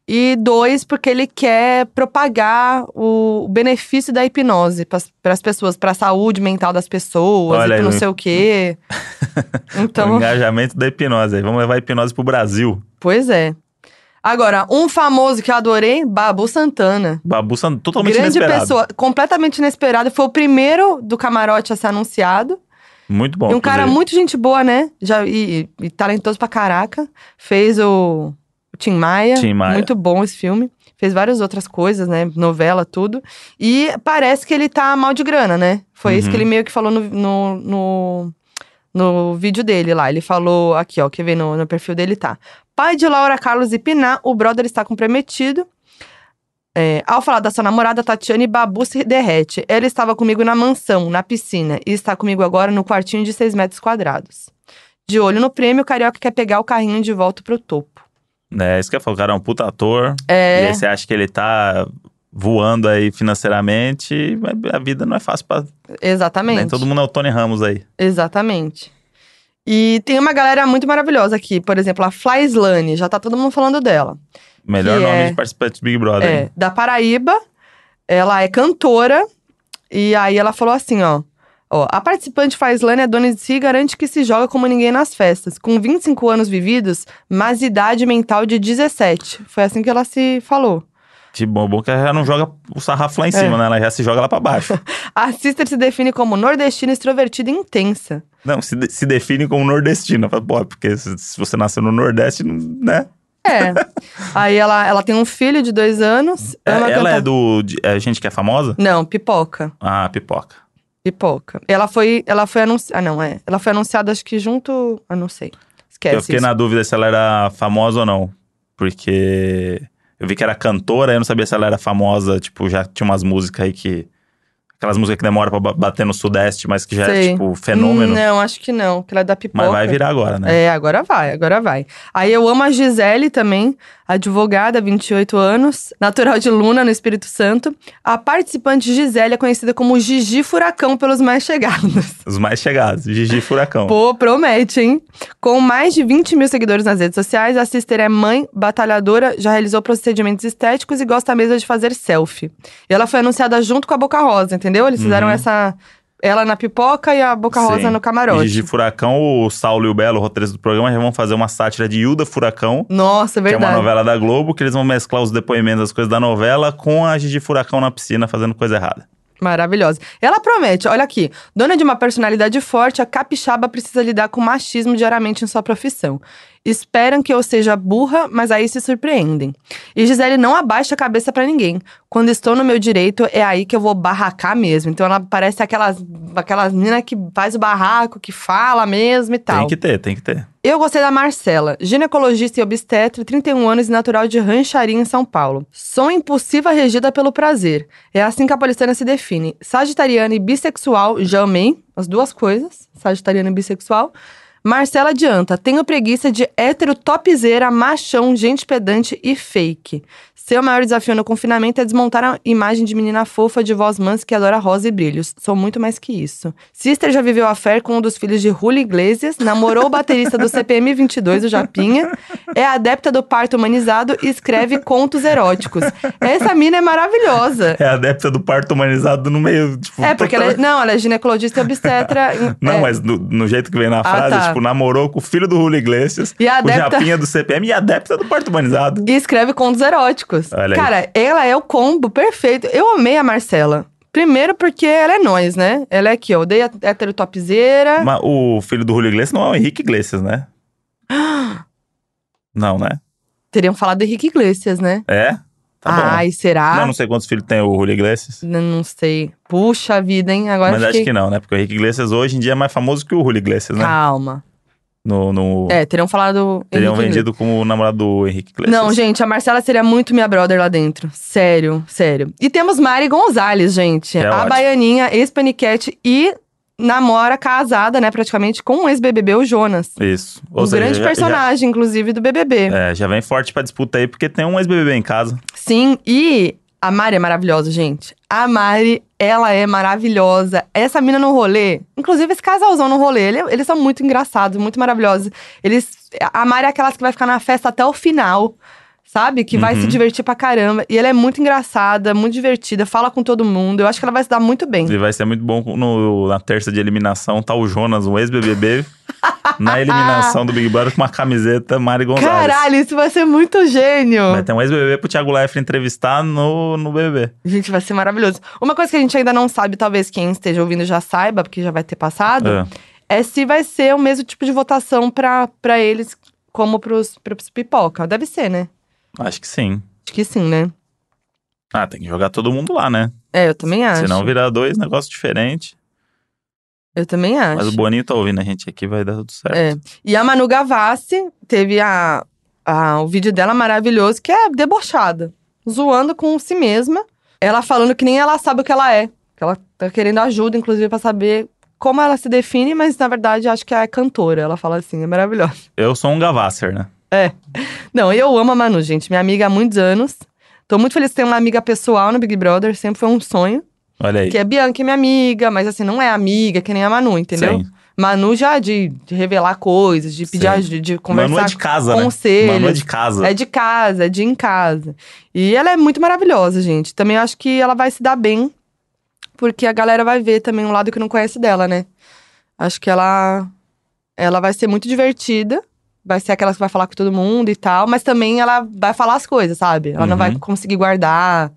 [SPEAKER 2] E dois, porque ele quer propagar o benefício da hipnose para as pessoas, para a saúde mental das pessoas,
[SPEAKER 1] Olha
[SPEAKER 2] e
[SPEAKER 1] aí,
[SPEAKER 2] pro não
[SPEAKER 1] Lu.
[SPEAKER 2] sei o quê.
[SPEAKER 1] O
[SPEAKER 2] Então,
[SPEAKER 1] engajamento da hipnose. aí. Vamos levar a hipnose pro Brasil.
[SPEAKER 2] pois é. Agora, um famoso que eu adorei, Babu Santana.
[SPEAKER 1] Babu Santana, totalmente
[SPEAKER 2] Grande
[SPEAKER 1] inesperado.
[SPEAKER 2] pessoa, completamente inesperado. Foi o primeiro do camarote a ser anunciado.
[SPEAKER 1] Muito bom.
[SPEAKER 2] e um cara
[SPEAKER 1] inclusive.
[SPEAKER 2] muito gente boa, né? Já, e, e talentoso pra caraca. Fez o, o Tim, Maia,
[SPEAKER 1] Tim Maia.
[SPEAKER 2] Muito bom esse filme. Fez várias outras coisas, né? Novela, tudo. E parece que ele tá mal de grana, né? Foi isso
[SPEAKER 1] Uhum.
[SPEAKER 2] que ele meio que falou no, no, no, no vídeo dele lá. Ele falou aqui, ó, que vem no, no perfil dele tá. Pai de Laura Carlos e Piná, o brother está comprometido. É, ao falar da sua namorada, Tatiane Babu se derrete. Ela estava comigo na mansão, na piscina, e está comigo agora no quartinho de 6 metros quadrados. De olho no prêmio, o Carioca quer pegar o carrinho de volta pro topo.
[SPEAKER 1] É, isso que eu falo, o cara é um puta ator. E
[SPEAKER 2] É.
[SPEAKER 1] aí você acha que ele tá voando aí financeiramente, mas a vida não é fácil pra.
[SPEAKER 2] Exatamente.
[SPEAKER 1] Nem todo mundo é o Tony Ramos aí.
[SPEAKER 2] Exatamente. E tem uma galera muito maravilhosa aqui, por exemplo, a Fly Slane, já tá todo mundo falando dela.
[SPEAKER 1] Melhor
[SPEAKER 2] Que
[SPEAKER 1] nome
[SPEAKER 2] é-
[SPEAKER 1] de participante do Big Brother.
[SPEAKER 2] É, da Paraíba, ela é cantora, e aí ela falou assim, ó. Ó, a participante Fly Slane é dona de si e garante que se joga como ninguém nas festas. Com 25 anos vividos, mas idade mental de 17. Foi assim que ela se falou.
[SPEAKER 1] Que bom, bom que ela já não joga o sarrafo
[SPEAKER 2] É.
[SPEAKER 1] lá em cima, né? Ela já se joga lá pra baixo.
[SPEAKER 2] A sister se define como nordestina, extrovertida e intensa.
[SPEAKER 1] não, se, de- se define como nordestina. Fala, Pô, é porque se, se você nasceu no Nordeste, não- né?
[SPEAKER 2] É. Aí ela, ela tem um filho de dois anos.
[SPEAKER 1] É,
[SPEAKER 2] ama
[SPEAKER 1] ela
[SPEAKER 2] cantar-
[SPEAKER 1] é do. de- é gente que é famosa?
[SPEAKER 2] Não, pipoca.
[SPEAKER 1] Ah, pipoca.
[SPEAKER 2] Pipoca. Ela foi, ela foi anunciada. Ah, não, é. Ela foi anunciada, acho que junto. Ah, não sei. Esquece.
[SPEAKER 1] eu fiquei
[SPEAKER 2] isso.
[SPEAKER 1] na dúvida se ela era famosa ou não. Porque eu vi que era cantora, eu não sabia se ela era famosa, tipo, já tinha umas músicas aí que. Aquelas músicas que demoram pra ba- bater no Sudeste, mas que já é,
[SPEAKER 2] Sei.
[SPEAKER 1] tipo, fenômeno.
[SPEAKER 2] Não, acho que não, que ela é da pipoca.
[SPEAKER 1] mas vai virar agora, né?
[SPEAKER 2] É, agora vai, agora vai. Aí eu amo a Gisele também, advogada, 28 anos, natural de Luna, no Espírito Santo. A participante Gisele é conhecida como Gigi Furacão pelos mais chegados.
[SPEAKER 1] Os mais chegados, Gigi Furacão.
[SPEAKER 2] Pô, promete, hein? Com mais de 20 mil seguidores nas redes sociais, a Sister é mãe, batalhadora, já realizou procedimentos estéticos e gosta mesmo de fazer selfie. E ela foi anunciada junto com a Boca Rosa, entendeu? Eles fizeram
[SPEAKER 1] Uhum.
[SPEAKER 2] essa. Ela na pipoca e a Boca
[SPEAKER 1] Sim.
[SPEAKER 2] Rosa no
[SPEAKER 1] E
[SPEAKER 2] camarote.
[SPEAKER 1] Gigi Furacão, o Saulo e o Belo, roteiristas do programa, já vão fazer uma sátira de Hilda Furacão,
[SPEAKER 2] Nossa,
[SPEAKER 1] que é uma
[SPEAKER 2] verdade.
[SPEAKER 1] novela da Globo, que eles vão mesclar os depoimentos das coisas da novela com a Gigi Furacão na piscina fazendo coisa errada.
[SPEAKER 2] Maravilhosa. Ela promete, olha aqui, dona de uma personalidade forte, a capixaba precisa lidar com machismo diariamente em sua profissão. Esperam que eu seja burra, mas aí se surpreendem. E Gisele não abaixa a cabeça pra ninguém. Quando estou no meu direito, é aí que eu vou barracar mesmo. Então ela parece aquelas, aquelas meninas que faz o barraco, que fala mesmo e tal.
[SPEAKER 1] Tem que ter, tem que ter.
[SPEAKER 2] Eu gostei da Marcela, ginecologista e obstetra, 31 anos e natural de Rancharia, em São Paulo. Som impulsiva regida pelo prazer. É assim que a paulistana se define. Sagitariana e bissexual, já amei as duas coisas, sagitariana e bissexual. Marcela adianta, tenho preguiça de hétero topzeira, machão, gente pedante e fake. Seu maior desafio no confinamento é desmontar a imagem de menina fofa de voz mansa que adora rosa e brilhos. Sou muito mais que isso. Sister já viveu a fé com um dos filhos de Julio Iglesias, namorou o baterista do CPM 22, o Japinha, é adepta do parto humanizado e escreve contos eróticos. Essa mina é maravilhosa.
[SPEAKER 1] É adepta do parto humanizado no meio, tipo...
[SPEAKER 2] É, porque ela é, não, ela é ginecologista e obstetra. em-
[SPEAKER 1] Não,
[SPEAKER 2] é.
[SPEAKER 1] mas no, no jeito que vem na frase,
[SPEAKER 2] tá.
[SPEAKER 1] tipo, namorou com o filho do Julio Iglesias,
[SPEAKER 2] E a
[SPEAKER 1] o
[SPEAKER 2] adepta-
[SPEAKER 1] Japinha do CPM e a adepta do parto humanizado.
[SPEAKER 2] E escreve contos eróticos.
[SPEAKER 1] Olha aí.
[SPEAKER 2] Cara, ela é o combo perfeito. Eu amei a Marcela. Primeiro porque ela é nós, né? Ela é aqui, ó, odeia hétero topzeira.
[SPEAKER 1] Mas o filho do Julio Iglesias não é o Henrique Iglesias, né? não, né?
[SPEAKER 2] Teriam falado Henrique Iglesias, né?
[SPEAKER 1] É? Tá bom.
[SPEAKER 2] Ai, será?
[SPEAKER 1] Não, não sei quantos filhos tem o Julio Iglesias.
[SPEAKER 2] N- não sei. Puxa vida, hein? Agora
[SPEAKER 1] Mas
[SPEAKER 2] fiquei...
[SPEAKER 1] acho que não, né? Porque o Henrique Iglesias hoje em dia é mais famoso que o Julio Iglesias, né?
[SPEAKER 2] Calma.
[SPEAKER 1] No, no...
[SPEAKER 2] Ah. É, teriam falado.
[SPEAKER 1] Teriam
[SPEAKER 2] Henrique
[SPEAKER 1] vendido como o namorado do Henrique Iglesias.
[SPEAKER 2] Não, gente, a Marcela seria muito minha brother lá dentro. Sério, sério. E temos Mari Gonzalez, gente.
[SPEAKER 1] É
[SPEAKER 2] a
[SPEAKER 1] ótimo.
[SPEAKER 2] baianinha, ex-paniquete e namora casada, né, praticamente, com o ex-BBB, o Jonas.
[SPEAKER 1] Isso. Ou
[SPEAKER 2] um
[SPEAKER 1] seja,
[SPEAKER 2] grande
[SPEAKER 1] já-
[SPEAKER 2] personagem, inclusive, do BBB.
[SPEAKER 1] Já, é, já vem forte pra disputa aí, porque tem um ex-BBB em casa.
[SPEAKER 2] Sim, e a Mari é maravilhosa, gente. A Mari, ela é maravilhosa. Essa mina no rolê, inclusive esse casalzão no rolê, ele- é, eles são muito engraçados, muito maravilhosos. Eles, a Mari é aquelas que vai ficar na festa até o final, sabe? Que vai
[SPEAKER 1] Uhum.
[SPEAKER 2] se divertir pra caramba. E ela é muito engraçada, muito divertida, fala com todo mundo. Eu acho que ela vai se dar muito bem.
[SPEAKER 1] E vai ser muito bom no- na terça de eliminação, tá o Jonas, um ex-BBB, na eliminação do Big Brother com uma camiseta Mari Gonzalez.
[SPEAKER 2] Ah. Caralho, isso vai ser muito gênio!
[SPEAKER 1] Vai ter um ex-BBB pro Thiago Leifert entrevistar no, no BBB.
[SPEAKER 2] Gente, vai ser maravilhoso. Uma coisa que a gente ainda não sabe, talvez quem esteja ouvindo já saiba, porque já vai ter passado,
[SPEAKER 1] É.
[SPEAKER 2] é se vai ser o mesmo tipo de votação pra pra eles como pros, pros pipoca. Deve ser, né?
[SPEAKER 1] É, Acho que sim.
[SPEAKER 2] Acho que sim, né?
[SPEAKER 1] Ah, tem que jogar todo mundo lá, né?
[SPEAKER 2] É, eu também acho.
[SPEAKER 1] Senão virar dois negócios diferentes.
[SPEAKER 2] Eu também acho.
[SPEAKER 1] Mas o Boninho tá ouvindo a gente aqui, vai dar tudo certo.
[SPEAKER 2] É. E a Manu Gavassi teve a, a- o vídeo dela maravilhoso, que é debochada, zoando com si mesma. Ela falando que nem ela sabe o que ela é. Que ela tá querendo ajuda, inclusive, pra saber como ela se define, mas na verdade acho que é cantora. Ela fala assim, é maravilhosa.
[SPEAKER 1] Eu sou um Gavasser, né?
[SPEAKER 2] Não, eu amo a Manu, gente. Minha amiga há muitos anos. Tô muito feliz de ter uma amiga pessoal no Big Brother. Sempre foi um sonho.
[SPEAKER 1] Olha aí.
[SPEAKER 2] Que é Bianca, é minha amiga. Mas assim, não é amiga que nem a Manu, entendeu?
[SPEAKER 1] Sim.
[SPEAKER 2] Manu já de, de revelar coisas, de
[SPEAKER 1] Sim.
[SPEAKER 2] pedir ajuda, de conversar
[SPEAKER 1] Manu é de casa, né?
[SPEAKER 2] conselhos.
[SPEAKER 1] Manu é de casa.
[SPEAKER 2] É de casa, é de em casa. E ela é muito maravilhosa, gente. Também acho que ela vai se dar bem, porque a galera vai ver também um lado que não conhece dela, né? Acho que ela ela vai ser muito divertida, vai ser aquela que vai falar com todo mundo e tal, mas também ela vai falar as coisas, sabe? Ela não
[SPEAKER 1] Uhum.
[SPEAKER 2] vai conseguir guardar.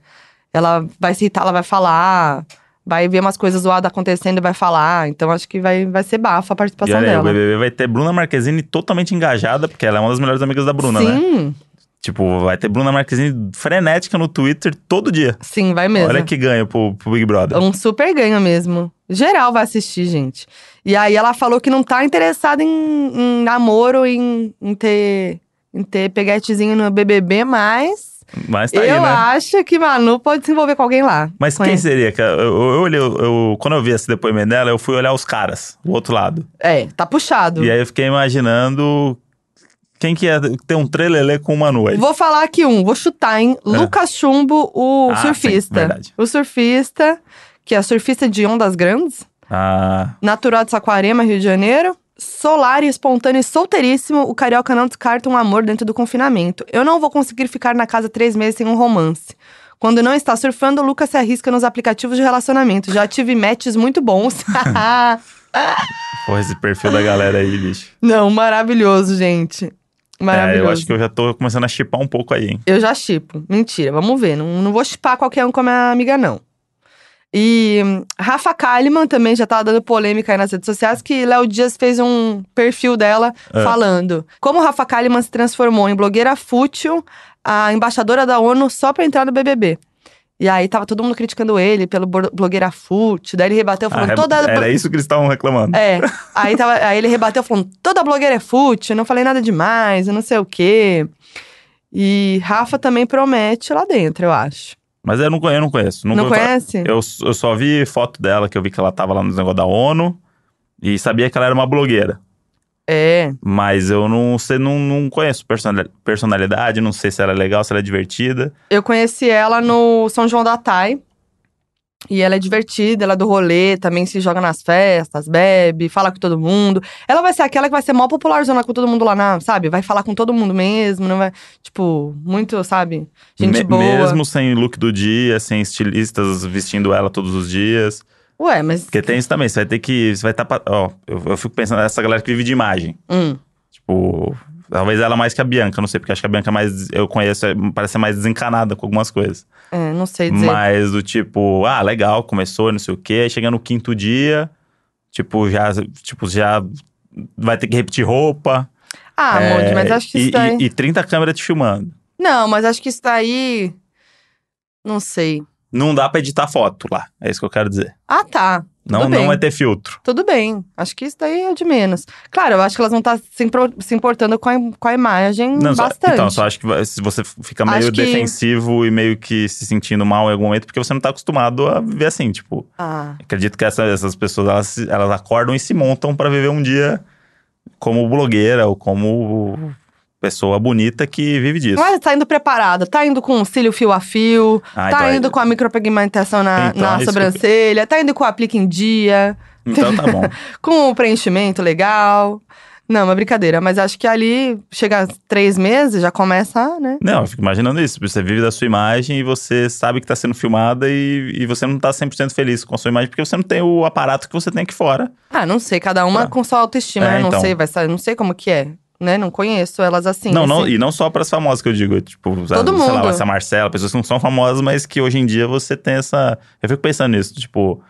[SPEAKER 2] Ela vai se irritar, ela vai falar. Vai ver umas coisas zoadas acontecendo e vai falar. Então acho que vai, vai ser bafa a
[SPEAKER 1] E
[SPEAKER 2] participação
[SPEAKER 1] olha aí, o
[SPEAKER 2] dela.
[SPEAKER 1] BBB vai ter Bruna Marquezine totalmente engajada, porque ela é uma das melhores amigas da Bruna, né?
[SPEAKER 2] sim,
[SPEAKER 1] Tipo, vai ter Bruna Marquezine frenética no Twitter todo dia.
[SPEAKER 2] sim, vai mesmo.
[SPEAKER 1] Olha que ganho pro, pro Big Brother.
[SPEAKER 2] É um super ganho mesmo. Geral vai assistir, gente. E aí ela falou que não tá interessada em, em namoro, em, em ter em ter peguetezinho no BBB, mas
[SPEAKER 1] Mas tá aí,
[SPEAKER 2] eu
[SPEAKER 1] né?
[SPEAKER 2] acho que Manu pode se envolver com alguém lá.
[SPEAKER 1] Mas quem
[SPEAKER 2] Conhece-
[SPEAKER 1] seria? que Eu, eu olhei, eu- eu- quando eu vi esse depoimento dela, eu fui olhar os caras, o outro lado.
[SPEAKER 2] É, tá puxado.
[SPEAKER 1] E aí eu fiquei imaginando quem que ia ter um trelelê com o Manu aí.
[SPEAKER 2] Vou falar aqui um, vou chutar, hein? Lucas Chumbo, o
[SPEAKER 1] Ah, sim,
[SPEAKER 2] surfista.
[SPEAKER 1] verdade.
[SPEAKER 2] o surfista, que é surfista de ondas grandes.
[SPEAKER 1] Ah,
[SPEAKER 2] natural de Saquarema, Rio de Janeiro. Solar e espontâneo e solteiríssimo, o carioca não descarta um amor dentro do confinamento. Eu não vou conseguir ficar na casa três meses sem um romance. Quando não está surfando, o Lucas se arrisca nos aplicativos de relacionamento. Já tive matches muito bons.
[SPEAKER 1] porra, esse perfil da galera aí, bicho.
[SPEAKER 2] não, maravilhoso, gente.
[SPEAKER 1] É,
[SPEAKER 2] Maravilhoso.
[SPEAKER 1] eu acho que eu já tô começando a chipar um pouco aí, hein?
[SPEAKER 2] Eu já chipo. Mentira, vamos ver. Não, não vou chipar qualquer um com a minha amiga, não. E hum, Rafa Kalimann também já tá dando polêmica aí nas redes sociais, que Léo Dias fez um perfil dela
[SPEAKER 1] É.
[SPEAKER 2] falando como Rafa Kalimann se transformou em blogueira fútil, a embaixadora da ONU, só pra entrar no BBB. E aí tava todo mundo criticando ele pelo blo- blogueira fútil, daí ele rebateu
[SPEAKER 1] Ah,
[SPEAKER 2] falando
[SPEAKER 1] é-
[SPEAKER 2] toda...
[SPEAKER 1] Era isso que eles estavam reclamando.
[SPEAKER 2] É. Aí, tava, aí ele rebateu falando: toda blogueira é fútil, eu não falei nada demais, eu não sei o quê. E Rafa também promete lá dentro, eu acho.
[SPEAKER 1] Mas eu não, conhe- eu não conheço.
[SPEAKER 2] Não,
[SPEAKER 1] vou falar.
[SPEAKER 2] conhece?
[SPEAKER 1] Eu, s- eu só vi foto dela, que eu vi que ela tava lá nos negócios da ONU. E sabia que ela era uma blogueira.
[SPEAKER 2] É.
[SPEAKER 1] Mas eu não sei, não, não conheço personali- personalidade, não sei se ela é legal, se ela é divertida.
[SPEAKER 2] Eu conheci ela no São João da Tai. E ela é divertida, ela é do rolê, também se joga nas festas, bebe, fala com todo mundo. Ela vai ser aquela que vai ser mó popularzona com todo mundo lá, na, sabe? Vai falar com todo mundo mesmo, não vai. Tipo, muito, sabe? Gente
[SPEAKER 1] Me-
[SPEAKER 2] boa.
[SPEAKER 1] Mesmo sem look do dia, sem estilistas vestindo ela todos os dias.
[SPEAKER 2] Ué, mas.
[SPEAKER 1] Porque tem isso também, você vai ter que. Você vai estar. ó, eu, eu fico pensando nessa galera que vive de imagem.
[SPEAKER 2] Hum.
[SPEAKER 1] Tipo. Talvez ela mais que a Bianca, não sei, porque acho que a Bianca é mais. Eu conheço, é- parece ser mais desencanada com algumas coisas.
[SPEAKER 2] É, não sei dizer.
[SPEAKER 1] Mas do tipo, ah, legal, começou, não sei o quê. Aí chega no quinto dia, tipo, já, tipo, já vai ter que repetir roupa.
[SPEAKER 2] Ah,
[SPEAKER 1] É,
[SPEAKER 2] Moody, mas acho que
[SPEAKER 1] e,
[SPEAKER 2] isso daí.
[SPEAKER 1] e, e 30 câmeras te filmando.
[SPEAKER 2] Não, mas acho que isso daí. Não sei.
[SPEAKER 1] Não dá pra editar foto lá. É isso que eu quero dizer.
[SPEAKER 2] Ah, tá.
[SPEAKER 1] Não,
[SPEAKER 2] Tudo
[SPEAKER 1] não
[SPEAKER 2] bem.
[SPEAKER 1] vai ter filtro.
[SPEAKER 2] Tudo bem. Acho que isso daí é o de menos. Claro, eu acho que elas vão estar se, impor- se importando com a, im- com a imagem
[SPEAKER 1] Não, só-
[SPEAKER 2] Hum, bastante.
[SPEAKER 1] então, só acho que vai- se você fica
[SPEAKER 2] Acho
[SPEAKER 1] meio
[SPEAKER 2] que-
[SPEAKER 1] defensivo e meio que se sentindo mal em algum momento, porque você não tá acostumado a viver assim, tipo.
[SPEAKER 2] Ah,
[SPEAKER 1] Acredito que essa- essas pessoas, elas, se- elas acordam e se montam pra viver um dia como blogueira ou como pessoa bonita que vive disso.
[SPEAKER 2] mas tá indo preparada, tá indo com o cílio fio a fio,
[SPEAKER 1] Ah,
[SPEAKER 2] tá
[SPEAKER 1] então é-
[SPEAKER 2] indo com a micropigmentação na,
[SPEAKER 1] Então,
[SPEAKER 2] na
[SPEAKER 1] é isso que eu-
[SPEAKER 2] sobrancelha, tá indo com o aplique em dia,
[SPEAKER 1] Então tá bom.
[SPEAKER 2] com o preenchimento legal. Não, é brincadeira, mas acho que ali chega a três meses, já começa, né?
[SPEAKER 1] Não, eu fico imaginando isso. Você vive da sua imagem e você sabe que tá sendo filmada e, e você não tá 100% feliz com a sua imagem porque você não tem o aparato que você tem aqui fora.
[SPEAKER 2] Ah, não sei, cada uma
[SPEAKER 1] Tá.
[SPEAKER 2] com sua autoestima,
[SPEAKER 1] É,
[SPEAKER 2] né? Não
[SPEAKER 1] então.
[SPEAKER 2] sei, vai saber, não sei como que é, né? Não conheço elas assim.
[SPEAKER 1] não, não,
[SPEAKER 2] assim.
[SPEAKER 1] e não só pras famosas que eu digo. Tipo,
[SPEAKER 2] Todo
[SPEAKER 1] sei lá,
[SPEAKER 2] mundo.
[SPEAKER 1] essa Marcela, pessoas que não são famosas, mas que hoje em dia você tem essa. Eu fico pensando nisso, tipo.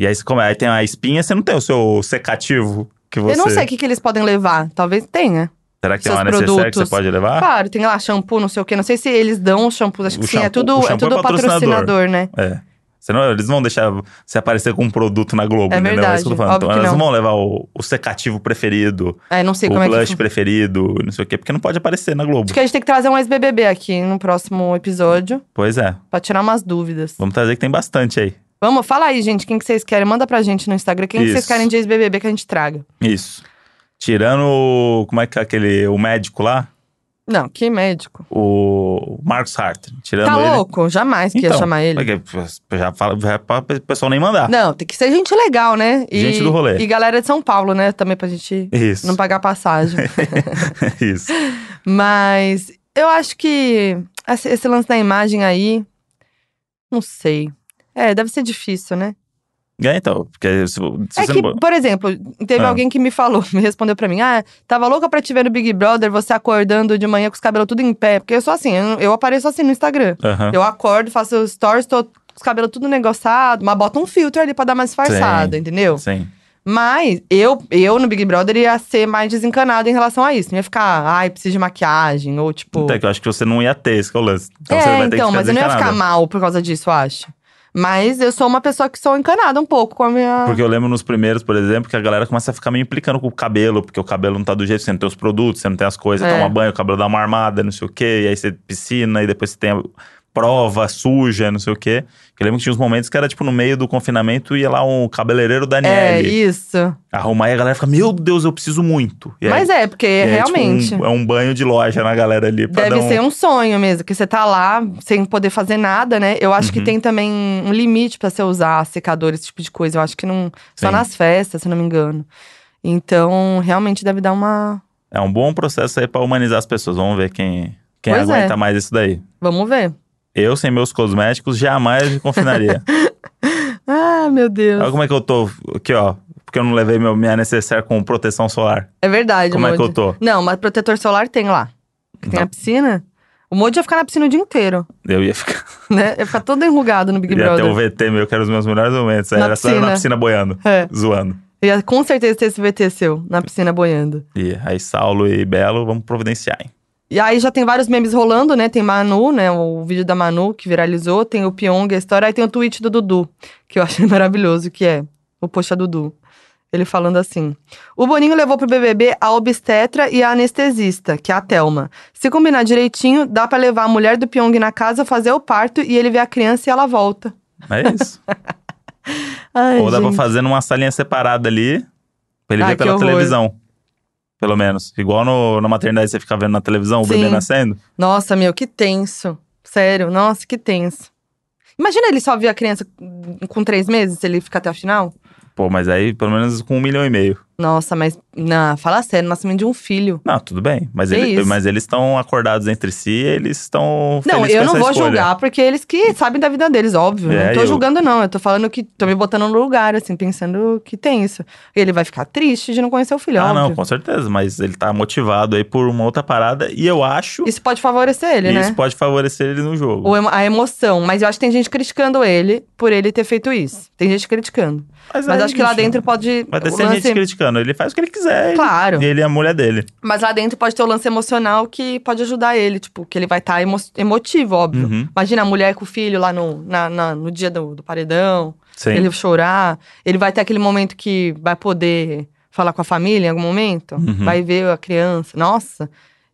[SPEAKER 1] E aí, você come- aí tem a espinha, você não tem o seu secativo que você.
[SPEAKER 2] Eu não sei o que, que eles podem levar, talvez tenha.
[SPEAKER 1] Será que tem
[SPEAKER 2] seus
[SPEAKER 1] uma necessaire que
[SPEAKER 2] produtos.
[SPEAKER 1] você pode levar?
[SPEAKER 2] Claro, tem lá shampoo, não sei o quê, não sei se eles dão shampoo, acho
[SPEAKER 1] Ah. O
[SPEAKER 2] que sim, é
[SPEAKER 1] shampoo- o
[SPEAKER 2] tudo, é
[SPEAKER 1] shampoo é
[SPEAKER 2] tudo
[SPEAKER 1] patrocinador.
[SPEAKER 2] patrocinador, né?
[SPEAKER 1] É. Senão eles não vão deixar você aparecer com um produto na Globo,
[SPEAKER 2] É
[SPEAKER 1] entendeu?
[SPEAKER 2] verdade,
[SPEAKER 1] isso que eu tô falando.
[SPEAKER 2] óbvio
[SPEAKER 1] Então,
[SPEAKER 2] que
[SPEAKER 1] elas
[SPEAKER 2] não.
[SPEAKER 1] vão levar o, o secativo preferido,
[SPEAKER 2] É, não sei
[SPEAKER 1] o
[SPEAKER 2] como é
[SPEAKER 1] blush
[SPEAKER 2] que...
[SPEAKER 1] preferido, não sei o quê, porque não pode aparecer na Globo.
[SPEAKER 2] Acho que a gente tem que trazer um ex-BBB aqui no próximo episódio,
[SPEAKER 1] Pois é.
[SPEAKER 2] pra tirar umas dúvidas.
[SPEAKER 1] Vamos trazer que tem bastante aí.
[SPEAKER 2] Vamos, fala aí, gente, quem que vocês querem, manda pra gente no Instagram, quem que vocês
[SPEAKER 1] Isso.
[SPEAKER 2] querem de ex-BBB que a gente traga.
[SPEAKER 1] Isso. Tirando o. Como é que é aquele. O médico lá?
[SPEAKER 2] Não, que médico.
[SPEAKER 1] O Marcos Hartner, tirando
[SPEAKER 2] tá
[SPEAKER 1] ele.
[SPEAKER 2] louco? Jamais que ia
[SPEAKER 1] Então,
[SPEAKER 2] chamar ele.
[SPEAKER 1] porque Já fala, já é pra o pessoal nem mandar.
[SPEAKER 2] Não, tem que ser gente legal, né? E-
[SPEAKER 1] Gente do rolê.
[SPEAKER 2] E galera de São Paulo, né? Também pra gente
[SPEAKER 1] Isso.
[SPEAKER 2] não pagar passagem.
[SPEAKER 1] Isso.
[SPEAKER 2] Mas eu acho que esse esse lance da imagem aí. Não sei. É, deve ser difícil, né?
[SPEAKER 1] É, então, porque se, se
[SPEAKER 2] é
[SPEAKER 1] você
[SPEAKER 2] que,
[SPEAKER 1] não.
[SPEAKER 2] por exemplo, teve
[SPEAKER 1] Ah.
[SPEAKER 2] alguém que me falou, me respondeu pra mim: Ah, tava louca pra te ver no Big Brother, você acordando de manhã com os cabelos tudo em pé. Porque eu sou assim, eu, eu apareço assim no Instagram.
[SPEAKER 1] Aham.
[SPEAKER 2] Eu acordo, faço stories, tô com os cabelos tudo negociado, mas bota um filtro ali pra dar mais disfarçada, entendeu?
[SPEAKER 1] Sim.
[SPEAKER 2] Mas eu, eu no Big Brother ia ser mais desencanada em relação a isso. Não ia ficar, ai, preciso de maquiagem, ou tipo.
[SPEAKER 1] Então, é que eu acho que você não ia ter esse que é o lance. Então você vai
[SPEAKER 2] é,
[SPEAKER 1] ter
[SPEAKER 2] então,
[SPEAKER 1] que
[SPEAKER 2] mas eu não ia ficar
[SPEAKER 1] desencanada.
[SPEAKER 2] mal por causa disso, eu acho. Mas eu sou uma pessoa que sou encanada um pouco com a minha.
[SPEAKER 1] Porque eu lembro nos primeiros, por exemplo, que a galera começa a ficar meio implicando com o cabelo, porque o cabelo não tá do jeito, você não tem os produtos, você não tem as coisas,
[SPEAKER 2] É.
[SPEAKER 1] toma banho, o cabelo dá uma armada, não sei o quê, e aí você piscina, e depois você tem a prova suja, não sei o quê. Eu lembro que tinha uns momentos que era tipo no meio do confinamento, ia lá um cabeleireiro
[SPEAKER 2] É,
[SPEAKER 1] Daniele
[SPEAKER 2] isso.
[SPEAKER 1] arrumar e a galera fica, meu Deus, eu preciso muito. E aí-
[SPEAKER 2] Mas é, porque
[SPEAKER 1] e aí, tipo,
[SPEAKER 2] realmente.
[SPEAKER 1] um- é um banho de loja na galera ali. Pra
[SPEAKER 2] Deve
[SPEAKER 1] dar um...
[SPEAKER 2] ser um sonho mesmo, que você tá lá sem poder fazer nada, né? Eu acho que
[SPEAKER 1] Uhum.
[SPEAKER 2] tem também um limite pra você usar secador, esse tipo de coisa. Eu acho que não. Só
[SPEAKER 1] Sim.
[SPEAKER 2] nas festas, se não me engano. Então, realmente deve dar uma.
[SPEAKER 1] É um bom processo aí pra humanizar as pessoas. Vamos ver quem, quem
[SPEAKER 2] Pois é.
[SPEAKER 1] aguenta mais isso daí.
[SPEAKER 2] Vamos ver.
[SPEAKER 1] Eu, sem meus cosméticos, jamais me confinaria.
[SPEAKER 2] Ah, meu Deus.
[SPEAKER 1] Olha como é que eu tô aqui, ó. Porque eu não levei meu, minha necessaire com proteção solar.
[SPEAKER 2] É verdade,
[SPEAKER 1] como é que
[SPEAKER 2] Moody.
[SPEAKER 1] eu tô?
[SPEAKER 2] Não, mas protetor solar tem lá. Que tem
[SPEAKER 1] Não.
[SPEAKER 2] a piscina. O Moody ia ficar na piscina o dia inteiro,
[SPEAKER 1] Eu ia ficar.
[SPEAKER 2] né? Ia ficar todo enrugado no Big
[SPEAKER 1] ia ter
[SPEAKER 2] Brother.
[SPEAKER 1] o VT meu, que era os meus melhores momentos.
[SPEAKER 2] Na
[SPEAKER 1] era só eu na
[SPEAKER 2] piscina.
[SPEAKER 1] piscina boiando,
[SPEAKER 2] É.
[SPEAKER 1] zoando.
[SPEAKER 2] Ia com certeza ter esse VT seu, na piscina boiando.
[SPEAKER 1] E aí, Saulo e Belo, vamos providenciar, hein?
[SPEAKER 2] E aí já tem vários memes rolando, né? Tem Manu, né? O vídeo da Manu que viralizou, tem o Pyong, a história, aí tem o tweet do Dudu, que eu achei maravilhoso, que é o Poxa Dudu. Ele falando assim: O Boninho levou pro BBB a obstetra e a anestesista, que é a Thelma. Se combinar direitinho, dá pra levar a mulher do Pyong na casa, fazer o parto e ele vê a criança e ela volta.
[SPEAKER 1] É isso.
[SPEAKER 2] Ai,
[SPEAKER 1] Ou dá pra
[SPEAKER 2] gente.
[SPEAKER 1] fazer numa salinha separada ali, pra ele
[SPEAKER 2] Ah,
[SPEAKER 1] ver
[SPEAKER 2] que
[SPEAKER 1] pela
[SPEAKER 2] horror.
[SPEAKER 1] televisão. Pelo menos. Igual no, na maternidade você fica vendo na televisão o
[SPEAKER 2] Sim.
[SPEAKER 1] bebê nascendo.
[SPEAKER 2] Nossa, meu, que tenso. Sério, nossa, que tenso. Imagina ele só ver a criança com três meses, se ele ficar até o final?
[SPEAKER 1] Pô, mas aí pelo menos com um milhão e meio.
[SPEAKER 2] Nossa, mas. Não, fala sério, nascimento de um filho.
[SPEAKER 1] Não, tudo bem. Mas,
[SPEAKER 2] Que
[SPEAKER 1] ele,
[SPEAKER 2] isso.
[SPEAKER 1] mas eles estão acordados entre si, eles estão.
[SPEAKER 2] Não,
[SPEAKER 1] felizes
[SPEAKER 2] eu
[SPEAKER 1] com
[SPEAKER 2] não
[SPEAKER 1] essa
[SPEAKER 2] vou
[SPEAKER 1] escolha.
[SPEAKER 2] julgar, porque eles que sabem da vida deles, óbvio.
[SPEAKER 1] É,
[SPEAKER 2] não tô
[SPEAKER 1] eu-
[SPEAKER 2] julgando, não. Eu tô falando que. tô me botando no lugar, assim, pensando que tem isso. Ele vai ficar triste de não conhecer o filho,
[SPEAKER 1] Ah, não,
[SPEAKER 2] óbvio.
[SPEAKER 1] com certeza. Mas ele tá motivado aí por uma outra parada. E eu acho
[SPEAKER 2] Isso pode favorecer ele,
[SPEAKER 1] que
[SPEAKER 2] né?
[SPEAKER 1] isso pode favorecer ele no jogo.
[SPEAKER 2] Ou emo- a emoção. Mas eu acho que tem gente criticando ele por ele ter feito isso. Tem gente criticando. Mas
[SPEAKER 1] aí,
[SPEAKER 2] acho que lá
[SPEAKER 1] bicho,
[SPEAKER 2] dentro pode.
[SPEAKER 1] Vai ter
[SPEAKER 2] o
[SPEAKER 1] ser gente criticando. Ele faz o que ele quiser. ele-
[SPEAKER 2] Claro.
[SPEAKER 1] E ele é a mulher dele.
[SPEAKER 2] Mas lá dentro pode ter o lance emocional que pode ajudar ele, tipo, que ele vai estar emotivo, óbvio.
[SPEAKER 1] Uhum.
[SPEAKER 2] Imagina a mulher com o filho lá no, na- na- no dia do, do paredão,
[SPEAKER 1] Sim.
[SPEAKER 2] ele chorar. Ele vai ter aquele momento que vai poder falar com a família em algum momento,
[SPEAKER 1] Uhum.
[SPEAKER 2] vai ver a criança. Nossa,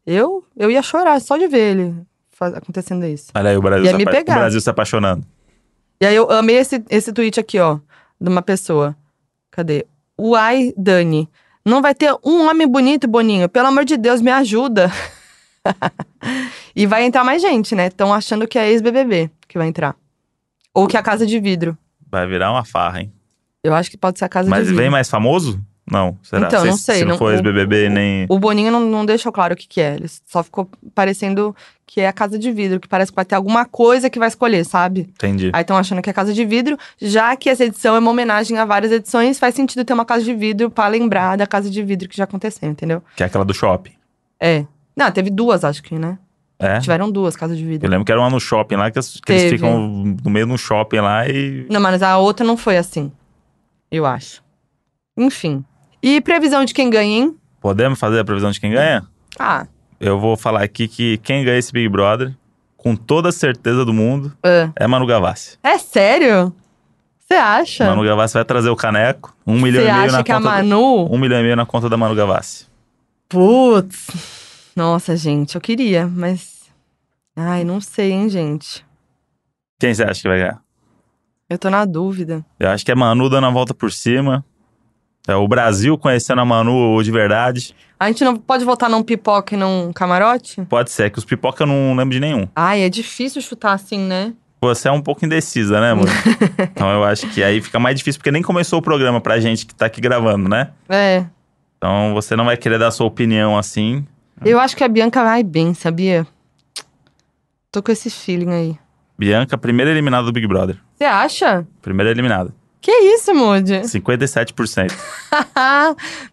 [SPEAKER 2] eu, eu ia chorar só de ver ele fa- acontecendo isso.
[SPEAKER 1] Olha aí o Brasil,
[SPEAKER 2] Ia
[SPEAKER 1] se
[SPEAKER 2] me
[SPEAKER 1] apa-
[SPEAKER 2] pegar.
[SPEAKER 1] o Brasil se apaixonando.
[SPEAKER 2] E aí eu amei esse, esse tweet aqui, ó, de uma pessoa. Cadê? Uai, Dani. Não vai ter um homem bonito, Boninho. Pelo amor de Deus, me ajuda. e vai entrar mais gente, né? Estão achando que é ex-BBB que vai entrar. Ou que é a Casa de Vidro.
[SPEAKER 1] Vai virar uma farra, hein?
[SPEAKER 2] Eu acho que pode ser a Casa de
[SPEAKER 1] Mas
[SPEAKER 2] Vidro.
[SPEAKER 1] vem mais famoso? Não, será?
[SPEAKER 2] Então,
[SPEAKER 1] se,
[SPEAKER 2] não sei,
[SPEAKER 1] Se não,
[SPEAKER 2] não-
[SPEAKER 1] for
[SPEAKER 2] o-
[SPEAKER 1] ex-BBB nem.
[SPEAKER 2] O Boninho não, não deixou claro o que, que é. Ele só ficou parecendo que é a Casa de Vidro. Que parece que vai ter alguma coisa que vai escolher, sabe?
[SPEAKER 1] Entendi.
[SPEAKER 2] Aí estão achando que é casa de vidro, já que essa edição é uma homenagem a várias edições, faz sentido ter uma casa de vidro pra lembrar da casa de vidro que já aconteceu, entendeu?
[SPEAKER 1] Que é aquela do shopping.
[SPEAKER 2] É. Não, teve duas, acho que, né?
[SPEAKER 1] É?
[SPEAKER 2] Tiveram duas casas de
[SPEAKER 1] Eu
[SPEAKER 2] vidro.
[SPEAKER 1] lembro que era uma no shopping lá, que, as- que eles
[SPEAKER 2] Teve.
[SPEAKER 1] ficam no meio de um shopping lá e.
[SPEAKER 2] Não, mas a outra não foi assim. Eu acho. Enfim. E previsão de quem ganha, hein?
[SPEAKER 1] Podemos fazer a previsão de quem ganha?
[SPEAKER 2] Ah,
[SPEAKER 1] Eu vou falar aqui que quem ganha esse Big Brother, com toda a certeza do mundo,
[SPEAKER 2] ah.
[SPEAKER 1] é Manu Gavassi.
[SPEAKER 2] é sério? Você acha?
[SPEAKER 1] Manu Gavassi vai trazer o caneco, um milhão
[SPEAKER 2] Você
[SPEAKER 1] e meio
[SPEAKER 2] acha
[SPEAKER 1] na
[SPEAKER 2] que é a
[SPEAKER 1] conta. do-
[SPEAKER 2] Manu.
[SPEAKER 1] Um milhão e meio na conta da Manu Gavassi.
[SPEAKER 2] Putz. Nossa, gente, eu queria, mas. Ai, não sei, hein, gente.
[SPEAKER 1] Quem você acha que vai ganhar?
[SPEAKER 2] Eu tô na dúvida.
[SPEAKER 1] Eu acho que é Manu dando a volta por cima. É o Brasil conhecendo a Manu de verdade.
[SPEAKER 2] A gente não pode votar num pipoca e num camarote?
[SPEAKER 1] Pode ser, é que os pipoca eu não lembro de nenhum.
[SPEAKER 2] Ai, é difícil chutar assim, né?
[SPEAKER 1] Você é um pouco indecisa, né, amor? então eu acho que aí fica mais difícil, porque nem começou o programa pra gente que tá aqui gravando, né?
[SPEAKER 2] É.
[SPEAKER 1] Então você não vai querer dar sua opinião assim.
[SPEAKER 2] Eu acho que a Bianca vai bem, sabia? Tô com esse feeling aí.
[SPEAKER 1] Bianca, primeira eliminada do Big Brother.
[SPEAKER 2] Você acha?
[SPEAKER 1] Primeira eliminada.
[SPEAKER 2] Que isso, Moody?
[SPEAKER 1] 57%.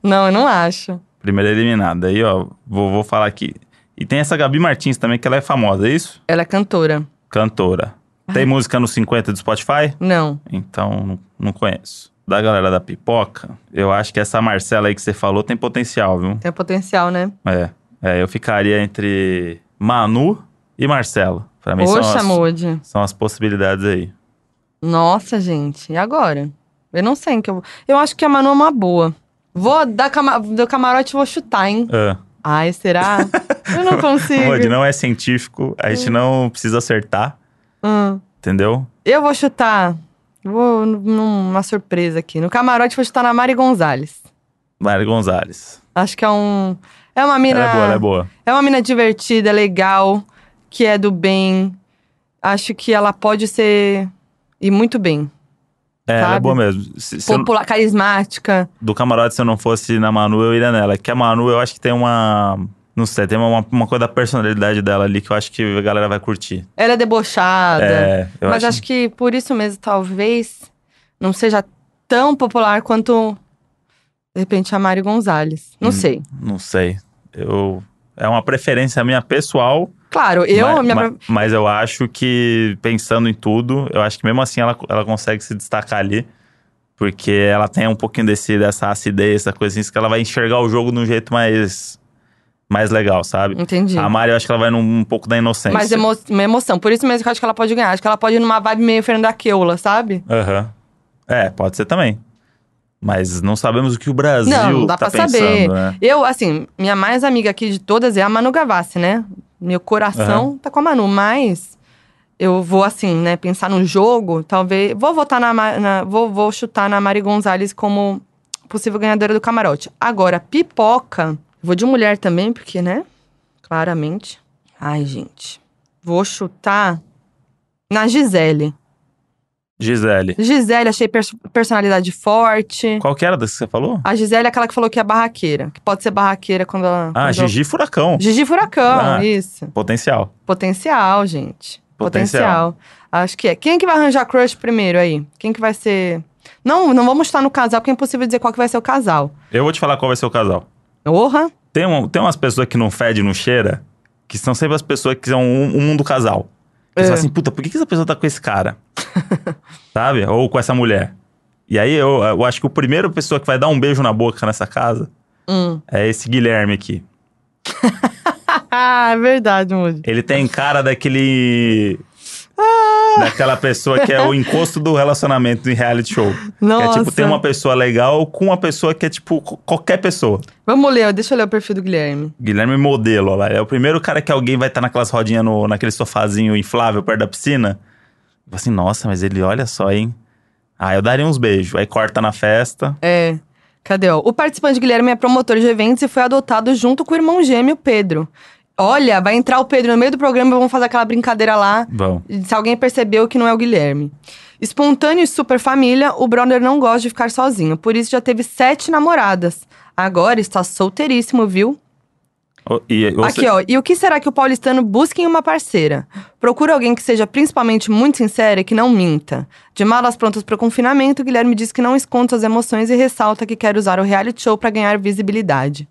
[SPEAKER 2] não, eu não acho.
[SPEAKER 1] Primeira eliminada. Aí, ó, vou, vou falar aqui. E tem essa Gabi Martins também, que ela é famosa, é isso?
[SPEAKER 2] Ela é cantora.
[SPEAKER 1] Cantora. Tem música nos 50 do Spotify?
[SPEAKER 2] Não.
[SPEAKER 1] Então, não- não conheço. Da galera da pipoca, eu acho que essa Marcela aí que você falou tem potencial, viu?
[SPEAKER 2] Tem potencial, né?
[SPEAKER 1] É. É, eu ficaria entre Manu e Marcelo. Pra mim são
[SPEAKER 2] Poxa,
[SPEAKER 1] as,
[SPEAKER 2] Moody.
[SPEAKER 1] são as possibilidades aí.
[SPEAKER 2] Nossa, gente. E agora? Eu não sei em que eu vou. Eu acho que a Manu é uma boa. Vou dar cama... do camarote e vou chutar, hein?
[SPEAKER 1] Ah.
[SPEAKER 2] Ai, será? eu não consigo.
[SPEAKER 1] Modi, não é científico, a gente não precisa acertar,
[SPEAKER 2] Hum.
[SPEAKER 1] entendeu?
[SPEAKER 2] Eu vou chutar. Vou n- numa surpresa aqui. No camarote, vou chutar na Mari Gonzalez.
[SPEAKER 1] Mário Gonzalez.
[SPEAKER 2] Acho que é um. É uma mina.
[SPEAKER 1] Ela é boa, ela é boa.
[SPEAKER 2] É uma mina divertida, legal, que é do bem. Acho que ela pode ser. E muito bem.
[SPEAKER 1] É, ela é
[SPEAKER 2] Sabe?
[SPEAKER 1] boa mesmo. Se- se eu-
[SPEAKER 2] Popular, carismática.
[SPEAKER 1] do camarote, se eu não fosse na Manu, eu iria nela. É Que a Manu, eu acho que tem uma. Não sei, tem uma, uma coisa da personalidade dela ali que eu acho que a galera vai curtir.
[SPEAKER 2] Ela é debochada.
[SPEAKER 1] É, eu
[SPEAKER 2] mas acho... que por isso mesmo, talvez, não seja tão popular quanto. De repente, a Mari Gonzalez. Não
[SPEAKER 1] Hum.
[SPEAKER 2] sei.
[SPEAKER 1] Não sei. Eu. É uma preferência minha pessoal.
[SPEAKER 2] Claro, eu.
[SPEAKER 1] ma- ma-
[SPEAKER 2] minha
[SPEAKER 1] mas,
[SPEAKER 2] pro-
[SPEAKER 1] eu acho que, pensando em tudo, eu acho que mesmo assim ela, ela consegue se destacar ali. Porque ela tem um pouquinho desse, dessa acidez, essa coisa assim, que ela vai enxergar o jogo de um jeito mais. mais legal, sabe?
[SPEAKER 2] Entendi.
[SPEAKER 1] A Mari, eu acho que ela vai num um pouco da inocência.
[SPEAKER 2] Mais emo uma emoção. Por isso mesmo que eu acho que ela pode ganhar. Acho que ela pode ir numa vibe meio Fernanda Keula, sabe?
[SPEAKER 1] Aham. É, pode ser também. Mas não sabemos o que o Brasil
[SPEAKER 2] Não, não dá
[SPEAKER 1] tá
[SPEAKER 2] pra
[SPEAKER 1] pensando,
[SPEAKER 2] saber.
[SPEAKER 1] né?
[SPEAKER 2] Eu, assim, minha mais amiga aqui de todas é a Manu Gavassi, né? Meu coração tá com a Manu, mas eu vou, assim, né, pensar no jogo, talvez. Vou votar na. Ma- na- vou, vou chutar na Mari Gonzalez como possível ganhadora do camarote. Agora, pipoca. Vou de mulher também, porque, né? Claramente. Ai, gente. Vou chutar na Gisele.
[SPEAKER 1] Gisele.
[SPEAKER 2] Gisele, achei pers- personalidade forte.
[SPEAKER 1] Qual que era das que você falou?
[SPEAKER 2] A Gisele é aquela que falou que é barraqueira, que pode ser barraqueira quando ela.
[SPEAKER 1] Ah,
[SPEAKER 2] quando
[SPEAKER 1] Gigi Furacão.
[SPEAKER 2] Gigi Furacão,
[SPEAKER 1] Ah.
[SPEAKER 2] isso.
[SPEAKER 1] Potencial.
[SPEAKER 2] Potencial, gente.
[SPEAKER 1] Potencial.
[SPEAKER 2] Acho que é. Quem que vai arranjar crush primeiro aí? Quem que vai ser. Não, não vamos estar no casal, porque é impossível dizer qual que vai ser o casal.
[SPEAKER 1] Eu vou te falar qual vai ser o casal.
[SPEAKER 2] Orra?
[SPEAKER 1] Tem, um, tem umas pessoas que não fede, não cheira, que são sempre as pessoas que são um, um do casal. Que
[SPEAKER 2] É.
[SPEAKER 1] são assim, puta, por que, que essa pessoa tá com esse cara? Sabe? Ou com essa mulher. E aí eu, eu acho que o primeiro pessoa que vai dar um beijo na boca nessa casa
[SPEAKER 2] Hum.
[SPEAKER 1] é esse Guilherme aqui.
[SPEAKER 2] Ah, é verdade, Moody.
[SPEAKER 1] Ele tem cara daquele.
[SPEAKER 2] Ah!
[SPEAKER 1] Daquela pessoa que é o encosto do relacionamento em reality show.
[SPEAKER 2] Nossa.
[SPEAKER 1] Que é tipo, tem uma pessoa legal com uma pessoa que é tipo co- qualquer pessoa.
[SPEAKER 2] Vamos ler, deixa eu ler o perfil do Guilherme.
[SPEAKER 1] Guilherme Modelo, ó lá. Ele é o primeiro cara que alguém vai estar naquelas rodinhas, no, naquele sofazinho inflável perto da piscina. Fala Assim, nossa, mas ele olha só, hein? Ah, eu daria uns beijos. Aí corta na festa.
[SPEAKER 2] É. Cadê, ó? O participante Guilherme é promotor de eventos e foi adotado junto com o irmão gêmeo Pedro. Olha, vai entrar o Pedro no meio do programa e vamos fazer aquela brincadeira lá.
[SPEAKER 1] Bom.
[SPEAKER 2] Se alguém percebeu que não é o Guilherme. Espontâneo e super família, o Bronner não gosta de ficar sozinho. Por isso já teve sete namoradas. Agora está solteiríssimo, viu?
[SPEAKER 1] O- E, ou
[SPEAKER 2] Aqui,
[SPEAKER 1] se-
[SPEAKER 2] ó. E o que será que o paulistano busca em uma parceira? Procura alguém que seja principalmente muito sincera e que não minta. De malas prontas para o confinamento, Guilherme diz que não esconde suas emoções e ressalta que quer usar o reality show para ganhar visibilidade.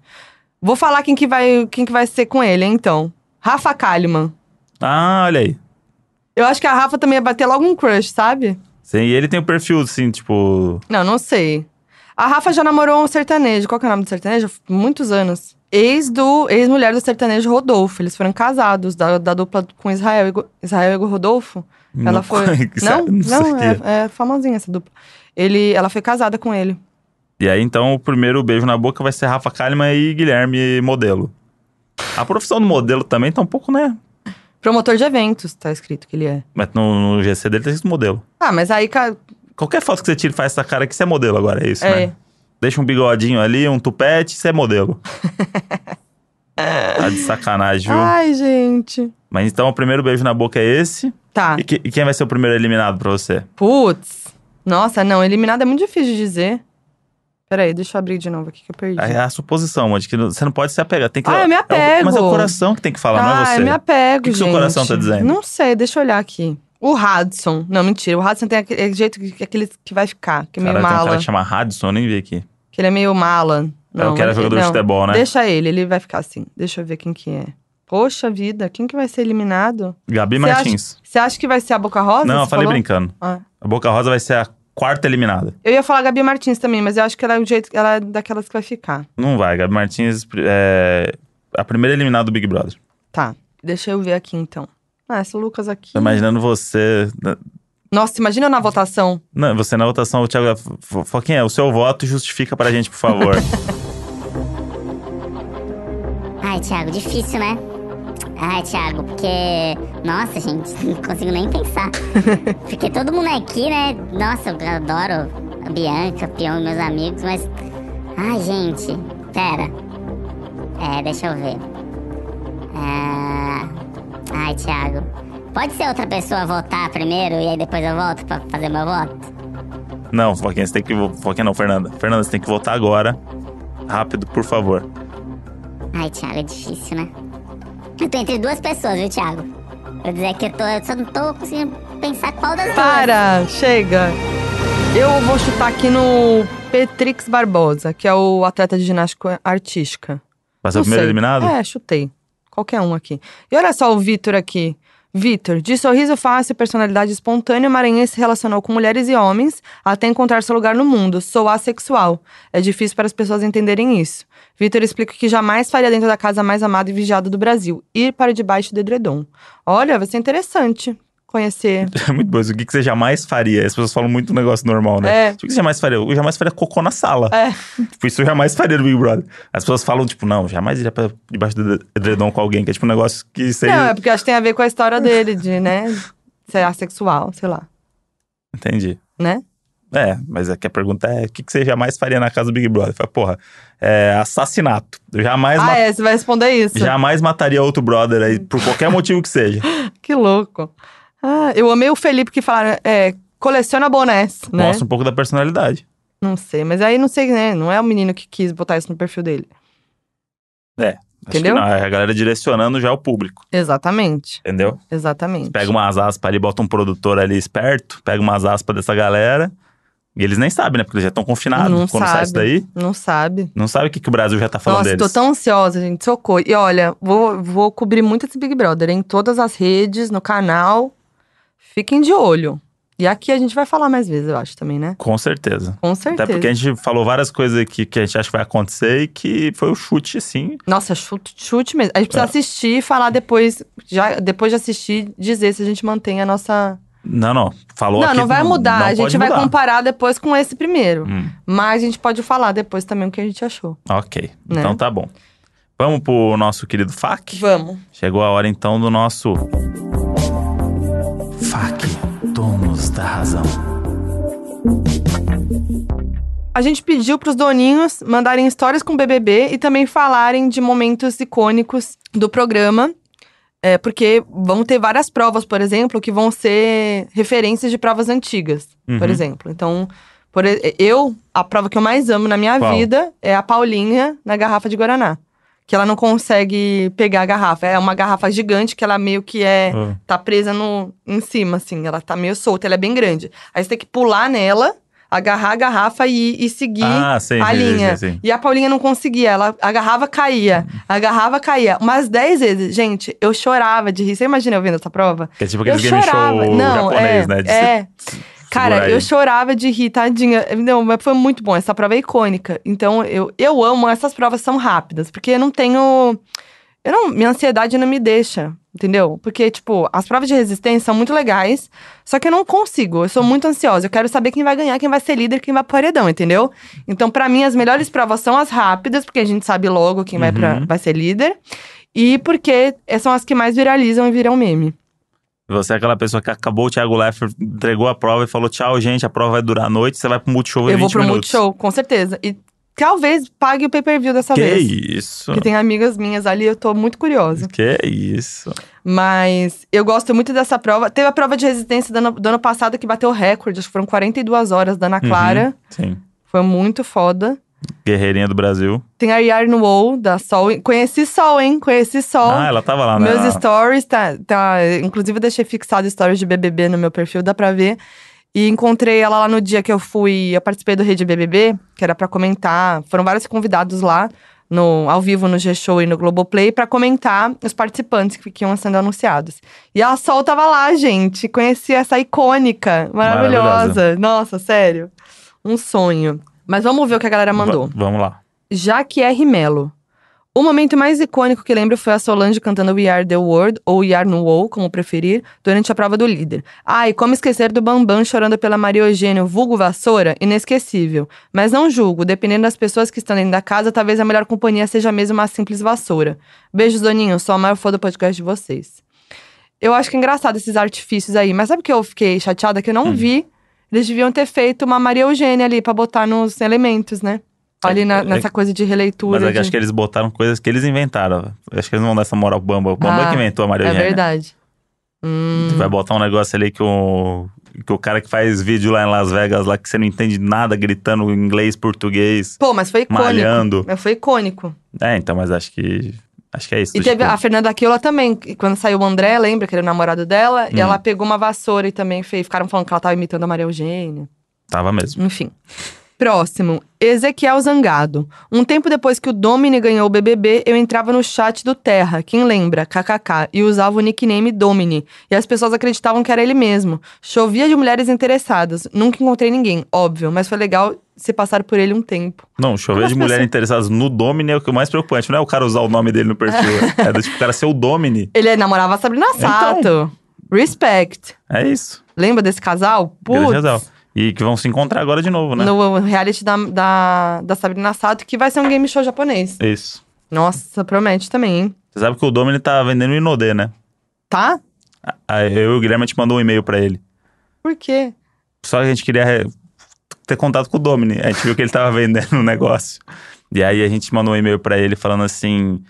[SPEAKER 2] Vou falar quem que vai, quem que vai ser com ele, hein, então. Rafa Kalimann.
[SPEAKER 1] Ah, olha aí.
[SPEAKER 2] Eu acho que a Rafa também ia bater logo um crush, sabe?
[SPEAKER 1] Sim, e ele tem o perfil, assim, tipo.
[SPEAKER 2] Não, não sei. A Rafa já namorou um sertanejo. Qual que é o nome do sertanejo? Muitos anos. Ex do ex-mulher do sertanejo Rodolfo. Eles foram casados da, da dupla com Israel e, Go- Israel e Go- Rodolfo. Ela
[SPEAKER 1] não-
[SPEAKER 2] foi.
[SPEAKER 1] não,
[SPEAKER 2] Não, não,
[SPEAKER 1] sabia.
[SPEAKER 2] é, é famosinha essa dupla. Ele, ela foi casada com ele.
[SPEAKER 1] E aí, então, o primeiro beijo na boca vai ser Rafa Kalimann e Guilherme Modelo. A profissão do modelo também tá um pouco, né?
[SPEAKER 2] Promotor de eventos, tá escrito que ele é.
[SPEAKER 1] Mas no, no GC dele tá escrito modelo.
[SPEAKER 2] Ah, mas aí. ca-
[SPEAKER 1] Qualquer foto que você tira e faz essa cara aqui, você é modelo agora, é isso,
[SPEAKER 2] É.
[SPEAKER 1] né? Deixa um bigodinho ali, um tupete, você é modelo. tá de sacanagem, viu?
[SPEAKER 2] Ai, gente.
[SPEAKER 1] Mas então o primeiro beijo na boca é esse.
[SPEAKER 2] Tá.
[SPEAKER 1] E, que- e quem vai ser o primeiro eliminado pra você?
[SPEAKER 2] Putz. Nossa, não, eliminado é muito difícil de dizer. Peraí, deixa eu abrir de novo aqui que eu perdi.
[SPEAKER 1] É a suposição, Modi, que não- você não pode se apegar. Tem que,
[SPEAKER 2] Ah, eu me
[SPEAKER 1] é o- mas é o
[SPEAKER 2] apego.
[SPEAKER 1] coração que tem que falar, não
[SPEAKER 2] ah,
[SPEAKER 1] é você.
[SPEAKER 2] eu me apego,
[SPEAKER 1] O que que seu
[SPEAKER 2] gente.
[SPEAKER 1] coração tá dizendo?
[SPEAKER 2] Não sei, deixa eu olhar aqui. O Hudson. Não, mentira. O Hudson tem aquele aquele jeito que, aquele que vai ficar, que é meio
[SPEAKER 1] Caralho, tem um
[SPEAKER 2] mala.
[SPEAKER 1] cara que chama Radisson, eu nem vi aqui.
[SPEAKER 2] Que ele é meio mala.
[SPEAKER 1] é o que era
[SPEAKER 2] ele-
[SPEAKER 1] jogador de
[SPEAKER 2] não.
[SPEAKER 1] futebol, né?
[SPEAKER 2] Deixa ele, ele vai ficar assim. Deixa eu ver quem que é. Poxa vida, quem que vai ser eliminado?
[SPEAKER 1] Gabi
[SPEAKER 2] Você
[SPEAKER 1] Martins.
[SPEAKER 2] Você acha que vai ser a Boca Rosa?
[SPEAKER 1] não, eu
[SPEAKER 2] Você
[SPEAKER 1] falei
[SPEAKER 2] falou?
[SPEAKER 1] brincando.
[SPEAKER 2] Ah.
[SPEAKER 1] A Boca Rosa vai ser a quarta eliminada.
[SPEAKER 2] Eu ia falar a Gabi Martins também, mas eu acho que ela é o jeito, ela é daquelas que vai ficar.
[SPEAKER 1] Não vai, Gabi Martins é a primeira eliminada do Big Brother.
[SPEAKER 2] Tá. Deixa eu ver aqui então. Ah, esse Lucas aqui.
[SPEAKER 1] Tô imaginando você. né?
[SPEAKER 2] Nossa, imagina eu na votação.
[SPEAKER 1] Não, você na votação, o Thiago. Fo- Foquinha, o seu voto justifica pra gente, por favor.
[SPEAKER 5] Ai, Thiago, difícil, né? Ai, Thiago, porque. Nossa, gente, não consigo nem pensar. Porque todo mundo aqui, né? Nossa, eu adoro a Bianca, Pion e meus amigos, mas. Ai, gente, pera. É, deixa eu ver. Ah, Ai, Thiago. Pode ser outra pessoa votar primeiro e aí depois eu volto pra fazer meu voto?
[SPEAKER 1] não, Foquinha, você tem que. vo- Foquinha não, Fernanda. Fernanda, você tem que votar agora. Rápido, por favor.
[SPEAKER 5] Ai, Thiago, é difícil, né? Eu tô entre duas pessoas, viu, Thiago? Pra dizer que eu, tô, eu só não tô conseguindo pensar qual das duas.
[SPEAKER 2] Para, chega. Eu vou chutar aqui no Petrix Barbosa, que é o atleta de ginástica artística.
[SPEAKER 1] Vai ser o
[SPEAKER 2] Não
[SPEAKER 1] primeiro
[SPEAKER 2] sei.
[SPEAKER 1] eliminado?
[SPEAKER 2] É, chutei. Qualquer um aqui. E olha só o Vitor aqui. Vitor, de sorriso fácil e personalidade espontânea, o Maranhense se relacionou com mulheres e homens até encontrar seu lugar no mundo. Sou assexual. É difícil para as pessoas entenderem isso. Vitor explica que jamais faria dentro da casa mais amada e vigiada do Brasil. Ir para debaixo do edredom. Olha, vai ser interessante conhecer.
[SPEAKER 1] É muito bom. isso. O que que você jamais faria? As pessoas falam muito um negócio normal, né?
[SPEAKER 2] É.
[SPEAKER 1] O que você jamais faria? Eu jamais faria cocô na sala.
[SPEAKER 2] É.
[SPEAKER 1] Tipo, isso eu jamais faria no Big Brother. As pessoas falam, tipo, não, jamais iria pra debaixo do edredom com alguém, que é tipo um negócio que seria.
[SPEAKER 2] Não, é porque acho que tem a ver com a história dele, de, né? Ser assexual, sei lá.
[SPEAKER 1] Entendi.
[SPEAKER 2] Né?
[SPEAKER 1] É, mas aqui a pergunta é: o que que você jamais faria na casa do Big Brother? Fala, porra, é assassinato. Eu jamais,
[SPEAKER 2] Ah,
[SPEAKER 1] ma-
[SPEAKER 2] é, você vai responder isso.
[SPEAKER 1] jamais mataria outro brother aí, por qualquer motivo que seja.
[SPEAKER 2] Que louco. Ah, eu amei o Felipe que falaram, é, coleciona bonés, né?
[SPEAKER 1] Mostra um pouco da personalidade.
[SPEAKER 2] Não sei, mas aí não sei, né? Não é o menino que quis botar isso no perfil dele.
[SPEAKER 1] Acho que
[SPEAKER 2] Entendeu?
[SPEAKER 1] não, é a galera direcionando já o público,
[SPEAKER 2] Exatamente,
[SPEAKER 1] entendeu?
[SPEAKER 2] exatamente.
[SPEAKER 1] Pega umas aspas ali, bota um produtor ali esperto, pega umas aspas dessa galera. E eles nem sabem, né? Porque eles já estão confinados.
[SPEAKER 2] Não
[SPEAKER 1] Quando sai
[SPEAKER 2] sabe.
[SPEAKER 1] isso daí,
[SPEAKER 2] Não sabe.
[SPEAKER 1] não sabe o que, que o Brasil já tá falando
[SPEAKER 2] Nossa,
[SPEAKER 1] deles.
[SPEAKER 2] tô tão ansiosa, gente, socorro. E olha, vou, vou cobrir muito esse Big Brother em todas as redes, no canal. Fiquem de olho. E aqui a gente vai falar mais vezes, eu acho também, né?
[SPEAKER 1] Com certeza.
[SPEAKER 2] Com
[SPEAKER 1] Até
[SPEAKER 2] certeza.
[SPEAKER 1] porque a gente falou várias coisas aqui que a gente acha que vai acontecer e que foi o chute, assim.
[SPEAKER 2] Nossa, é chute, chute mesmo. A gente
[SPEAKER 1] É.
[SPEAKER 2] precisa assistir e falar depois, já, depois de assistir, dizer se a gente mantém a nossa
[SPEAKER 1] Não, não. Falou
[SPEAKER 2] não,
[SPEAKER 1] aqui.
[SPEAKER 2] não vai mudar.
[SPEAKER 1] não
[SPEAKER 2] a gente
[SPEAKER 1] pode
[SPEAKER 2] vai
[SPEAKER 1] mudar.
[SPEAKER 2] comparar depois com esse primeiro.
[SPEAKER 1] Hum,
[SPEAKER 2] Mas a gente pode falar depois também o que a gente achou.
[SPEAKER 1] ok.
[SPEAKER 2] Né?
[SPEAKER 1] Então tá bom. Vamos pro nosso querido FAC?
[SPEAKER 2] Vamos.
[SPEAKER 1] Chegou a hora então do nosso. FAC, donos da razão.
[SPEAKER 2] A gente pediu pros doninhos mandarem histórias com o BBB e também falarem de momentos icônicos do programa. É, porque vão ter várias provas, por exemplo, que vão ser referências de provas antigas, por
[SPEAKER 1] Uhum.
[SPEAKER 2] exemplo. Então, por e- eu, a prova que eu mais amo na minha
[SPEAKER 1] Qual?
[SPEAKER 2] vida é a Paulinha na garrafa de Guaraná. Que ela não consegue pegar a garrafa. É uma garrafa gigante que ela meio que é.
[SPEAKER 1] Ah.
[SPEAKER 2] tá presa no, em cima, assim. Ela tá meio solta, ela é bem grande. Aí você tem que pular nela, agarrar a garrafa e, e seguir
[SPEAKER 1] Ah, sim,
[SPEAKER 2] a
[SPEAKER 1] sim, sim,
[SPEAKER 2] linha.
[SPEAKER 1] sim, sim.
[SPEAKER 2] E a Paulinha não conseguia, ela agarrava, caía. Agarrava, caía. Umas 10 vezes. Gente, eu chorava de rir. Você imagina eu vendo essa prova?
[SPEAKER 1] Que é tipo aqueles
[SPEAKER 2] eu
[SPEAKER 1] game
[SPEAKER 2] chorava.
[SPEAKER 1] show
[SPEAKER 2] não,
[SPEAKER 1] japonês,
[SPEAKER 2] é,
[SPEAKER 1] né? De
[SPEAKER 2] é. Cara,
[SPEAKER 1] segurar
[SPEAKER 2] eu
[SPEAKER 1] aí.
[SPEAKER 2] chorava de rir, tadinha. Não, mas foi muito bom. Essa prova é icônica. Então, eu, eu amo. Essas provas são rápidas, porque eu não tenho. Eu não, minha ansiedade não me deixa, entendeu? Porque, tipo, as provas de resistência são muito legais, só que eu não consigo. Eu sou muito ansiosa. Eu quero saber quem vai ganhar, quem vai ser líder, quem vai pro paredão, entendeu? Então, pra mim, as melhores provas são as rápidas, porque a gente sabe logo quem vai, pra,
[SPEAKER 1] Uhum.
[SPEAKER 2] vai ser líder. E porque são as que mais viralizam e viram meme.
[SPEAKER 1] Você é aquela pessoa que acabou o Thiago Leifert, entregou a prova e falou: tchau, gente, a prova vai durar a noite, você vai pro Multishow em
[SPEAKER 2] Eu vou
[SPEAKER 1] 20
[SPEAKER 2] pro
[SPEAKER 1] minutos.
[SPEAKER 2] Multishow, com certeza. E Talvez pague o pay-per-view dessa
[SPEAKER 1] Que
[SPEAKER 2] vez.
[SPEAKER 1] isso?
[SPEAKER 2] Que tem amigas minhas ali, eu tô muito curiosa.
[SPEAKER 1] Que isso?
[SPEAKER 2] Mas eu gosto muito dessa prova. Teve a prova de resistência do ano, do ano passado que bateu recorde, acho que foram 42 horas da Ana Uhum.
[SPEAKER 1] Uhum.
[SPEAKER 2] Clara.
[SPEAKER 1] Sim.
[SPEAKER 2] Foi muito foda.
[SPEAKER 1] Guerreirinha do Brasil.
[SPEAKER 2] Tem a Yarn Wall da Sol. Conheci Sol, hein? Conheci Sol.
[SPEAKER 1] Ah, ela tava lá, né?
[SPEAKER 2] Meus
[SPEAKER 1] Ah,
[SPEAKER 2] stories, tá, tá. Inclusive, eu deixei fixado stories de BBB no meu perfil, dá pra ver. E encontrei ela lá no dia que eu fui. Eu participei do Rede BBB, que era pra comentar. Foram vários convidados lá, no, ao vivo no G-Show e no Globoplay, pra comentar os participantes que, que iam sendo anunciados. E a Sol tava lá, gente. Conheci essa icônica, maravilhosa.
[SPEAKER 1] Maravilhosa.
[SPEAKER 2] Nossa, sério. Um sonho. Mas vamos ver o que a galera mandou.
[SPEAKER 1] va- Vamos lá.
[SPEAKER 2] Jaque R. Mello. é O momento mais icônico que lembro foi a Solange cantando We Are The World, ou We Are No Wall, como preferir, durante a prova do líder. Ah, e como esquecer do Bambam chorando pela Maria Eugênio, vulgo vassoura? Inesquecível. Mas não julgo, dependendo das pessoas que estão dentro da casa, talvez a melhor companhia seja mesmo uma simples vassoura. Beijos, Doninho, sou a maior fã do podcast de vocês. Eu acho que é engraçado esses artifícios aí, mas sabe que eu fiquei chateada que eu
[SPEAKER 1] Hum.
[SPEAKER 2] não vi? Eles deviam ter feito uma Maria Eugênia ali pra botar nos elementos, né? Ali na-
[SPEAKER 1] É- é-
[SPEAKER 2] nessa coisa de releitura.
[SPEAKER 1] Mas é que
[SPEAKER 2] de-
[SPEAKER 1] acho que eles botaram coisas que eles inventaram. Acho que eles não vão dar essa moral pro Bamba. O Bamba
[SPEAKER 2] Ah,
[SPEAKER 1] que inventou a Maria
[SPEAKER 2] É
[SPEAKER 1] Eugênia.
[SPEAKER 2] verdade. Hum,
[SPEAKER 1] Tu vai botar um negócio ali que o, que o cara que faz vídeo lá em Las Vegas, lá que você não entende nada, gritando inglês, português,
[SPEAKER 2] Pô, mas foi icônico.
[SPEAKER 1] malhando.
[SPEAKER 2] Mas Foi icônico.
[SPEAKER 1] É, então, mas acho que. Acho que é isso.
[SPEAKER 2] E teve a Fernanda Aquila também, que quando saiu o André, lembra que ele era o namorado dela,
[SPEAKER 1] Hum.
[SPEAKER 2] e ela pegou uma vassoura e também fez. Ficaram falando que ela tava imitando a Maria Eugênia.
[SPEAKER 1] Tava mesmo.
[SPEAKER 2] Enfim. Próximo, Ezequiel Zangado. Um tempo depois que o Domini ganhou o BBB, eu entrava no chat do Terra, quem lembra, kkk, e usava o nickname Domini. E as pessoas acreditavam que era ele mesmo. Chovia de mulheres interessadas. Nunca encontrei ninguém, óbvio, mas foi legal se passar por ele um tempo.
[SPEAKER 1] Não, chover
[SPEAKER 2] Como
[SPEAKER 1] de
[SPEAKER 2] as
[SPEAKER 1] mulheres
[SPEAKER 2] pessoas-
[SPEAKER 1] interessadas no Domini é o que é mais preocupante. Não é o cara usar o nome dele no perfil. é do tipo, o cara ser o Domini.
[SPEAKER 2] Ele namorava a Sabrina
[SPEAKER 1] Então.
[SPEAKER 2] Sato. Respect.
[SPEAKER 1] É isso.
[SPEAKER 2] Lembra desse casal?
[SPEAKER 1] Grande
[SPEAKER 2] Putz.
[SPEAKER 1] casal. E que vão se encontrar agora de novo, né?
[SPEAKER 2] No reality da, da, da Sabrina Sato, que vai ser um game show japonês.
[SPEAKER 1] É Isso.
[SPEAKER 2] Nossa, promete também, hein?
[SPEAKER 1] Você sabe que o Domini tá vendendo o Inodê, né?
[SPEAKER 2] Tá?
[SPEAKER 1] Aí eu e o Guilherme te mandou um e-mail pra ele.
[SPEAKER 2] Por quê?
[SPEAKER 1] Só que a gente queria re- ter contato com o Domini. A gente viu que ele tava vendendo um negócio. E aí a gente mandou um e-mail pra ele falando assim: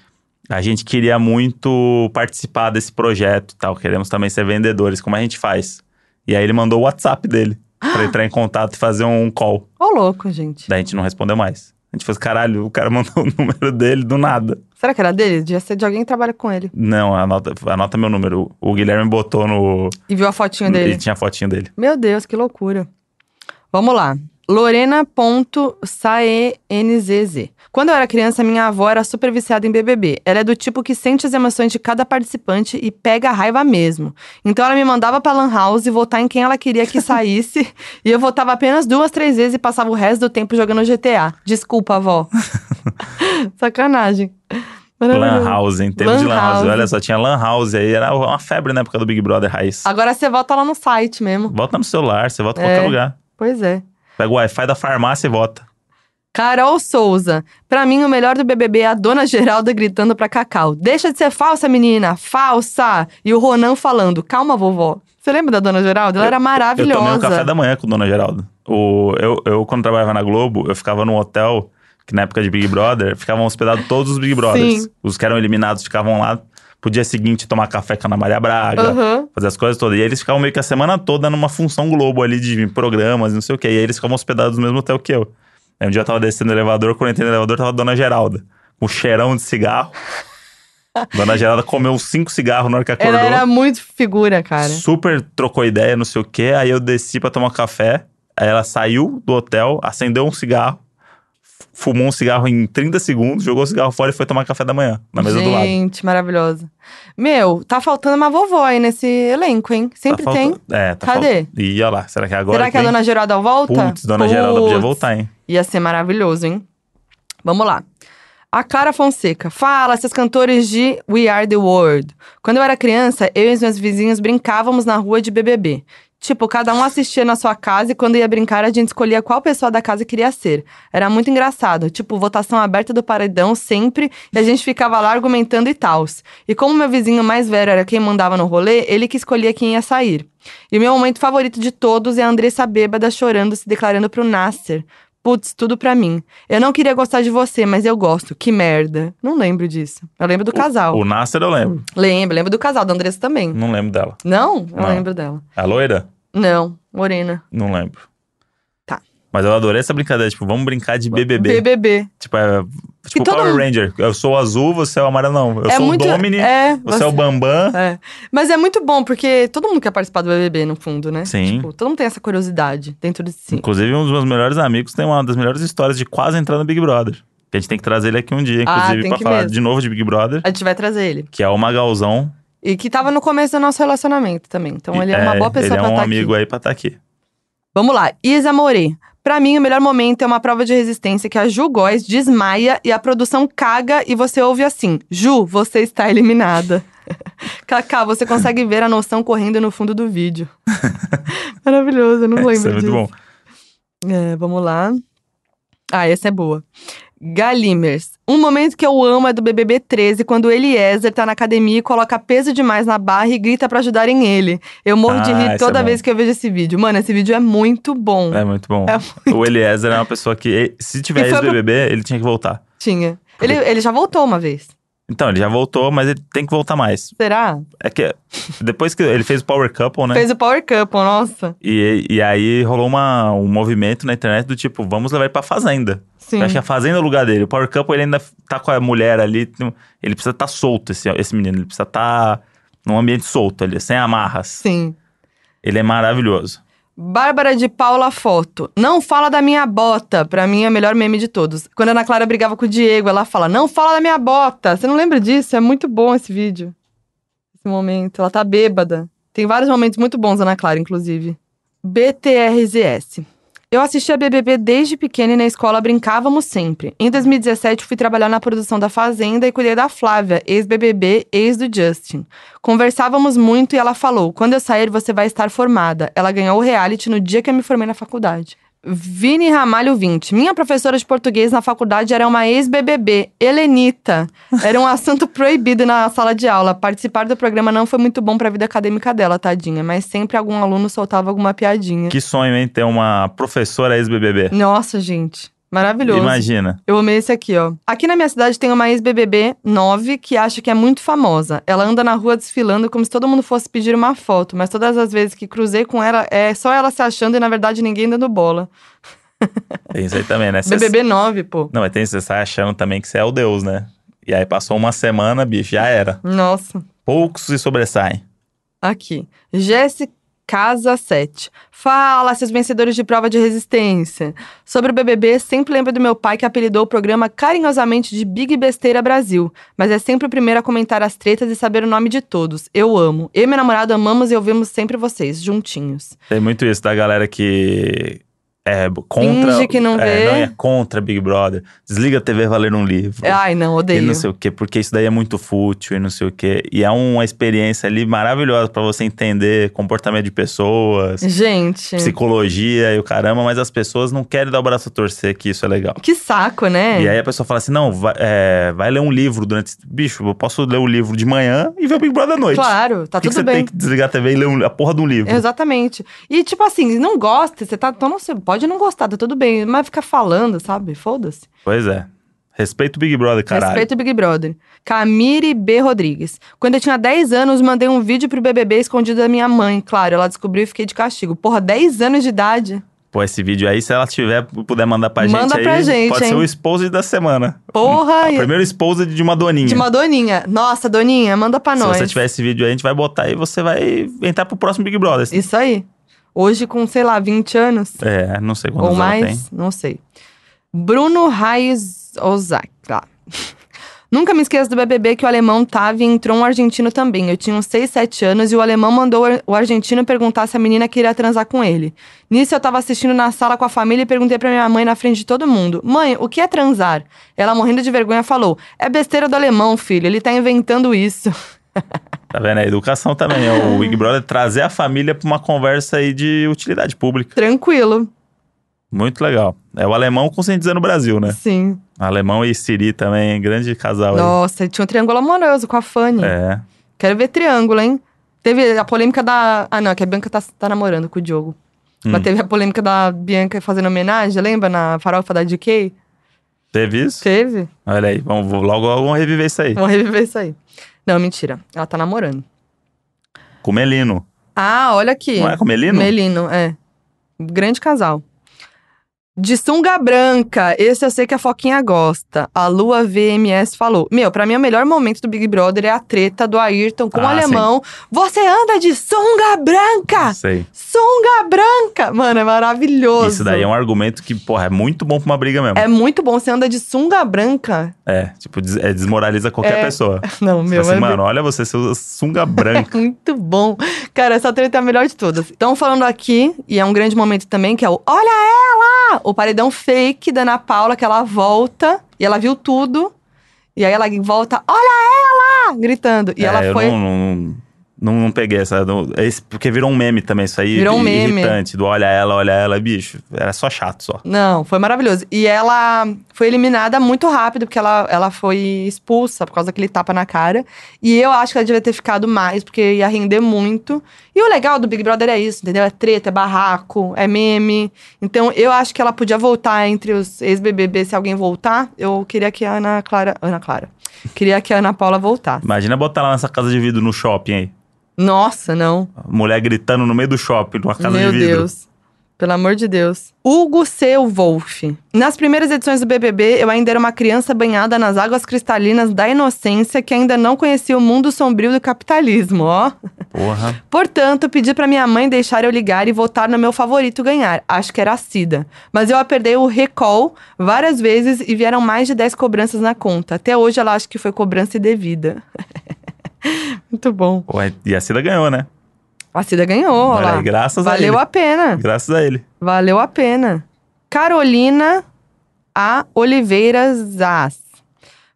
[SPEAKER 1] a gente queria muito participar desse projeto e tal, queremos também ser vendedores, como a gente faz? E aí ele mandou o WhatsApp dele pra entrar em contato e fazer um call.
[SPEAKER 2] Ô, louco, gente.
[SPEAKER 1] Daí a gente não respondeu mais. A gente falou: assim, caralho, o cara mandou o número dele do nada.
[SPEAKER 2] Será que era dele? Devia ser de alguém que trabalha com ele.
[SPEAKER 1] Não, anota, anota meu número. O Guilherme botou no.
[SPEAKER 2] E viu a fotinha
[SPEAKER 1] E
[SPEAKER 2] dele.
[SPEAKER 1] tinha a fotinha dele.
[SPEAKER 2] Meu Deus, que loucura. Vamos lá. Lorena.saenzz. Quando eu era criança, minha avó era super viciada em BBB. Ela é do tipo que sente as emoções de cada participante e pega a raiva mesmo. Então ela me mandava pra Lan House votar em quem ela queria que saísse. e eu votava apenas duas, três vezes e passava o resto do tempo jogando GTA. Desculpa, avó. Sacanagem.
[SPEAKER 1] Lan House, em termos de
[SPEAKER 2] Lan
[SPEAKER 1] Lan House.
[SPEAKER 2] House.
[SPEAKER 1] Olha só, tinha Lan House aí, era uma febre na época do Big Brother Raiz.
[SPEAKER 2] Agora você vota lá no site mesmo.
[SPEAKER 1] Vota no celular, você vota em
[SPEAKER 2] É.
[SPEAKER 1] qualquer lugar.
[SPEAKER 2] Pois é.
[SPEAKER 1] Pega o Wi-Fi da farmácia e vota.
[SPEAKER 2] Carol Souza. Pra mim, o melhor do BBB é a Dona Geralda gritando pra Cacau. Deixa de ser falsa, menina! Falsa! E o Ronan falando, calma, vovó. Você lembra da Dona Geralda? Ela era
[SPEAKER 1] Eu tomei um
[SPEAKER 2] maravilhosa.
[SPEAKER 1] café da manhã com Dona Geralda. O, eu, eu, quando trabalhava na Globo, eu ficava num hotel, que na época de Big Brother, ficavam hospedados todos os Big Brothers.
[SPEAKER 2] Sim.
[SPEAKER 1] Os que eram eliminados ficavam lá pro dia seguinte tomar café com a Ana Maria Braga,
[SPEAKER 2] Aham.
[SPEAKER 1] fazer as coisas todas. E aí eles ficavam meio que a semana toda numa função Globo ali de programas, não sei o quê. E aí eles ficavam hospedados no mesmo hotel que eu. Aí um dia eu tava descendo o elevador, quando eu entrei no elevador, tava a Dona Geralda. Com cheirão de cigarro. Dona Geralda comeu uns cinco cigarros na hora que acordou.
[SPEAKER 2] Ela era muito figura, cara.
[SPEAKER 1] Super trocou ideia, não sei o quê. Aí eu desci pra tomar café. Aí ela saiu do hotel, acendeu um cigarro, f- fumou um cigarro em 30 segundos, jogou o cigarro fora e foi tomar café da manhã, na mesa do lado.
[SPEAKER 2] Gente, maravilhosa. Meu, tá faltando uma vovó aí nesse elenco, hein? Sempre
[SPEAKER 1] Tá
[SPEAKER 2] tem.
[SPEAKER 1] faltando- É, tá
[SPEAKER 2] Cadê?
[SPEAKER 1] faltando- Ih, olha lá, será que é agora
[SPEAKER 2] Será que a
[SPEAKER 1] vem?
[SPEAKER 2] Dona Geralda volta?
[SPEAKER 1] Putz, Dona Geralda podia
[SPEAKER 2] Putz.
[SPEAKER 1] voltar, hein?
[SPEAKER 2] Ia ser maravilhoso, hein? Vamos lá. A Clara Fonseca. Fala, seus cantores de We Are The World. Quando eu era criança, eu e os meus vizinhos brincávamos na rua de BBB. Tipo, cada um assistia na sua casa e quando ia brincar, a gente escolhia qual pessoa da casa queria ser. Era muito engraçado. Tipo, votação aberta do paredão sempre e a gente ficava lá argumentando e tals. E como meu vizinho mais velho era quem mandava no rolê, ele que escolhia quem ia sair. E o meu momento favorito de todos é a Andressa bêbada chorando, se declarando pro Nasser. Putz, tudo pra mim. Eu não queria gostar de você, mas eu gosto. Que merda. Não lembro disso. Eu lembro do casal.
[SPEAKER 1] O Nasser eu lembro.
[SPEAKER 2] Lembro, lembro do casal, da Andressa também.
[SPEAKER 1] Não lembro dela.
[SPEAKER 2] Não? Eu
[SPEAKER 1] Não.
[SPEAKER 2] lembro dela.
[SPEAKER 1] A loira?
[SPEAKER 2] Não, Morena.
[SPEAKER 1] Não lembro.
[SPEAKER 2] Tá.
[SPEAKER 1] Mas eu adorei essa brincadeira. Tipo, vamos brincar de BBB.
[SPEAKER 2] BBB.
[SPEAKER 1] Tipo, é, tipo
[SPEAKER 2] todo
[SPEAKER 1] Power
[SPEAKER 2] mundo-
[SPEAKER 1] Ranger. Eu sou o azul, você é o amarelo. Não, eu
[SPEAKER 2] é
[SPEAKER 1] sou
[SPEAKER 2] muito.
[SPEAKER 1] o Domini,
[SPEAKER 2] é,
[SPEAKER 1] você, é o Bambam.
[SPEAKER 2] É. Mas é muito bom, porque todo mundo quer participar do BBB, no fundo, né?
[SPEAKER 1] Sim.
[SPEAKER 2] Tipo, todo mundo tem essa curiosidade dentro de si.
[SPEAKER 1] Inclusive, um dos meus melhores amigos tem uma das melhores histórias de quase entrar no Big Brother. Que a gente tem que trazer ele aqui um dia,
[SPEAKER 2] Ah,
[SPEAKER 1] inclusive,
[SPEAKER 2] tem
[SPEAKER 1] pra
[SPEAKER 2] que
[SPEAKER 1] falar
[SPEAKER 2] mesmo.
[SPEAKER 1] de novo de Big Brother.
[SPEAKER 2] A gente vai trazer ele.
[SPEAKER 1] Que é o Magalzão.
[SPEAKER 2] E que tava no começo do nosso relacionamento também. Então ele é, uma boa pessoa
[SPEAKER 1] Ele é
[SPEAKER 2] pra
[SPEAKER 1] um
[SPEAKER 2] estar
[SPEAKER 1] amigo
[SPEAKER 2] aqui.
[SPEAKER 1] aí pra estar aqui.
[SPEAKER 2] Vamos lá. Isa Morê. Pra mim, o melhor momento é uma prova de resistência que a Ju Góes desmaia e a produção caga e você ouve assim: Ju, você está eliminada. Cacá, você consegue ver a noção correndo no fundo do vídeo. Maravilhoso, eu não lembro
[SPEAKER 1] Isso é muito
[SPEAKER 2] disso.
[SPEAKER 1] bom.
[SPEAKER 2] É, vamos lá. Ah, essa é boa. Galimers. Um momento que eu amo é do BBB 13, quando o Eliezer tá na academia e coloca peso demais na barra e grita pra ajudarem ele. Eu morro de
[SPEAKER 1] Ah,
[SPEAKER 2] rir
[SPEAKER 1] esse
[SPEAKER 2] toda
[SPEAKER 1] é bom.
[SPEAKER 2] vez que eu vejo esse vídeo. Mano, esse vídeo é muito bom.
[SPEAKER 1] É muito bom.
[SPEAKER 2] É
[SPEAKER 1] O Eliezer é uma pessoa que, se tiver
[SPEAKER 2] E foi pro-
[SPEAKER 1] ex-BBB, ele tinha que voltar.
[SPEAKER 2] Tinha. Ele, ele já voltou uma vez.
[SPEAKER 1] Então, ele já voltou, mas ele tem que voltar mais.
[SPEAKER 2] Será?
[SPEAKER 1] É que depois que ele fez o Power Couple, né?
[SPEAKER 2] Fez o Power Couple, nossa.
[SPEAKER 1] E, e aí rolou uma, um movimento na internet do tipo, vamos levar ele pra Fazenda.
[SPEAKER 2] Sim.
[SPEAKER 1] Eu acho que a Fazenda é o lugar dele. O Power Couple, ele ainda tá com a mulher ali. não- Ele precisa estar solto, esse, esse menino. Ele precisa estar num ambiente solto ali, sem amarras.
[SPEAKER 2] Sim.
[SPEAKER 1] Ele é maravilhoso.
[SPEAKER 2] Bárbara de Paula Foto. Não fala da minha bota. Pra mim é o melhor meme de todos. Quando a Ana Clara brigava com o Diego, ela fala: Não fala da minha bota. Você não lembra disso? É muito bom esse vídeo. Esse momento. Ela tá bêbada. Tem vários momentos muito bons, Ana Clara, inclusive. BTRZS. Eu assistia BBB desde pequena e na escola brincávamos sempre. Em 2017, fui trabalhar na produção da Fazenda e cuidei da Flávia, ex-BBB, ex do Justin. Conversávamos muito e ela falou: quando eu sair, você vai estar formada. Ela ganhou o reality no dia que eu me formei na faculdade. Vini Ramalho 20. Minha professora de português na faculdade era uma ex-BBB, Helenita. Era um assunto proibido na sala de aula. Participar do programa não foi muito bom para a vida acadêmica dela, tadinha, mas sempre algum aluno soltava alguma piadinha.
[SPEAKER 1] Que sonho, hein? Ter uma professora ex-BBB.
[SPEAKER 2] Nossa, gente. Maravilhoso.
[SPEAKER 1] Imagina.
[SPEAKER 2] Eu amei esse aqui, ó. Aqui na minha cidade tem uma ex-BBB 9 que acha que é muito famosa. Ela anda na rua desfilando como se todo mundo fosse pedir uma foto, mas todas as vezes que cruzei com ela, é só ela se achando e na verdade ninguém dando bola.
[SPEAKER 1] Tem isso aí também, né? Cê-
[SPEAKER 2] BBB 9, pô.
[SPEAKER 1] Não, mas tem você tá achando também que você é o Deus, né? E aí passou uma semana, bicho, já era.
[SPEAKER 2] Nossa.
[SPEAKER 1] Poucos se sobressaem.
[SPEAKER 2] Aqui. Jéssica Casa 7. Fala, seus vencedores de prova de resistência. Sobre o BBB, sempre lembro do meu pai que apelidou o programa carinhosamente de Big Besteira Brasil, mas é sempre o primeiro a comentar as tretas e saber o nome de todos. Eu amo. Eu e meu namorado amamos e ouvimos sempre vocês, juntinhos.
[SPEAKER 1] Tem muito isso da galera que é contra.
[SPEAKER 2] Finge que não
[SPEAKER 1] é,
[SPEAKER 2] vê.
[SPEAKER 1] Não, é contra Big Brother. Desliga a TV vai ler um livro.
[SPEAKER 2] Ai, não,
[SPEAKER 1] E
[SPEAKER 2] odeio.
[SPEAKER 1] não sei o quê, porque isso daí é muito fútil e não sei o quê. E é uma experiência ali maravilhosa pra você entender comportamento de pessoas,
[SPEAKER 2] Gente,
[SPEAKER 1] psicologia e o caramba, mas as pessoas não querem dar o braço a torcer que isso é legal.
[SPEAKER 2] que saco, né?
[SPEAKER 1] E aí a pessoa fala assim: não, vai, é, vai ler um livro durante. esse- Bicho, eu posso ler o livro de manhã e ver o Big Brother à noite.
[SPEAKER 2] Claro, tá
[SPEAKER 1] Por que que
[SPEAKER 2] tudo
[SPEAKER 1] você
[SPEAKER 2] bem.
[SPEAKER 1] tem que desligar a TV e ler um- a porra de um livro?
[SPEAKER 2] Exatamente. E tipo assim, não gosta, você tá, então não, você pode não gostar, tá tudo bem, mas fica falando, sabe? Foda-se.
[SPEAKER 1] Pois é. Respeita o Big Brother, caralho.
[SPEAKER 2] Respeito o Big Brother. Camille B. Rodrigues. Quando eu tinha 10 anos, mandei um vídeo pro BBB escondido da minha mãe. Claro, ela descobriu e fiquei de castigo. Porra, 10 anos de idade?
[SPEAKER 1] Pô, esse vídeo aí, se ela tiver, puder mandar pra
[SPEAKER 2] Manda
[SPEAKER 1] gente aí,
[SPEAKER 2] pra gente,
[SPEAKER 1] pode ser
[SPEAKER 2] hein?
[SPEAKER 1] o expose da semana.
[SPEAKER 2] Porra!
[SPEAKER 1] O
[SPEAKER 2] e-
[SPEAKER 1] primeiro expose de uma doninha.
[SPEAKER 2] de uma doninha. Nossa, doninha, manda pra
[SPEAKER 1] se
[SPEAKER 2] nós.
[SPEAKER 1] você tiver esse vídeo aí, a gente vai botar e você vai entrar pro próximo Big Brother.
[SPEAKER 2] Isso aí. Hoje com, sei lá, 20 anos.
[SPEAKER 1] É, não sei quantos
[SPEAKER 2] Ou
[SPEAKER 1] ela
[SPEAKER 2] mais,
[SPEAKER 1] tem.
[SPEAKER 2] não sei. Bruno Reis Ozak, lá. Nunca me esqueço do BBB que o alemão tava e entrou um argentino também. Eu tinha uns 6, 7 anos e o alemão mandou o argentino perguntar se a menina queria transar com ele. Nisso eu tava assistindo na sala com a família e perguntei pra minha mãe na frente de todo mundo: Mãe, o que é transar? Ela morrendo de vergonha falou: É besteira do alemão, filho, ele tá inventando isso.
[SPEAKER 1] Tá vendo? É educação também. É o Big Brother trazer a família pra uma conversa aí de utilidade pública.
[SPEAKER 2] Tranquilo.
[SPEAKER 1] Muito legal. É o alemão conscientizando o Brasil, né?
[SPEAKER 2] Sim.
[SPEAKER 1] Alemão e Siri também, grande casal aí.
[SPEAKER 2] Nossa, tinha um triângulo amoroso com a Fanny.
[SPEAKER 1] É.
[SPEAKER 2] Quero ver triângulo, hein? Teve a polêmica da. Ah, não, é que a Bianca tá, tá namorando com o Diogo.
[SPEAKER 1] Hum.
[SPEAKER 2] Ela teve a polêmica da Bianca fazendo homenagem, lembra? Na farofa da DK?
[SPEAKER 1] Teve isso?
[SPEAKER 2] Teve?
[SPEAKER 1] Olha aí, vamos, vou- logo vamos reviver isso aí.
[SPEAKER 2] Vamos reviver isso aí. Não, mentira. Ela tá namorando.
[SPEAKER 1] Com o Melino.
[SPEAKER 2] Ah, olha aqui.
[SPEAKER 1] Não é com o Melino?
[SPEAKER 2] Melino, é. Um Grande casal. De sunga branca, esse eu sei que a Foquinha gosta. A Lua VMS falou: Meu, pra mim o melhor momento do Big Brother é a treta do Ayrton com o
[SPEAKER 1] Ah,
[SPEAKER 2] alemão. Você anda de sunga branca!
[SPEAKER 1] Sei.
[SPEAKER 2] Sunga branca! Mano, é maravilhoso.
[SPEAKER 1] Isso daí é um argumento que, porra, é muito bom pra uma briga mesmo.
[SPEAKER 2] É muito bom. Você anda de sunga branca.
[SPEAKER 1] É, tipo, des- é, desmoraliza qualquer
[SPEAKER 2] É.
[SPEAKER 1] pessoa.
[SPEAKER 2] Não,
[SPEAKER 1] Você
[SPEAKER 2] meu,
[SPEAKER 1] fala assim,
[SPEAKER 2] é
[SPEAKER 1] mano, olha você, você usa sunga branca.
[SPEAKER 2] Muito bom. Cara, essa treta é a melhor de todas. Estão falando aqui, e é um grande momento também, que é o Olha ela! O paredão fake da Ana Paula, que ela volta e ela viu tudo. E aí ela volta, olha ela! Gritando. E
[SPEAKER 1] É,
[SPEAKER 2] ela
[SPEAKER 1] eu
[SPEAKER 2] foi.
[SPEAKER 1] não, não, não, não peguei essa. não- é isso, porque virou um meme também, isso aí.
[SPEAKER 2] Virou um
[SPEAKER 1] i-
[SPEAKER 2] meme.
[SPEAKER 1] Irritante, do olha ela, olha ela, bicho. Era só chato, só.
[SPEAKER 2] Não, foi maravilhoso. E ela foi eliminada muito rápido, porque ela, ela foi expulsa por causa daquele tapa na cara. E eu acho que ela devia ter ficado mais, porque ia render muito. E o legal do Big Brother é isso, entendeu? É treta, é barraco, é meme. Então eu acho que ela podia voltar entre os ex-BBB, se alguém voltar. Eu queria que a Ana Clara. Ana Clara. Queria que a Ana Paula voltasse.
[SPEAKER 1] Imagina botar lá nessa casa de vidro no shopping aí.
[SPEAKER 2] Nossa, não.
[SPEAKER 1] Mulher gritando no meio do shopping, numa casa
[SPEAKER 2] Meu
[SPEAKER 1] de vidro.
[SPEAKER 2] Deus. Pelo amor de Deus. Hugo Seu Wolf. Nas primeiras edições do BBB, eu ainda era uma criança banhada nas águas cristalinas da inocência que ainda não conhecia o mundo sombrio do capitalismo, ó.
[SPEAKER 1] Porra.
[SPEAKER 2] Portanto, pedi pra minha mãe deixar eu ligar e votar no meu favorito ganhar. Acho que era a Cida. Mas eu apertei o recall várias vezes e vieram mais de 10 cobranças na conta. Até hoje ela acha que foi cobrança indevida. Muito bom.
[SPEAKER 1] Pô, E a Cida ganhou, né?
[SPEAKER 2] A Cida ganhou, ó
[SPEAKER 1] Olha aí,
[SPEAKER 2] lá.
[SPEAKER 1] graças a ele.
[SPEAKER 2] Valeu a pena.
[SPEAKER 1] Graças a ele.
[SPEAKER 2] Valeu a pena. Carolina A. Oliveira Zaz.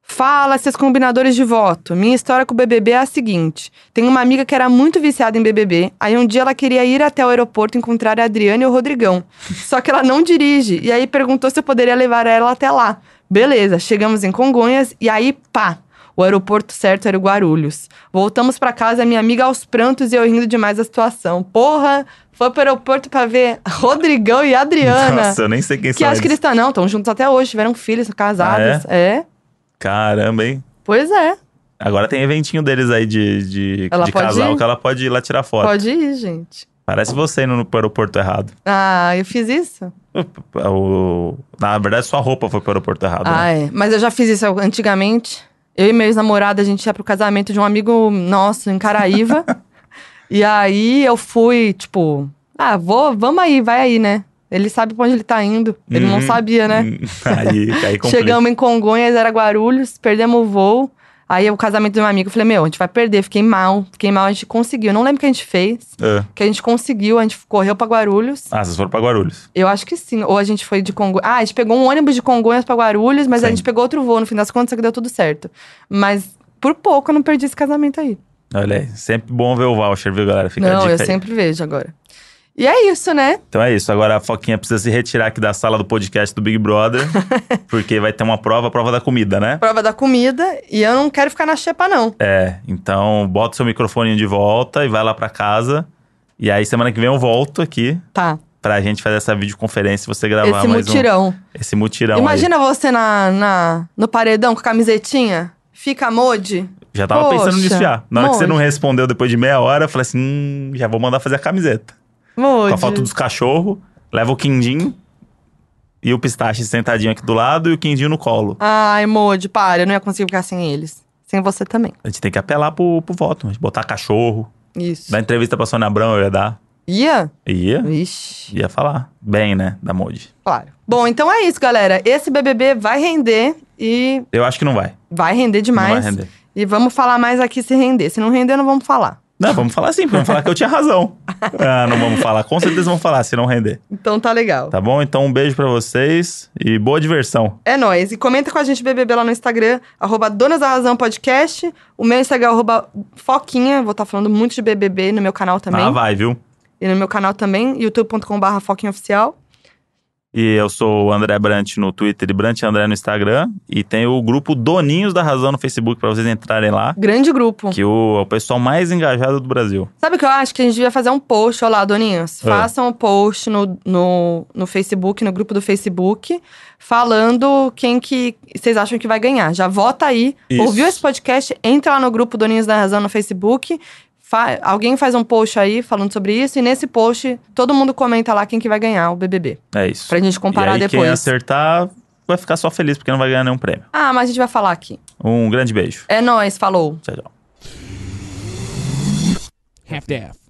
[SPEAKER 2] Fala, seus combinadores de voto. Minha história com o BBB é a seguinte: tem uma amiga que era muito viciada em BBB. Aí um dia ela queria ir até o aeroporto encontrar a Adriane e o Rodrigão. Só que ela não dirige. E aí perguntou se eu poderia levar ela até lá. Beleza, chegamos em Congonhas e aí pá! O aeroporto certo era o Guarulhos. Voltamos pra casa, minha amiga aos prantos e eu rindo demais da situação. Porra, foi pro aeroporto pra ver Rodrigão e Adriana.
[SPEAKER 1] Nossa, eu nem sei quem
[SPEAKER 2] que
[SPEAKER 1] são
[SPEAKER 2] acho que eles
[SPEAKER 1] eles.
[SPEAKER 2] estão, não, estão juntos até hoje, tiveram filhos, são casados.
[SPEAKER 1] Ah,
[SPEAKER 2] é?
[SPEAKER 1] Caramba, hein?
[SPEAKER 2] Pois é,
[SPEAKER 1] Agora tem eventinho deles aí de, de,
[SPEAKER 2] Ela
[SPEAKER 1] de
[SPEAKER 2] pode
[SPEAKER 1] casal
[SPEAKER 2] ir?
[SPEAKER 1] que ela pode ir lá tirar foto.
[SPEAKER 2] pode ir, gente.
[SPEAKER 1] Parece você indo pro aeroporto errado.
[SPEAKER 2] Ah, eu fiz isso?
[SPEAKER 1] O- na verdade, sua roupa foi pro aeroporto errado. né?
[SPEAKER 2] Ah, é. Mas eu já fiz isso antigamente. Eu e meu ex-namorado, a gente ia pro casamento de um amigo nosso em Caraíva. e aí eu fui, tipo, ah, vou, vamos aí, vai aí, né? Ele sabe pra onde ele tá indo. Ele não
[SPEAKER 1] Uhum.
[SPEAKER 2] sabia, né?
[SPEAKER 1] Hum, aí, aí complica.
[SPEAKER 2] Chegamos em Congonhas, era Guarulhos, perdemos o voo. Aí o casamento do meu amigo, eu falei, meu, a gente vai perder, fiquei mal, fiquei mal, a gente conseguiu. Não lembro o que a gente fez,
[SPEAKER 1] Ah,
[SPEAKER 2] que a gente conseguiu, a gente correu pra Guarulhos.
[SPEAKER 1] Ah, vocês foram pra Guarulhos.
[SPEAKER 2] Eu acho que sim. Ou a gente foi de Congonhas. Ah, a gente pegou um ônibus de Congonhas pra Guarulhos, mas a
[SPEAKER 1] Sim.
[SPEAKER 2] gente pegou outro voo no fim das contas, só que deu tudo certo. Mas por pouco eu não perdi esse casamento aí.
[SPEAKER 1] Olha aí, sempre bom ver o voucher, viu, galera? Fica a
[SPEAKER 2] não,
[SPEAKER 1] dica
[SPEAKER 2] eu
[SPEAKER 1] aí.
[SPEAKER 2] sempre vejo agora. E é isso, né?
[SPEAKER 1] Então é isso, agora a Foquinha precisa se retirar aqui da sala do podcast do Big Brother, porque vai ter uma prova, a prova da comida, né?
[SPEAKER 2] Prova da comida. E eu não quero ficar na xepa, não.
[SPEAKER 1] É, então bota o seu microfone de volta e vai lá pra casa. E aí semana que vem eu volto aqui
[SPEAKER 2] Tá.
[SPEAKER 1] pra gente fazer essa videoconferência e você gravar
[SPEAKER 2] Esse
[SPEAKER 1] mais
[SPEAKER 2] mutirão.
[SPEAKER 1] um. Esse mutirão. aí.
[SPEAKER 2] Imagina você na, na, no paredão com a camisetinha. Fica mode.
[SPEAKER 1] Já tava pensando
[SPEAKER 2] Poxa,
[SPEAKER 1] nisso já. Na hora que você
[SPEAKER 2] monge.
[SPEAKER 1] não respondeu depois de meia hora, eu falei assim: hum, já vou mandar fazer a camiseta.
[SPEAKER 2] Mode.
[SPEAKER 1] Com a foto dos cachorros, leva o quindim e o pistache sentadinho aqui do lado e o quindim no colo.
[SPEAKER 2] Ai, mode, para. Eu não ia conseguir ficar sem eles. Sem você também.
[SPEAKER 1] A gente tem que apelar pro, pro voto, mas botar cachorro.
[SPEAKER 2] Isso.
[SPEAKER 1] Dar entrevista pra Sônia Abrão, eu ia dar.
[SPEAKER 2] Ia?
[SPEAKER 1] Ia,
[SPEAKER 2] Ixi.
[SPEAKER 1] ia falar. Bem, né, da Modi.
[SPEAKER 2] Claro. Bom, então é isso, galera. Esse BBB vai render e
[SPEAKER 1] Eu acho que não vai.
[SPEAKER 2] vai render demais.
[SPEAKER 1] Não vai render.
[SPEAKER 2] E vamos falar mais aqui se render. Se não render, não vamos falar.
[SPEAKER 1] Não, vamos falar sim, porque vamos falar que eu tinha razão. Ah, não vamos falar. Com certeza vamos falar, se não render.
[SPEAKER 2] Então tá legal.
[SPEAKER 1] Tá bom? Então um beijo pra vocês e boa diversão.
[SPEAKER 2] É nóis. E comenta com a gente BBB lá no Instagram, arroba Donas da Razão Podcast. O meu Instagram é arroba Foquinha. Vou estar falando muito de BBB no meu canal também.
[SPEAKER 1] Ah, vai, viu?
[SPEAKER 2] E no meu canal também, youtube.com.br Foquinha Oficial.
[SPEAKER 1] E eu sou o André Brant no Twitter e Brant André no Instagram. E tem o grupo Doninhos da Razão no Facebook pra vocês entrarem lá.
[SPEAKER 2] Grande grupo.
[SPEAKER 1] Que o, é o pessoal mais engajado do Brasil.
[SPEAKER 2] Sabe o que eu acho? Que a gente devia fazer um post, olha lá, Doninhos.
[SPEAKER 1] É.
[SPEAKER 2] Façam um post no, no, no Facebook, no grupo do Facebook, falando quem que vocês acham que vai ganhar. Já vota aí.
[SPEAKER 1] Isso.
[SPEAKER 2] Ouviu esse podcast? Entra lá no grupo Doninhos da Razão no Facebook. Fa- alguém faz um post aí falando sobre isso. E nesse post, todo mundo comenta lá quem que vai ganhar o BBB.
[SPEAKER 1] É isso.
[SPEAKER 2] Pra gente comparar
[SPEAKER 1] e aí,
[SPEAKER 2] depois.
[SPEAKER 1] Quem acertar vai ficar só feliz porque não vai ganhar nenhum prêmio.
[SPEAKER 2] Ah, mas a gente vai falar aqui.
[SPEAKER 1] Um grande beijo.
[SPEAKER 2] É nóis, falou.
[SPEAKER 1] Tchau, tchau.
[SPEAKER 6] half-daff.